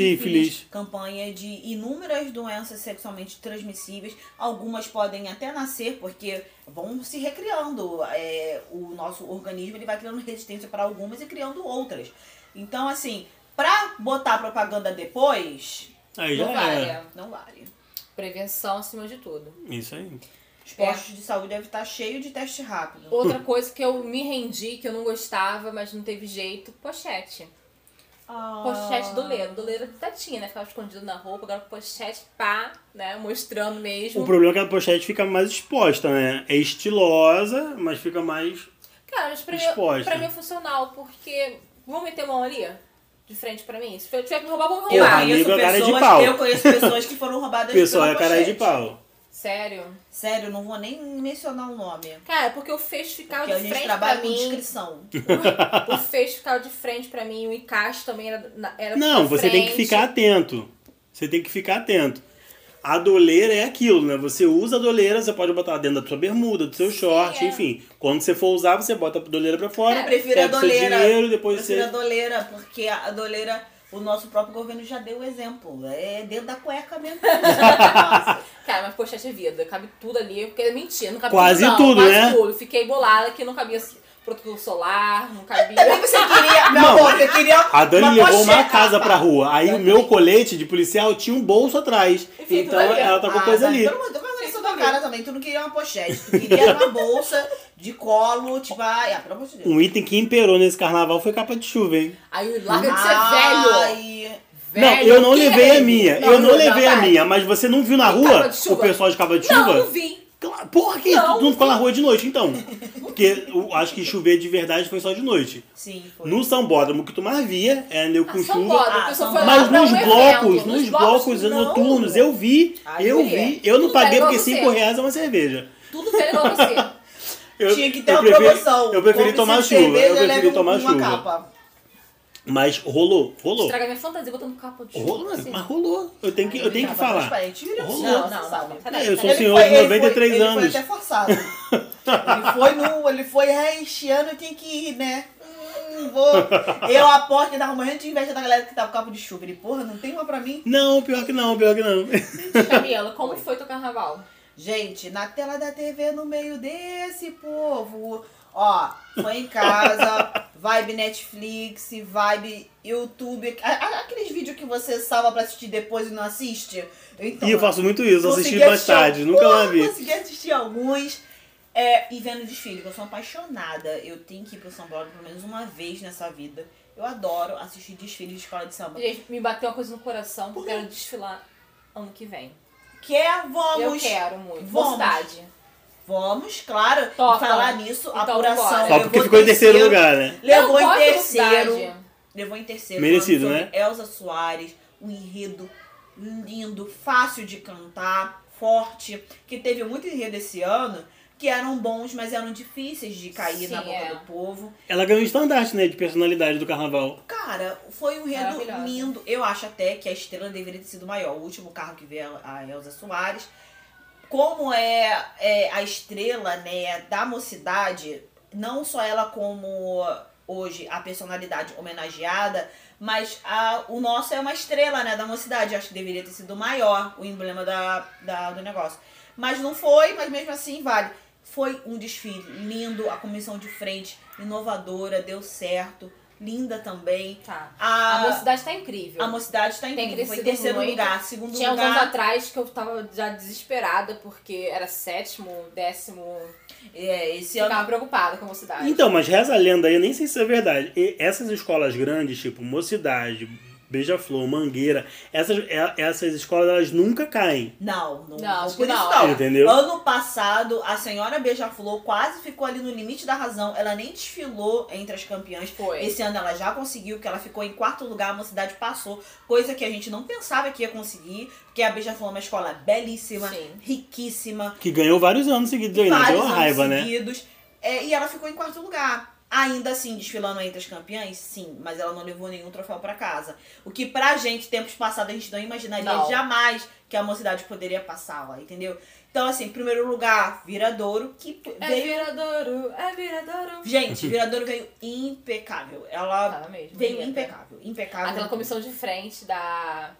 Speaker 1: Sífilis.
Speaker 2: campanha de inúmeras doenças sexualmente transmissíveis. Algumas podem até nascer, porque vão se recriando. É, o nosso organismo ele vai criando resistência para algumas e criando outras. Então, assim, pra botar propaganda depois,
Speaker 1: Aí
Speaker 3: Não
Speaker 1: já
Speaker 3: vale.
Speaker 1: era.
Speaker 2: não vale.
Speaker 3: Prevenção acima de tudo.
Speaker 1: Isso aí.
Speaker 2: Os postos de saúde devem estar cheios de teste rápido.
Speaker 3: Outra coisa que eu me rendi, que eu não gostava, mas não teve jeito, pochete. Pochete
Speaker 2: Ah.
Speaker 3: do Leiro. Do Leiro até tinha, né? Ficava escondido na roupa, agora pochete pá, né? Mostrando mesmo.
Speaker 1: O problema é que a pochete fica mais exposta, né? É estilosa, mas fica mais.
Speaker 3: Cara, mas pra mim,
Speaker 1: Exposta.
Speaker 3: pra mim é funcional, porque vão meter mão ali, de frente pra mim. Se eu tiver que me roubar, vão me
Speaker 2: Eu
Speaker 1: Porra,
Speaker 3: roubar.
Speaker 2: conheço
Speaker 1: amigo, é cara de
Speaker 2: pessoas,
Speaker 1: pau.
Speaker 2: eu conheço pessoas que foram
Speaker 1: *laughs*
Speaker 2: roubadas
Speaker 1: Pessoal, é
Speaker 2: pela
Speaker 1: cara de
Speaker 2: pochete.
Speaker 1: pau.
Speaker 3: Sério.
Speaker 2: Sério, não vou nem mencionar o nome.
Speaker 3: Cara, porque o fecho ficava
Speaker 2: Porque a
Speaker 3: de
Speaker 2: gente
Speaker 3: frente
Speaker 2: trabalha com
Speaker 3: pra
Speaker 1: *laughs*
Speaker 3: mim.
Speaker 2: descrição.
Speaker 3: *laughs* o fecho ficava de frente pra mim, o encaixe também era, na- era
Speaker 1: Não,
Speaker 3: pra
Speaker 1: você tem que
Speaker 3: frente.
Speaker 1: ficar atento. Você tem que ficar atento. A doleira é aquilo, né? Você usa a doleira, você pode botar dentro da sua bermuda, do seu short,
Speaker 3: é.
Speaker 1: enfim. Quando você for usar, você bota a doleira pra fora.
Speaker 2: Eu É, prefiro a
Speaker 1: pega o seu
Speaker 2: doleira.
Speaker 1: dinheiro, depois
Speaker 2: prefiro a
Speaker 1: você.
Speaker 2: doleira, porque a doleira, o nosso próprio governo já deu o exemplo. É dentro da cueca mesmo. *laughs*
Speaker 3: Cara, mas pochete é vida, cabe tudo ali, porque é mentira, não cabe
Speaker 1: Quase
Speaker 3: tudo, não,
Speaker 1: tudo,
Speaker 3: quase
Speaker 1: né?
Speaker 3: tudo. Fiquei bolada que não cabia protetor solar, não
Speaker 2: *laughs*
Speaker 3: cabia...
Speaker 2: Também você queria. Meu
Speaker 1: Não.
Speaker 2: amor, você queria.
Speaker 1: A Dani
Speaker 2: uma
Speaker 1: levou uma
Speaker 2: pochete.
Speaker 1: casa pra rua. Aí o meu colete de policial tinha um bolso atrás.
Speaker 3: Enfim,
Speaker 1: Então
Speaker 3: tudo ali.
Speaker 1: ela tá com
Speaker 2: Ah,
Speaker 1: coisa
Speaker 2: Dani,
Speaker 1: ali.
Speaker 2: Pelo amor de Deus, mas isso da cara também. Tu não queria uma pochete. Tu queria
Speaker 1: *laughs*
Speaker 2: uma bolsa de colo, tipo, ai, ah, pelo amor de Deus.
Speaker 1: Um item que imperou nesse carnaval foi capa de chuva, hein?
Speaker 3: Aí o larga de ser velho,
Speaker 2: Ai,
Speaker 3: velho.
Speaker 1: não, eu não
Speaker 3: que
Speaker 1: levei a
Speaker 3: é?
Speaker 1: minha. eu não levei a
Speaker 3: vai.
Speaker 1: minha, mas você não viu na
Speaker 3: E
Speaker 1: rua
Speaker 3: capa de
Speaker 1: o
Speaker 3: chuva?
Speaker 1: pessoal de capa de
Speaker 3: Não,
Speaker 1: chuva?
Speaker 3: não vi.
Speaker 1: Claro, porra, que
Speaker 3: Não.
Speaker 1: tu não ficou na rua de
Speaker 2: *laughs*
Speaker 1: noite, então. Porque eu acho que chover de verdade foi só de noite.
Speaker 2: Sim, foi.
Speaker 1: No sambódromo, o que tu mais via era nego
Speaker 3: Ah,
Speaker 1: com
Speaker 3: são
Speaker 1: chuva.
Speaker 3: moda,
Speaker 2: Ah,
Speaker 3: a pessoa
Speaker 2: são
Speaker 3: foi lá
Speaker 1: Mas
Speaker 3: pra
Speaker 1: nos
Speaker 3: um evento,
Speaker 1: blocos, nos blocos
Speaker 3: não.
Speaker 1: noturnos, eu vi,
Speaker 2: Ai,
Speaker 1: eu
Speaker 3: mulher,
Speaker 1: vi. Eu não
Speaker 3: tudo era
Speaker 1: paguei
Speaker 3: igual
Speaker 1: porque
Speaker 3: você.
Speaker 1: 5 reais é uma cerveja.
Speaker 3: Tudo velho igual
Speaker 1: *laughs*
Speaker 3: você.
Speaker 1: Eu,
Speaker 2: Tinha que ter
Speaker 1: eu
Speaker 2: uma
Speaker 1: preferi-
Speaker 2: promoção.
Speaker 1: Eu preferi
Speaker 2: Compre-se
Speaker 1: tomar
Speaker 2: cerveja,
Speaker 1: chuva, eu
Speaker 2: leve
Speaker 1: preferi
Speaker 2: um-
Speaker 1: tomar
Speaker 2: uma
Speaker 1: chuva.
Speaker 2: Capa.
Speaker 1: Mas rolou, rolou.
Speaker 3: Estraga minha fantasia botando capa de chuva.
Speaker 1: Rolou,
Speaker 3: assim.
Speaker 1: mas rolou. Eu tenho que, eu tenho que
Speaker 2: Capa
Speaker 1: falar.
Speaker 2: tá transparente. Ele
Speaker 1: Rolou.
Speaker 2: Não,
Speaker 3: Não,
Speaker 2: não,
Speaker 3: não,
Speaker 2: sabe.
Speaker 3: não.
Speaker 1: É, Eu sou um
Speaker 2: Ele
Speaker 1: senhor
Speaker 2: foi-
Speaker 1: de
Speaker 2: ele foi-
Speaker 1: 93
Speaker 2: Ele
Speaker 1: anos.
Speaker 2: foi até forçado. ele foi no. Ele foi "Ai, este ano eu tenho que ir, né? Hum, vou. Eu aposto que tava morrendo de inveja da galera que tava com cabo de chuva. Ele, porra, não tem uma pra mim?
Speaker 1: Não, pior que não, pior que não.
Speaker 3: Camila, como foi teu carnaval?
Speaker 2: Gente, na tela da TV, no meio desse povo. Ó, foi em
Speaker 1: *laughs*
Speaker 2: casa, vibe Netflix, vibe YouTube. a- a- Aqueles vídeos que você salva pra assistir depois e não assiste. Então,
Speaker 1: E eu faço muito isso,
Speaker 2: consegui
Speaker 1: assisti mais
Speaker 2: assistir
Speaker 1: tarde,
Speaker 2: algum-
Speaker 1: nunca mais
Speaker 2: Eu
Speaker 1: vi.
Speaker 2: consegui assistir alguns. É, e vendo desfile, que eu sou apaixonada. Eu tenho que ir pro São Paulo pelo menos uma vez nessa vida. Eu adoro assistir desfile de escola de samba.
Speaker 3: Gente, me bateu uma coisa no coração porque eu quero desfilar ano que vem.
Speaker 2: Quer? Vamos!
Speaker 3: Eu quero muito.
Speaker 2: Vamos.
Speaker 3: Vontade.
Speaker 2: Vamos, claro.
Speaker 3: Topa.
Speaker 2: Falar nisso, a
Speaker 3: Então,
Speaker 2: apuração.
Speaker 3: bora.
Speaker 2: levou
Speaker 1: Só porque ficou em terceiro lugar, né?
Speaker 2: Levou
Speaker 3: Eu
Speaker 2: em
Speaker 3: gosto de
Speaker 2: terceiro.
Speaker 3: vontade.
Speaker 2: Levou em terceiro.
Speaker 1: Merecido,
Speaker 2: falando sobre
Speaker 1: né?
Speaker 2: Elza Soares, um enredo lindo, fácil de cantar, forte, que teve muito enredo esse ano, que eram bons, mas eram difíceis de cair na
Speaker 3: Sim,
Speaker 2: boca
Speaker 3: é.
Speaker 2: do povo.
Speaker 1: Ela ganhou estandarte, né? De personalidade do carnaval.
Speaker 2: Cara, foi um enredo
Speaker 3: Maravilhosa.
Speaker 2: lindo. Eu acho até que a estrela deveria ter sido maior. O último carro que vê a Elza Soares. Como é, é a estrela né, da mocidade, não só ela como hoje a personalidade homenageada, mas a, o nosso é uma estrela né, da mocidade. Acho que deveria ter sido maior o emblema da, da- do negócio. Mas não foi, mas mesmo assim vale. Foi um desfile lindo, a comissão de frente, inovadora, deu certo, linda também.
Speaker 3: Tá.
Speaker 2: A,
Speaker 3: A mocidade tá incrível.
Speaker 2: a mocidade está
Speaker 3: Tem
Speaker 2: incrível. Foi em
Speaker 3: crescido
Speaker 2: terceiro
Speaker 3: muito.
Speaker 2: lugar, segundo
Speaker 3: Tinha uns
Speaker 2: um lugar.
Speaker 3: anos atrás que eu tava já desesperada porque era sétimo, décimo.
Speaker 2: É, esse
Speaker 3: Eu
Speaker 2: ano
Speaker 3: tava preocupada com a mocidade.
Speaker 1: Então, mas reza a lenda aí, eu nem sei se isso é verdade. E essas escolas grandes, tipo Mocidade, Beija-Flor, Mangueira, essas, e- essas escolas elas nunca caem.
Speaker 2: Não, não,
Speaker 3: Não, acho
Speaker 2: por
Speaker 3: que
Speaker 2: isso
Speaker 3: não.
Speaker 2: não.
Speaker 1: Entendeu?
Speaker 2: Ano passado, a senhora Beija-Flor quase ficou ali no limite da razão. Ela nem desfilou entre as campeãs.
Speaker 3: Foi.
Speaker 2: Esse ano ela já conseguiu, que ela ficou em quarto lugar, a mocidade passou, coisa que a gente não pensava que ia conseguir, porque a Beija-Flor é uma escola belíssima,
Speaker 3: Sim.
Speaker 2: riquíssima,
Speaker 1: Que ganhou vários anos seguidos aí, né? Deu
Speaker 2: vários
Speaker 1: uma
Speaker 2: anos
Speaker 1: raiva, né?
Speaker 2: seguidos. É, e ela ficou em quarto lugar. Ainda assim, desfilando entre as campeãs, sim, mas ela não levou nenhum troféu pra casa. O que pra gente, tempos passados, a gente não imaginaria
Speaker 3: Não.
Speaker 2: jamais que a mocidade poderia passá-la, entendeu? Então, assim, em primeiro lugar, Viradouro, que
Speaker 3: É
Speaker 2: Então, veio.
Speaker 3: viradouro, é viradouro.
Speaker 1: *laughs*
Speaker 2: Gente, Viradouro veio impecável. Ela
Speaker 3: Tá mesmo.
Speaker 2: veio
Speaker 3: linda.
Speaker 2: impecável, impecável.
Speaker 3: Aquela comissão de frente da,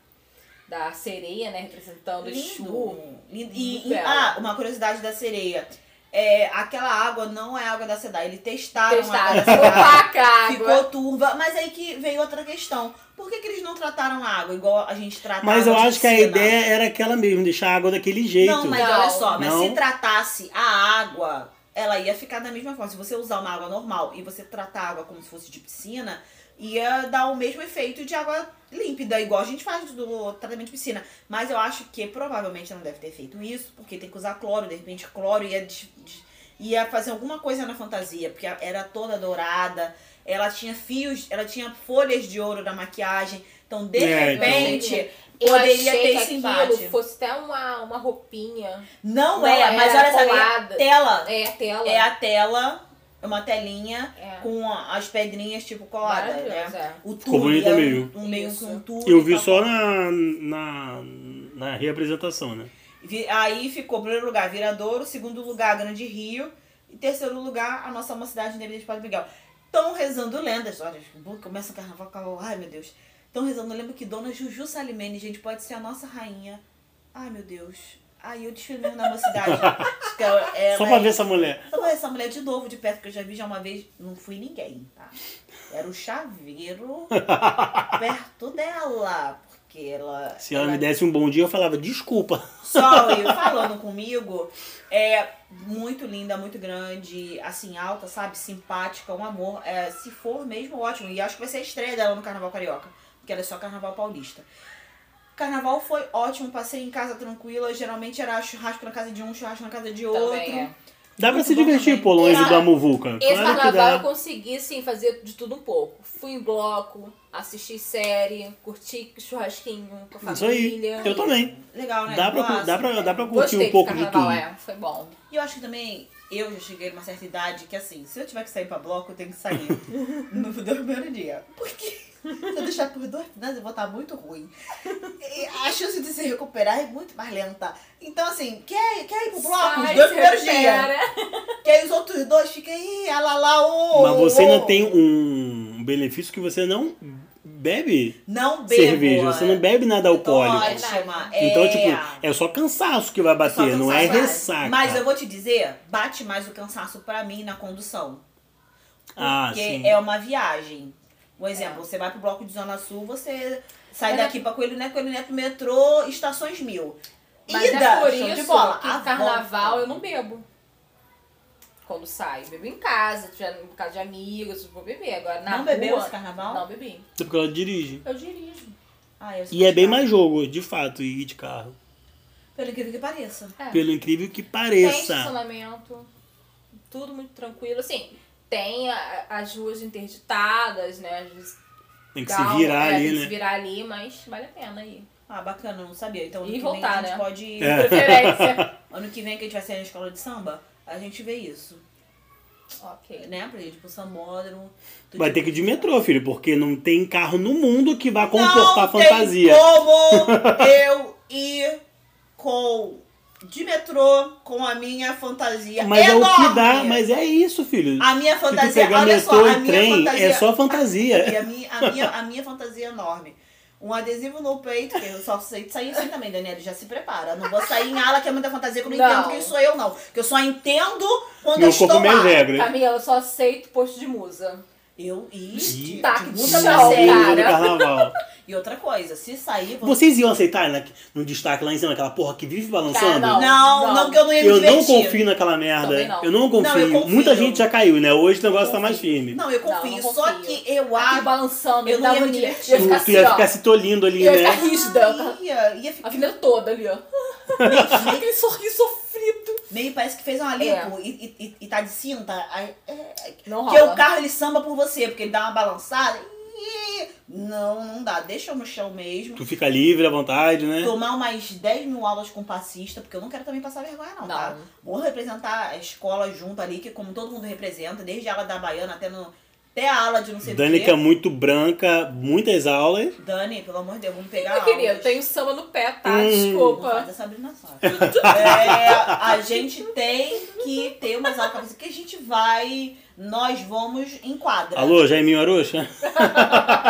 Speaker 3: da sereia, né? Representando o Exu.
Speaker 2: Lindo. Lindo. E,
Speaker 3: Muito
Speaker 2: e-
Speaker 3: belo.
Speaker 2: ah, uma curiosidade da sereia. É, aquela água não é água da Sedai. Eles testaram, a água
Speaker 3: Testaram.
Speaker 2: da
Speaker 3: Ficou *laughs*
Speaker 2: Sedai.
Speaker 3: paca a água.
Speaker 2: Ficou turva, mas aí que veio outra questão. Por que, que eles não trataram a água igual a gente trata
Speaker 1: Mas
Speaker 2: a
Speaker 1: eu
Speaker 2: água de
Speaker 1: acho que a
Speaker 2: piscina?
Speaker 1: ideia era aquela mesmo, deixar a água daquele jeito.
Speaker 2: Não, mas é
Speaker 3: Não.
Speaker 2: olha só, mas
Speaker 1: Não.
Speaker 2: se tratasse a água, ela ia ficar da mesma forma. Se você usar uma água normal e você tratar a água como se fosse de piscina, ia dar o mesmo efeito de água límpida, igual a gente faz do tratamento de piscina. Mas eu acho que provavelmente não deve ter feito isso, porque tem que usar cloro, de repente cloro ia, des- des- ia fazer alguma coisa na fantasia, porque era toda dourada, ela tinha fios, ela tinha folhas de ouro na maquiagem. Então, de
Speaker 1: É, então.
Speaker 2: repente,
Speaker 3: Eu
Speaker 2: Poderia
Speaker 3: achei
Speaker 2: é ter
Speaker 3: que
Speaker 2: esse
Speaker 3: aquilo
Speaker 2: embate.
Speaker 3: fosse até uma, uma roupinha.
Speaker 2: não,
Speaker 3: Não
Speaker 2: é,
Speaker 3: era
Speaker 2: mas olha essa
Speaker 3: colada.
Speaker 2: tela.
Speaker 3: É a tela.
Speaker 2: É a tela, é uma telinha
Speaker 3: É.
Speaker 2: com a- as pedrinhas tipo coladas, né?
Speaker 3: Maravilhosa. é.
Speaker 2: O
Speaker 1: Ficou
Speaker 2: tule
Speaker 1: bonita
Speaker 2: é um-
Speaker 1: mesmo.
Speaker 2: um meio
Speaker 3: Isso.
Speaker 2: com tudo.
Speaker 1: Eu vi
Speaker 2: tá
Speaker 1: só
Speaker 2: bom.
Speaker 1: na, na, na reapresentação, né?
Speaker 2: Vi- Aí ficou primeiro lugar Viradouro, segundo lugar Grande Rio e terceiro lugar a nossa mocidade independente de Padre Miguel. Estão rezando lendas, olha, bom, começa o carnaval, carnaval, ai meu Deus. Estão rezando, lembra que Dona Juju Salimene, gente, pode ser a nossa rainha. Ai meu Deus. Aí eu desfilei mesmo na mocidade.
Speaker 1: *laughs*
Speaker 2: Então, ela
Speaker 1: Só pra
Speaker 2: é-
Speaker 1: ver essa mulher.
Speaker 2: Então, essa mulher de novo de perto que eu já vi já uma vez, não fui ninguém, tá? Era o
Speaker 1: *laughs*
Speaker 2: chaveiro perto dela, porque ela.
Speaker 1: Se ela me desse um bom dia, eu falava, desculpa. *laughs*
Speaker 2: Sorry, falando comigo, é muito linda, muito grande, assim, alta, sabe? Simpática, um amor. É, se for mesmo, ótimo. E acho que vai ser a estreia dela no Carnaval Carioca, porque ela é só Carnaval Paulista. Carnaval foi ótimo, passei em casa tranquila. Geralmente era churrasco na casa de um, churrasco na casa de outro.
Speaker 3: Também é.
Speaker 1: Dá pra
Speaker 2: Muito
Speaker 1: se
Speaker 2: bom
Speaker 1: divertir,
Speaker 2: também.
Speaker 1: pô, longe
Speaker 3: Cara,
Speaker 1: da muvuca.
Speaker 3: Esse
Speaker 1: Claro que
Speaker 3: carnaval eu
Speaker 1: dá.
Speaker 3: consegui, assim, fazer de tudo um pouco. Fui em bloco, assisti série, curti churrasquinho com a
Speaker 1: É Isso aí.
Speaker 3: família.
Speaker 1: Eu também.
Speaker 2: Legal, né?
Speaker 1: Dá pra, cu-
Speaker 2: Nossa.
Speaker 1: dá, pra, dá pra curtir
Speaker 3: Gostei
Speaker 1: um pouco
Speaker 3: do
Speaker 1: de
Speaker 3: carnaval,
Speaker 1: tudo.
Speaker 3: é. Foi bom.
Speaker 2: E eu acho que também, eu já cheguei numa certa idade que assim, se eu tiver que sair pra bloco, eu tenho que
Speaker 3: *laughs*
Speaker 2: sair no primeiro dia. Porque se eu deixar por dois finais, eu vou estar muito ruim. E a chance de se recuperar é muito mais lenta. Então assim, quer, quer ir pro bloco os
Speaker 3: Sai,
Speaker 2: dois
Speaker 3: se
Speaker 2: primeiros dias?
Speaker 3: recupera.
Speaker 2: Quer os outros dois, fica aí, ah lá lá, ô.
Speaker 1: Mas
Speaker 2: ô,
Speaker 1: você ainda
Speaker 2: ô.
Speaker 1: tem um benefício que você não bebe
Speaker 2: Não bebo.
Speaker 1: cerveja, você não bebe nada
Speaker 2: Então,
Speaker 1: alcoólico.
Speaker 2: ótima.
Speaker 1: Então,
Speaker 2: é...
Speaker 1: tipo, é só cansaço que vai
Speaker 2: Só
Speaker 1: bater, não é
Speaker 2: cansaço.
Speaker 1: ressaca.
Speaker 2: assim. Mas eu vou te dizer, bate mais o cansaço pra mim na condução.
Speaker 1: Ah,
Speaker 2: Porque
Speaker 1: sim.
Speaker 2: é uma viagem. Um exemplo, você vai pro bloco de Zona Sul, você sai
Speaker 3: Mas é-
Speaker 2: daqui pra Coelho Neto, Coelho Neto, metrô, estações mil.
Speaker 3: Mas
Speaker 2: Ida,
Speaker 3: é por
Speaker 2: show
Speaker 3: isso
Speaker 2: de bola.
Speaker 3: que
Speaker 2: A
Speaker 3: carnaval é
Speaker 2: volta.
Speaker 3: eu não bebo. quando saio. Bebo em casa, tiver por causa de amigos, vou beber. Agora na
Speaker 2: Não bebeu
Speaker 3: rua-
Speaker 2: esse carnaval?
Speaker 3: Não bebi.
Speaker 1: Até É porque ela dirige.
Speaker 3: Eu dirijo.
Speaker 2: Ah, eu sou
Speaker 1: E é bem
Speaker 2: chata.
Speaker 1: mais jogo, de fato, ir de carro.
Speaker 2: Pelo incrível que pareça.
Speaker 3: É.
Speaker 1: Pelo incrível que
Speaker 3: Tem
Speaker 1: pareça.
Speaker 3: estacionamento, tudo muito tranquilo. Assim, tem a- as ruas interditadas, né? Às vezes
Speaker 1: Tem que
Speaker 3: dá
Speaker 1: se
Speaker 3: uma-
Speaker 1: virar
Speaker 3: é,
Speaker 1: ali,
Speaker 3: tem que
Speaker 1: né?
Speaker 3: Se virar ali, mas vale a pena ir.
Speaker 2: Ah, bacana, não sabia. Então, ano
Speaker 3: E
Speaker 2: que vem
Speaker 3: voltar,
Speaker 2: a gente
Speaker 3: né?
Speaker 2: pode ir.
Speaker 1: *laughs* É. *laughs*
Speaker 3: Preferência.
Speaker 2: Ano que vem que a gente vai sair na escola de samba, a gente vê isso.
Speaker 3: ok.
Speaker 2: Né, pra gente ir pro sambódromo. tudo
Speaker 1: Vai ter que ir de metrô, filho, porque não tem carro no mundo que vá
Speaker 2: não
Speaker 1: comportar
Speaker 2: tem
Speaker 1: fantasia. *laughs*
Speaker 2: Como eu ir com de metrô com a minha fantasia.
Speaker 1: Mas é o que dá,
Speaker 2: enorme.
Speaker 1: mas é isso, filho.
Speaker 2: A minha
Speaker 1: Se tu
Speaker 2: fantasia,
Speaker 1: pegar
Speaker 2: olha
Speaker 1: metrô
Speaker 2: só, a
Speaker 1: e
Speaker 2: minha
Speaker 1: trem,
Speaker 2: fantasia.
Speaker 1: é só fantasia.
Speaker 2: E a minha, a, minha, a minha fantasia é enorme. Um adesivo no peito, que eu só sei sair assim também, Daniela, já se prepara. Não vou sair em ala que é muita fantasia, que eu não,
Speaker 3: Não.
Speaker 2: entendo quem sou eu, não. Que eu só entendo quando eu
Speaker 1: Meu
Speaker 2: estou
Speaker 1: corpo, é minhas
Speaker 2: lá.
Speaker 1: regras.
Speaker 3: Camila, eu só aceito posto de musa.
Speaker 2: Eu e
Speaker 1: Ih,
Speaker 3: Tá, que
Speaker 2: muita
Speaker 3: Nunca pra
Speaker 1: Sim,
Speaker 3: ser,
Speaker 1: no
Speaker 3: cara.
Speaker 1: carnaval.
Speaker 2: E outra coisa, se sair, vou-
Speaker 1: Vocês iam aceitar na, no destaque lá em cima, aquela porra que vive balançando?
Speaker 3: Cara,
Speaker 2: Tá, Não, não,
Speaker 3: Não,
Speaker 2: que eu não ia me
Speaker 1: Eu não
Speaker 2: divertir.
Speaker 1: confio naquela merda.
Speaker 3: Também não.
Speaker 1: Eu não confio.
Speaker 2: Não, eu confio.
Speaker 1: Muita gente já caiu, né? Hoje o negócio tá mais firme.
Speaker 2: Não, eu confio.
Speaker 3: Não, não
Speaker 2: Só
Speaker 3: confio.
Speaker 2: que eu
Speaker 3: Aqui
Speaker 2: acho.
Speaker 3: balançando,
Speaker 2: Ah, eu
Speaker 3: me
Speaker 2: não
Speaker 3: dá
Speaker 2: ia me
Speaker 3: agonia.
Speaker 2: divertir.
Speaker 3: Eu ia
Speaker 1: tu, tu
Speaker 3: ficar
Speaker 1: ia
Speaker 3: assim, ó.
Speaker 1: ficar se tolindo ali,
Speaker 3: Eu ia
Speaker 1: né?
Speaker 2: assim.
Speaker 3: ficar rígida.
Speaker 2: Ia, ia
Speaker 3: A
Speaker 2: ficar.
Speaker 3: vida toda ali, ó. Aquele sorriso sofrido.
Speaker 2: Meio parece que fez uma
Speaker 3: É.
Speaker 2: lipo e, e- e- e tá de cinta. Aí, é,
Speaker 3: Não
Speaker 2: Porque o
Speaker 3: rola.
Speaker 2: carro ele samba por você, porque ele dá uma balançada. Ih, Não, não dá. Deixa eu no chão mesmo.
Speaker 1: Tu fica livre à vontade, né?
Speaker 2: Tomar umas 10 mil aulas com passista, porque eu não quero também passar vergonha, não, tá?
Speaker 3: Não.
Speaker 2: Vou representar a escola junto ali, que como todo mundo representa, desde a ala da Baiana até, no, até a ala de não sei o
Speaker 1: Dani que é
Speaker 2: quê.
Speaker 1: muito branca, muitas aulas.
Speaker 2: Dani, pelo amor de Deus, vamos pegar
Speaker 3: Meu
Speaker 2: aulas.
Speaker 3: querido, tenho samba no pé, tá?
Speaker 1: Hum.
Speaker 2: Não faz
Speaker 3: Desculpa.
Speaker 2: essa Sabrina
Speaker 1: *laughs*
Speaker 2: Sato. É, a gente tem que ter umas aulas que a gente vai, nós vamos em quadra.
Speaker 1: Alô, Jaiminho Arocha?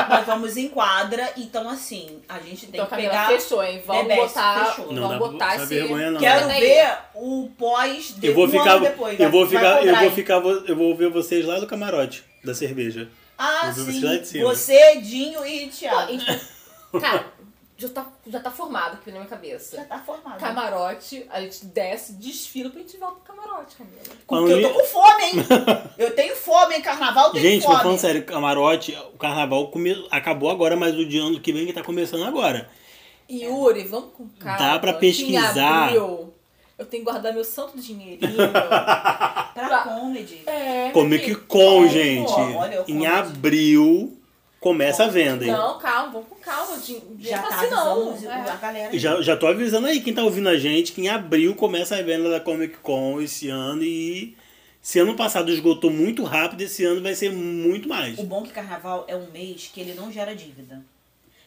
Speaker 2: Nós vamos em quadra, então assim, a gente tem
Speaker 3: Então,
Speaker 2: que
Speaker 3: Camila,
Speaker 2: pegar.
Speaker 3: fechou, hein? Vamos
Speaker 2: Bebeste,
Speaker 3: botar,
Speaker 2: fechou.
Speaker 1: Não dá
Speaker 3: vamos botar
Speaker 1: pra-
Speaker 3: esse...
Speaker 1: vergonha, não.
Speaker 2: Quero
Speaker 3: Daí,
Speaker 2: ver o pós de
Speaker 1: Eu vou
Speaker 2: um
Speaker 1: ficar.
Speaker 2: ano depois.
Speaker 1: eu
Speaker 2: vai-
Speaker 1: vou
Speaker 2: vai
Speaker 1: ficar. Eu
Speaker 2: cobrar,
Speaker 1: vou
Speaker 2: hein?
Speaker 1: ficar. vo- Eu vou ver vocês lá do camarote da cerveja.
Speaker 2: Ah,
Speaker 1: eu vou
Speaker 2: sim.
Speaker 1: ficar lá de cima.
Speaker 2: Você, Dinho e
Speaker 3: Pô,
Speaker 2: Thiago.
Speaker 3: e, tipo, Cara, já tá, já tá formado aqui na minha
Speaker 2: Já
Speaker 3: cabeça.
Speaker 2: tá formado.
Speaker 3: Camarote, a gente desce, desfila pra gente voltar pro camarote, Camila.
Speaker 2: Porque eu tô com fome,
Speaker 1: *laughs*
Speaker 2: hein? Eu tenho fome, hein? Carnaval eu tenho
Speaker 1: Gente,
Speaker 2: fome.
Speaker 1: mas falando sério, camarote, o carnaval come- acabou agora, mas o de ano que vem que tá começando agora.
Speaker 3: E Yuri, vamos com calma.
Speaker 1: Dá pra
Speaker 3: que em
Speaker 1: pesquisar.
Speaker 3: abril eu tenho que guardar meu santo dinheirinho.
Speaker 2: Pra
Speaker 3: Pra-
Speaker 2: comedy.
Speaker 3: *laughs* é,
Speaker 1: Comic
Speaker 3: filho.
Speaker 1: Con,
Speaker 3: Calma.
Speaker 1: gente.
Speaker 2: olha, eu
Speaker 1: em
Speaker 2: como-
Speaker 1: abril começa a venda, hein?
Speaker 3: Não, calma, vamos com calma. Din-
Speaker 2: Já
Speaker 3: não
Speaker 2: tá
Speaker 3: assim, não.
Speaker 2: avisando
Speaker 3: É.
Speaker 2: a galera.
Speaker 1: Já, já tô avisando aí quem tá ouvindo a gente que em abril começa a venda da Comic Con esse ano e se ano passado esgotou muito rápido, esse ano vai ser muito mais.
Speaker 2: O bom é que carnaval é um mês que ele não gera dívida.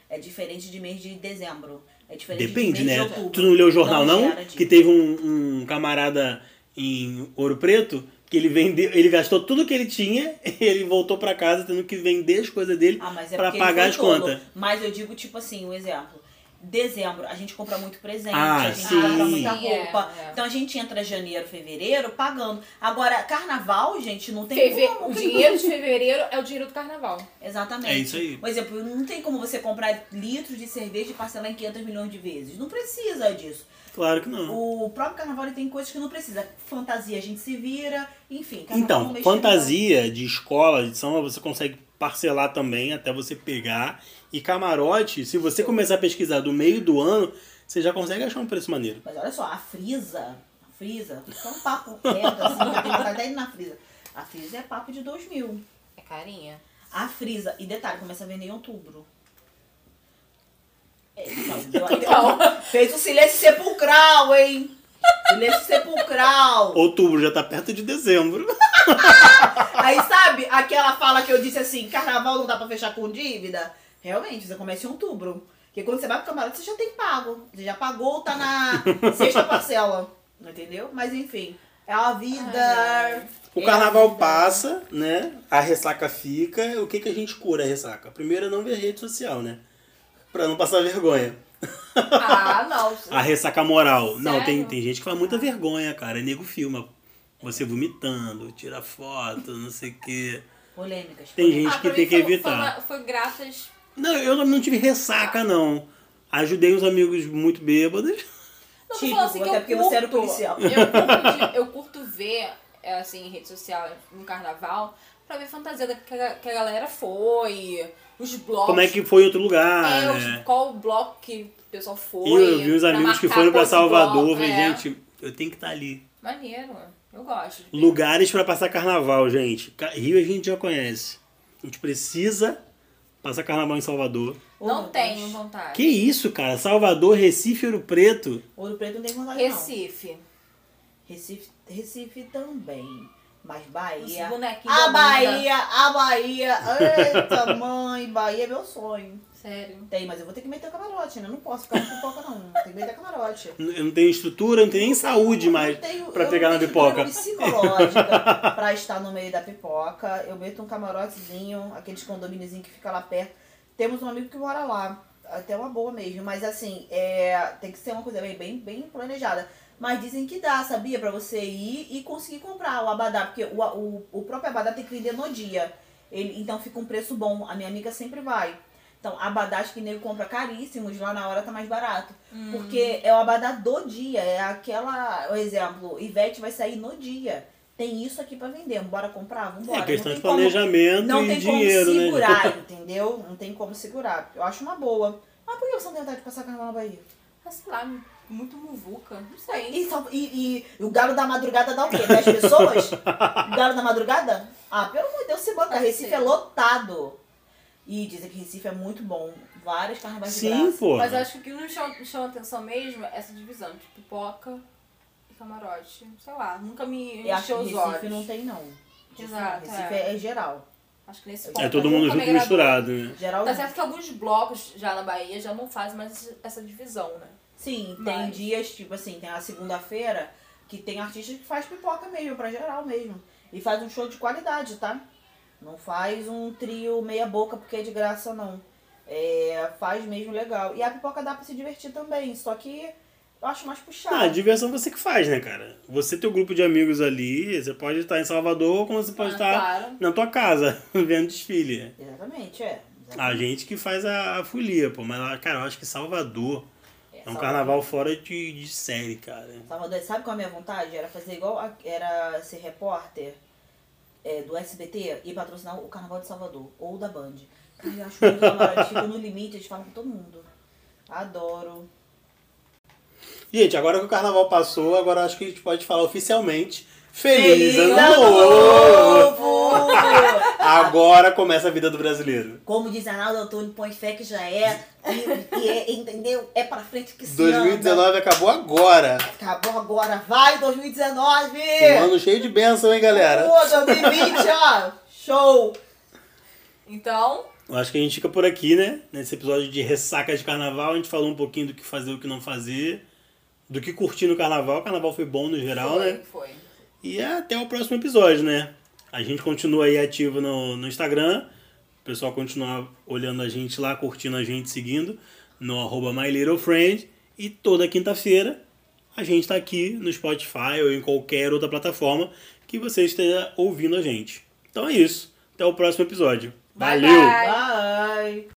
Speaker 2: É diferente de mês de dezembro. É diferente
Speaker 1: Depende,
Speaker 2: de mês
Speaker 1: né?
Speaker 2: de outubro.
Speaker 1: Tu não leu o jornal, não?
Speaker 2: gera dívida.
Speaker 1: Que teve um, um camarada em Ouro Preto que ele vendeu, ele gastou tudo que ele tinha, *laughs* ele voltou pra casa tendo que vender as coisas dele
Speaker 2: Ah, mas é
Speaker 1: pra
Speaker 2: porque ele
Speaker 1: pagar
Speaker 2: foi
Speaker 1: as
Speaker 2: tolo.
Speaker 1: contas.
Speaker 2: Mas eu digo, tipo assim, um exemplo. Dezembro, a gente compra muito presente,
Speaker 1: Ah,
Speaker 2: a gente
Speaker 1: sim.
Speaker 2: compra muita
Speaker 3: Ah, sim, é,
Speaker 2: roupa.
Speaker 3: é.
Speaker 2: Então a gente entra janeiro, fevereiro pagando. Agora, carnaval, gente, não tem
Speaker 3: Feve-
Speaker 2: como.
Speaker 3: O dinheiro de fevereiro é o dinheiro do carnaval.
Speaker 2: Exatamente.
Speaker 1: É isso aí.
Speaker 2: Por exemplo, não tem como você comprar litros de cerveja e parcelar em 500 milhões de vezes. Não precisa disso.
Speaker 1: Claro que não.
Speaker 2: O próprio carnaval ele tem coisas que não precisa. Fantasia a gente se vira, enfim. carnaval é um
Speaker 1: Então,
Speaker 2: mês
Speaker 1: fantasia de escola, de samba, você consegue parcelar também até você pegar. E camarote, se você começar a pesquisar do meio do ano, você já consegue achar um preço maneiro.
Speaker 2: Mas olha só, a Frisa, a Frisa, só um papo reto, assim, eu tenho vontade de ir na Frisa. A Frisa é papo de 2 mil.
Speaker 3: É carinha.
Speaker 2: A Frisa, e detalhe, começa a vender em outubro. É, Então, deu até- fez o silêncio sepulcral, hein? Silêncio sepulcral.
Speaker 1: Outubro já tá perto de dezembro.
Speaker 2: Aí sabe aquela fala que eu disse assim, carnaval não dá pra fechar com dívida? Realmente, você começa em outubro. Porque quando você vai pro camarote, você já tem pago. Você já pagou, tá
Speaker 1: *laughs*
Speaker 2: na sexta parcela. Entendeu? Mas enfim, é a vida.
Speaker 1: O
Speaker 3: É
Speaker 1: carnaval passa, né? A ressaca fica. O que, que a gente cura a ressaca? Primeiro é não ver rede social, né? Pra não passar vergonha.
Speaker 3: *laughs* Ah, não.
Speaker 1: A ressaca moral. Não,
Speaker 3: Sério? Ah.
Speaker 1: tem, tem gente que faz muita vergonha, cara. E nego filma. Você vomitando, tira foto, não sei o quê.
Speaker 2: Polêmicas.
Speaker 1: Tem gente
Speaker 3: Ah,
Speaker 1: que
Speaker 3: pra
Speaker 1: tem
Speaker 3: mim
Speaker 1: que
Speaker 3: foi- foi
Speaker 1: evitar.
Speaker 3: uma- Foi, graças.
Speaker 1: Não, eu não tive ressaca, não. Ajudei uns amigos muito bêbados.
Speaker 3: Não, tô
Speaker 2: Típico,
Speaker 3: falando assim que
Speaker 2: Tipo, até
Speaker 3: eu
Speaker 2: porque
Speaker 3: curto.
Speaker 2: você era policial.
Speaker 3: Eu curto, de- eu curto ver é, assim, em rede social, no carnaval, pra ver fantasia da- que a, que a galera foi, os blocos.
Speaker 1: Como é que foi em outro lugar,
Speaker 3: é, os-
Speaker 1: né?
Speaker 3: qual o bloco que o pessoal foi.
Speaker 1: E eu vi uns
Speaker 3: pra
Speaker 1: amigos que
Speaker 3: marcar
Speaker 1: foram pra
Speaker 3: qual esse
Speaker 1: Salvador, eu
Speaker 3: bloco,
Speaker 1: falei,
Speaker 3: é.
Speaker 1: gente, eu tenho que estar ali.
Speaker 3: Maneiro, eu gosto.
Speaker 1: Lugares pra passar carnaval, gente. Ca- Rio a gente já conhece. A gente precisa passar carnaval em Salvador.
Speaker 3: Não
Speaker 2: meu
Speaker 3: tenho
Speaker 2: Deus.
Speaker 3: vontade.
Speaker 1: Que isso, cara? Salvador, Recife, Ouro Preto.
Speaker 2: Ouro Preto não tem vontade, não.
Speaker 3: Recife.
Speaker 2: Recife, Recife também. Mas Bahia.
Speaker 3: Os bonequinhos
Speaker 2: A
Speaker 3: da Bahia.
Speaker 2: Bahia, a Bahia. Eita, *laughs* mãe, Bahia é meu sonho.
Speaker 3: Sério.
Speaker 2: Tem, mas eu vou ter que meter camarote, né? Eu não posso ficar com pipoca, não. Tem que meter camarote.
Speaker 1: N- Eu não tenho estrutura, eu não tenho nem saúde mais
Speaker 2: Eu tenho-
Speaker 1: pra
Speaker 2: eu
Speaker 1: pegar na
Speaker 2: tenho estrutura
Speaker 1: pipoca.
Speaker 2: psicológica *laughs* pra estar no meio da pipoca. Eu meto um camarotezinho, aqueles condomíniozinhos que fica lá perto. Temos um amigo que mora lá. Até uma boa mesmo. Mas assim, é, tem que ser uma coisa bem, bem, bem planejada. Mas dizem que dá, sabia? Pra você ir e conseguir comprar o abadá. Porque o, o, o próprio abadá tem que vender no dia. Ele, então fica um preço bom. A minha amiga sempre vai. Então, abadás que nego compra caríssimos, lá na hora tá mais barato. Porque é o abadá do dia, é aquela, por exemplo, Ivete vai sair no dia. Tem isso aqui pra vender, bora comprar, vambora.
Speaker 1: É questão de
Speaker 2: como-
Speaker 1: planejamento
Speaker 2: não
Speaker 1: e
Speaker 2: tem
Speaker 1: dinheiro,
Speaker 2: como
Speaker 1: né?
Speaker 2: segurar, entendeu? Não tem como segurar. Eu acho uma boa. Mas por que você não tem vontade de passar carnaval na Bahia?
Speaker 3: Ah, sei lá, muito muvuca. Não sei.
Speaker 2: E, só- e- e o galo da madrugada dá o quê? 10
Speaker 3: *laughs*
Speaker 2: pessoas? O galo da madrugada? Ah, pelo amor de Deus, se banca.
Speaker 3: Ah,
Speaker 2: Recife
Speaker 3: sei.
Speaker 2: é lotado. E dizem que Recife é muito bom. Vários carnavais de
Speaker 1: Sim,
Speaker 2: graça.
Speaker 1: pô.
Speaker 3: Mas eu acho que o que nos chama, me chama atenção mesmo é essa divisão de pipoca e camarote. Sei lá, nunca me
Speaker 2: Eu acho que
Speaker 3: encheu os
Speaker 2: Recife
Speaker 3: olhos.
Speaker 2: não tem, não.
Speaker 3: Exato,
Speaker 2: Recife
Speaker 3: é.
Speaker 2: é, é geral.
Speaker 3: Acho que nesse
Speaker 2: É
Speaker 3: ponto.
Speaker 1: É todo
Speaker 3: nunca
Speaker 1: mundo
Speaker 3: me
Speaker 1: junto e
Speaker 3: agradou.
Speaker 1: misturado, né?
Speaker 2: Geral
Speaker 3: Tá certo que alguns blocos já na Bahia já não fazem mais essa divisão, né?
Speaker 2: Sim, tem
Speaker 3: Mas-
Speaker 2: dias, tipo assim, tem a segunda-feira que tem artista que faz pipoca mesmo, pra geral mesmo. E faz um show de qualidade, tá? Não faz um trio meia boca porque é de graça, não. É, faz mesmo legal. E a pipoca dá pra se divertir também, só que eu acho mais puxado.
Speaker 1: Ah, diversão você que faz, né, cara? Você tem um grupo de amigos ali, você pode estar em Salvador, como você pode tá.
Speaker 3: Ah,
Speaker 1: estar
Speaker 3: claro.
Speaker 1: na tua casa, *laughs* vendo desfile.
Speaker 2: Exatamente, é.
Speaker 1: A gente que faz a, a folia, pô. Mas, cara, eu acho que Salvador
Speaker 2: É,
Speaker 1: é um
Speaker 2: Salvador-
Speaker 1: carnaval fora de, de série, cara.
Speaker 2: Salvador, sabe qual é a minha vontade? Era fazer igual a- era ser repórter é, do SBT e patrocinar o Carnaval de Salvador ou da Band. Cara, eu acho muito *laughs* maravilhoso. Fico no limite, eles falam com todo mundo. Adoro.
Speaker 1: Gente, agora que o carnaval passou, agora eu acho que a gente pode falar oficialmente. Feliz, ano, novo!
Speaker 2: novo!
Speaker 1: Agora começa a vida do brasileiro.
Speaker 2: Como diz Arnaldo Antônio, põe fé que já é, que, que é, entendeu? É pra frente que se anda.
Speaker 1: 2019 acabou agora.
Speaker 2: Acabou agora, vai 2019!
Speaker 1: Um ano cheio de bênção, hein, galera?
Speaker 2: Pô, 2020, ó! Show!
Speaker 3: Então,
Speaker 1: Eu acho que a gente fica por aqui, né? Nesse episódio de ressaca de carnaval, a gente falou um pouquinho do que fazer e o que não fazer, do que curtir no carnaval. O carnaval foi bom no geral,
Speaker 3: foi,
Speaker 1: né?
Speaker 3: foi.
Speaker 1: E até o próximo episódio, né? A gente continua aí ativo no, no Instagram. O pessoal continua olhando a gente lá, curtindo a gente, seguindo no arroba MyLittleFriend. E toda quinta-feira a gente tá aqui no Spotify ou em qualquer outra plataforma que você esteja ouvindo a gente. Então é isso. Até o próximo episódio.
Speaker 3: Bye,
Speaker 1: Valeu!
Speaker 3: bye.
Speaker 2: Bye!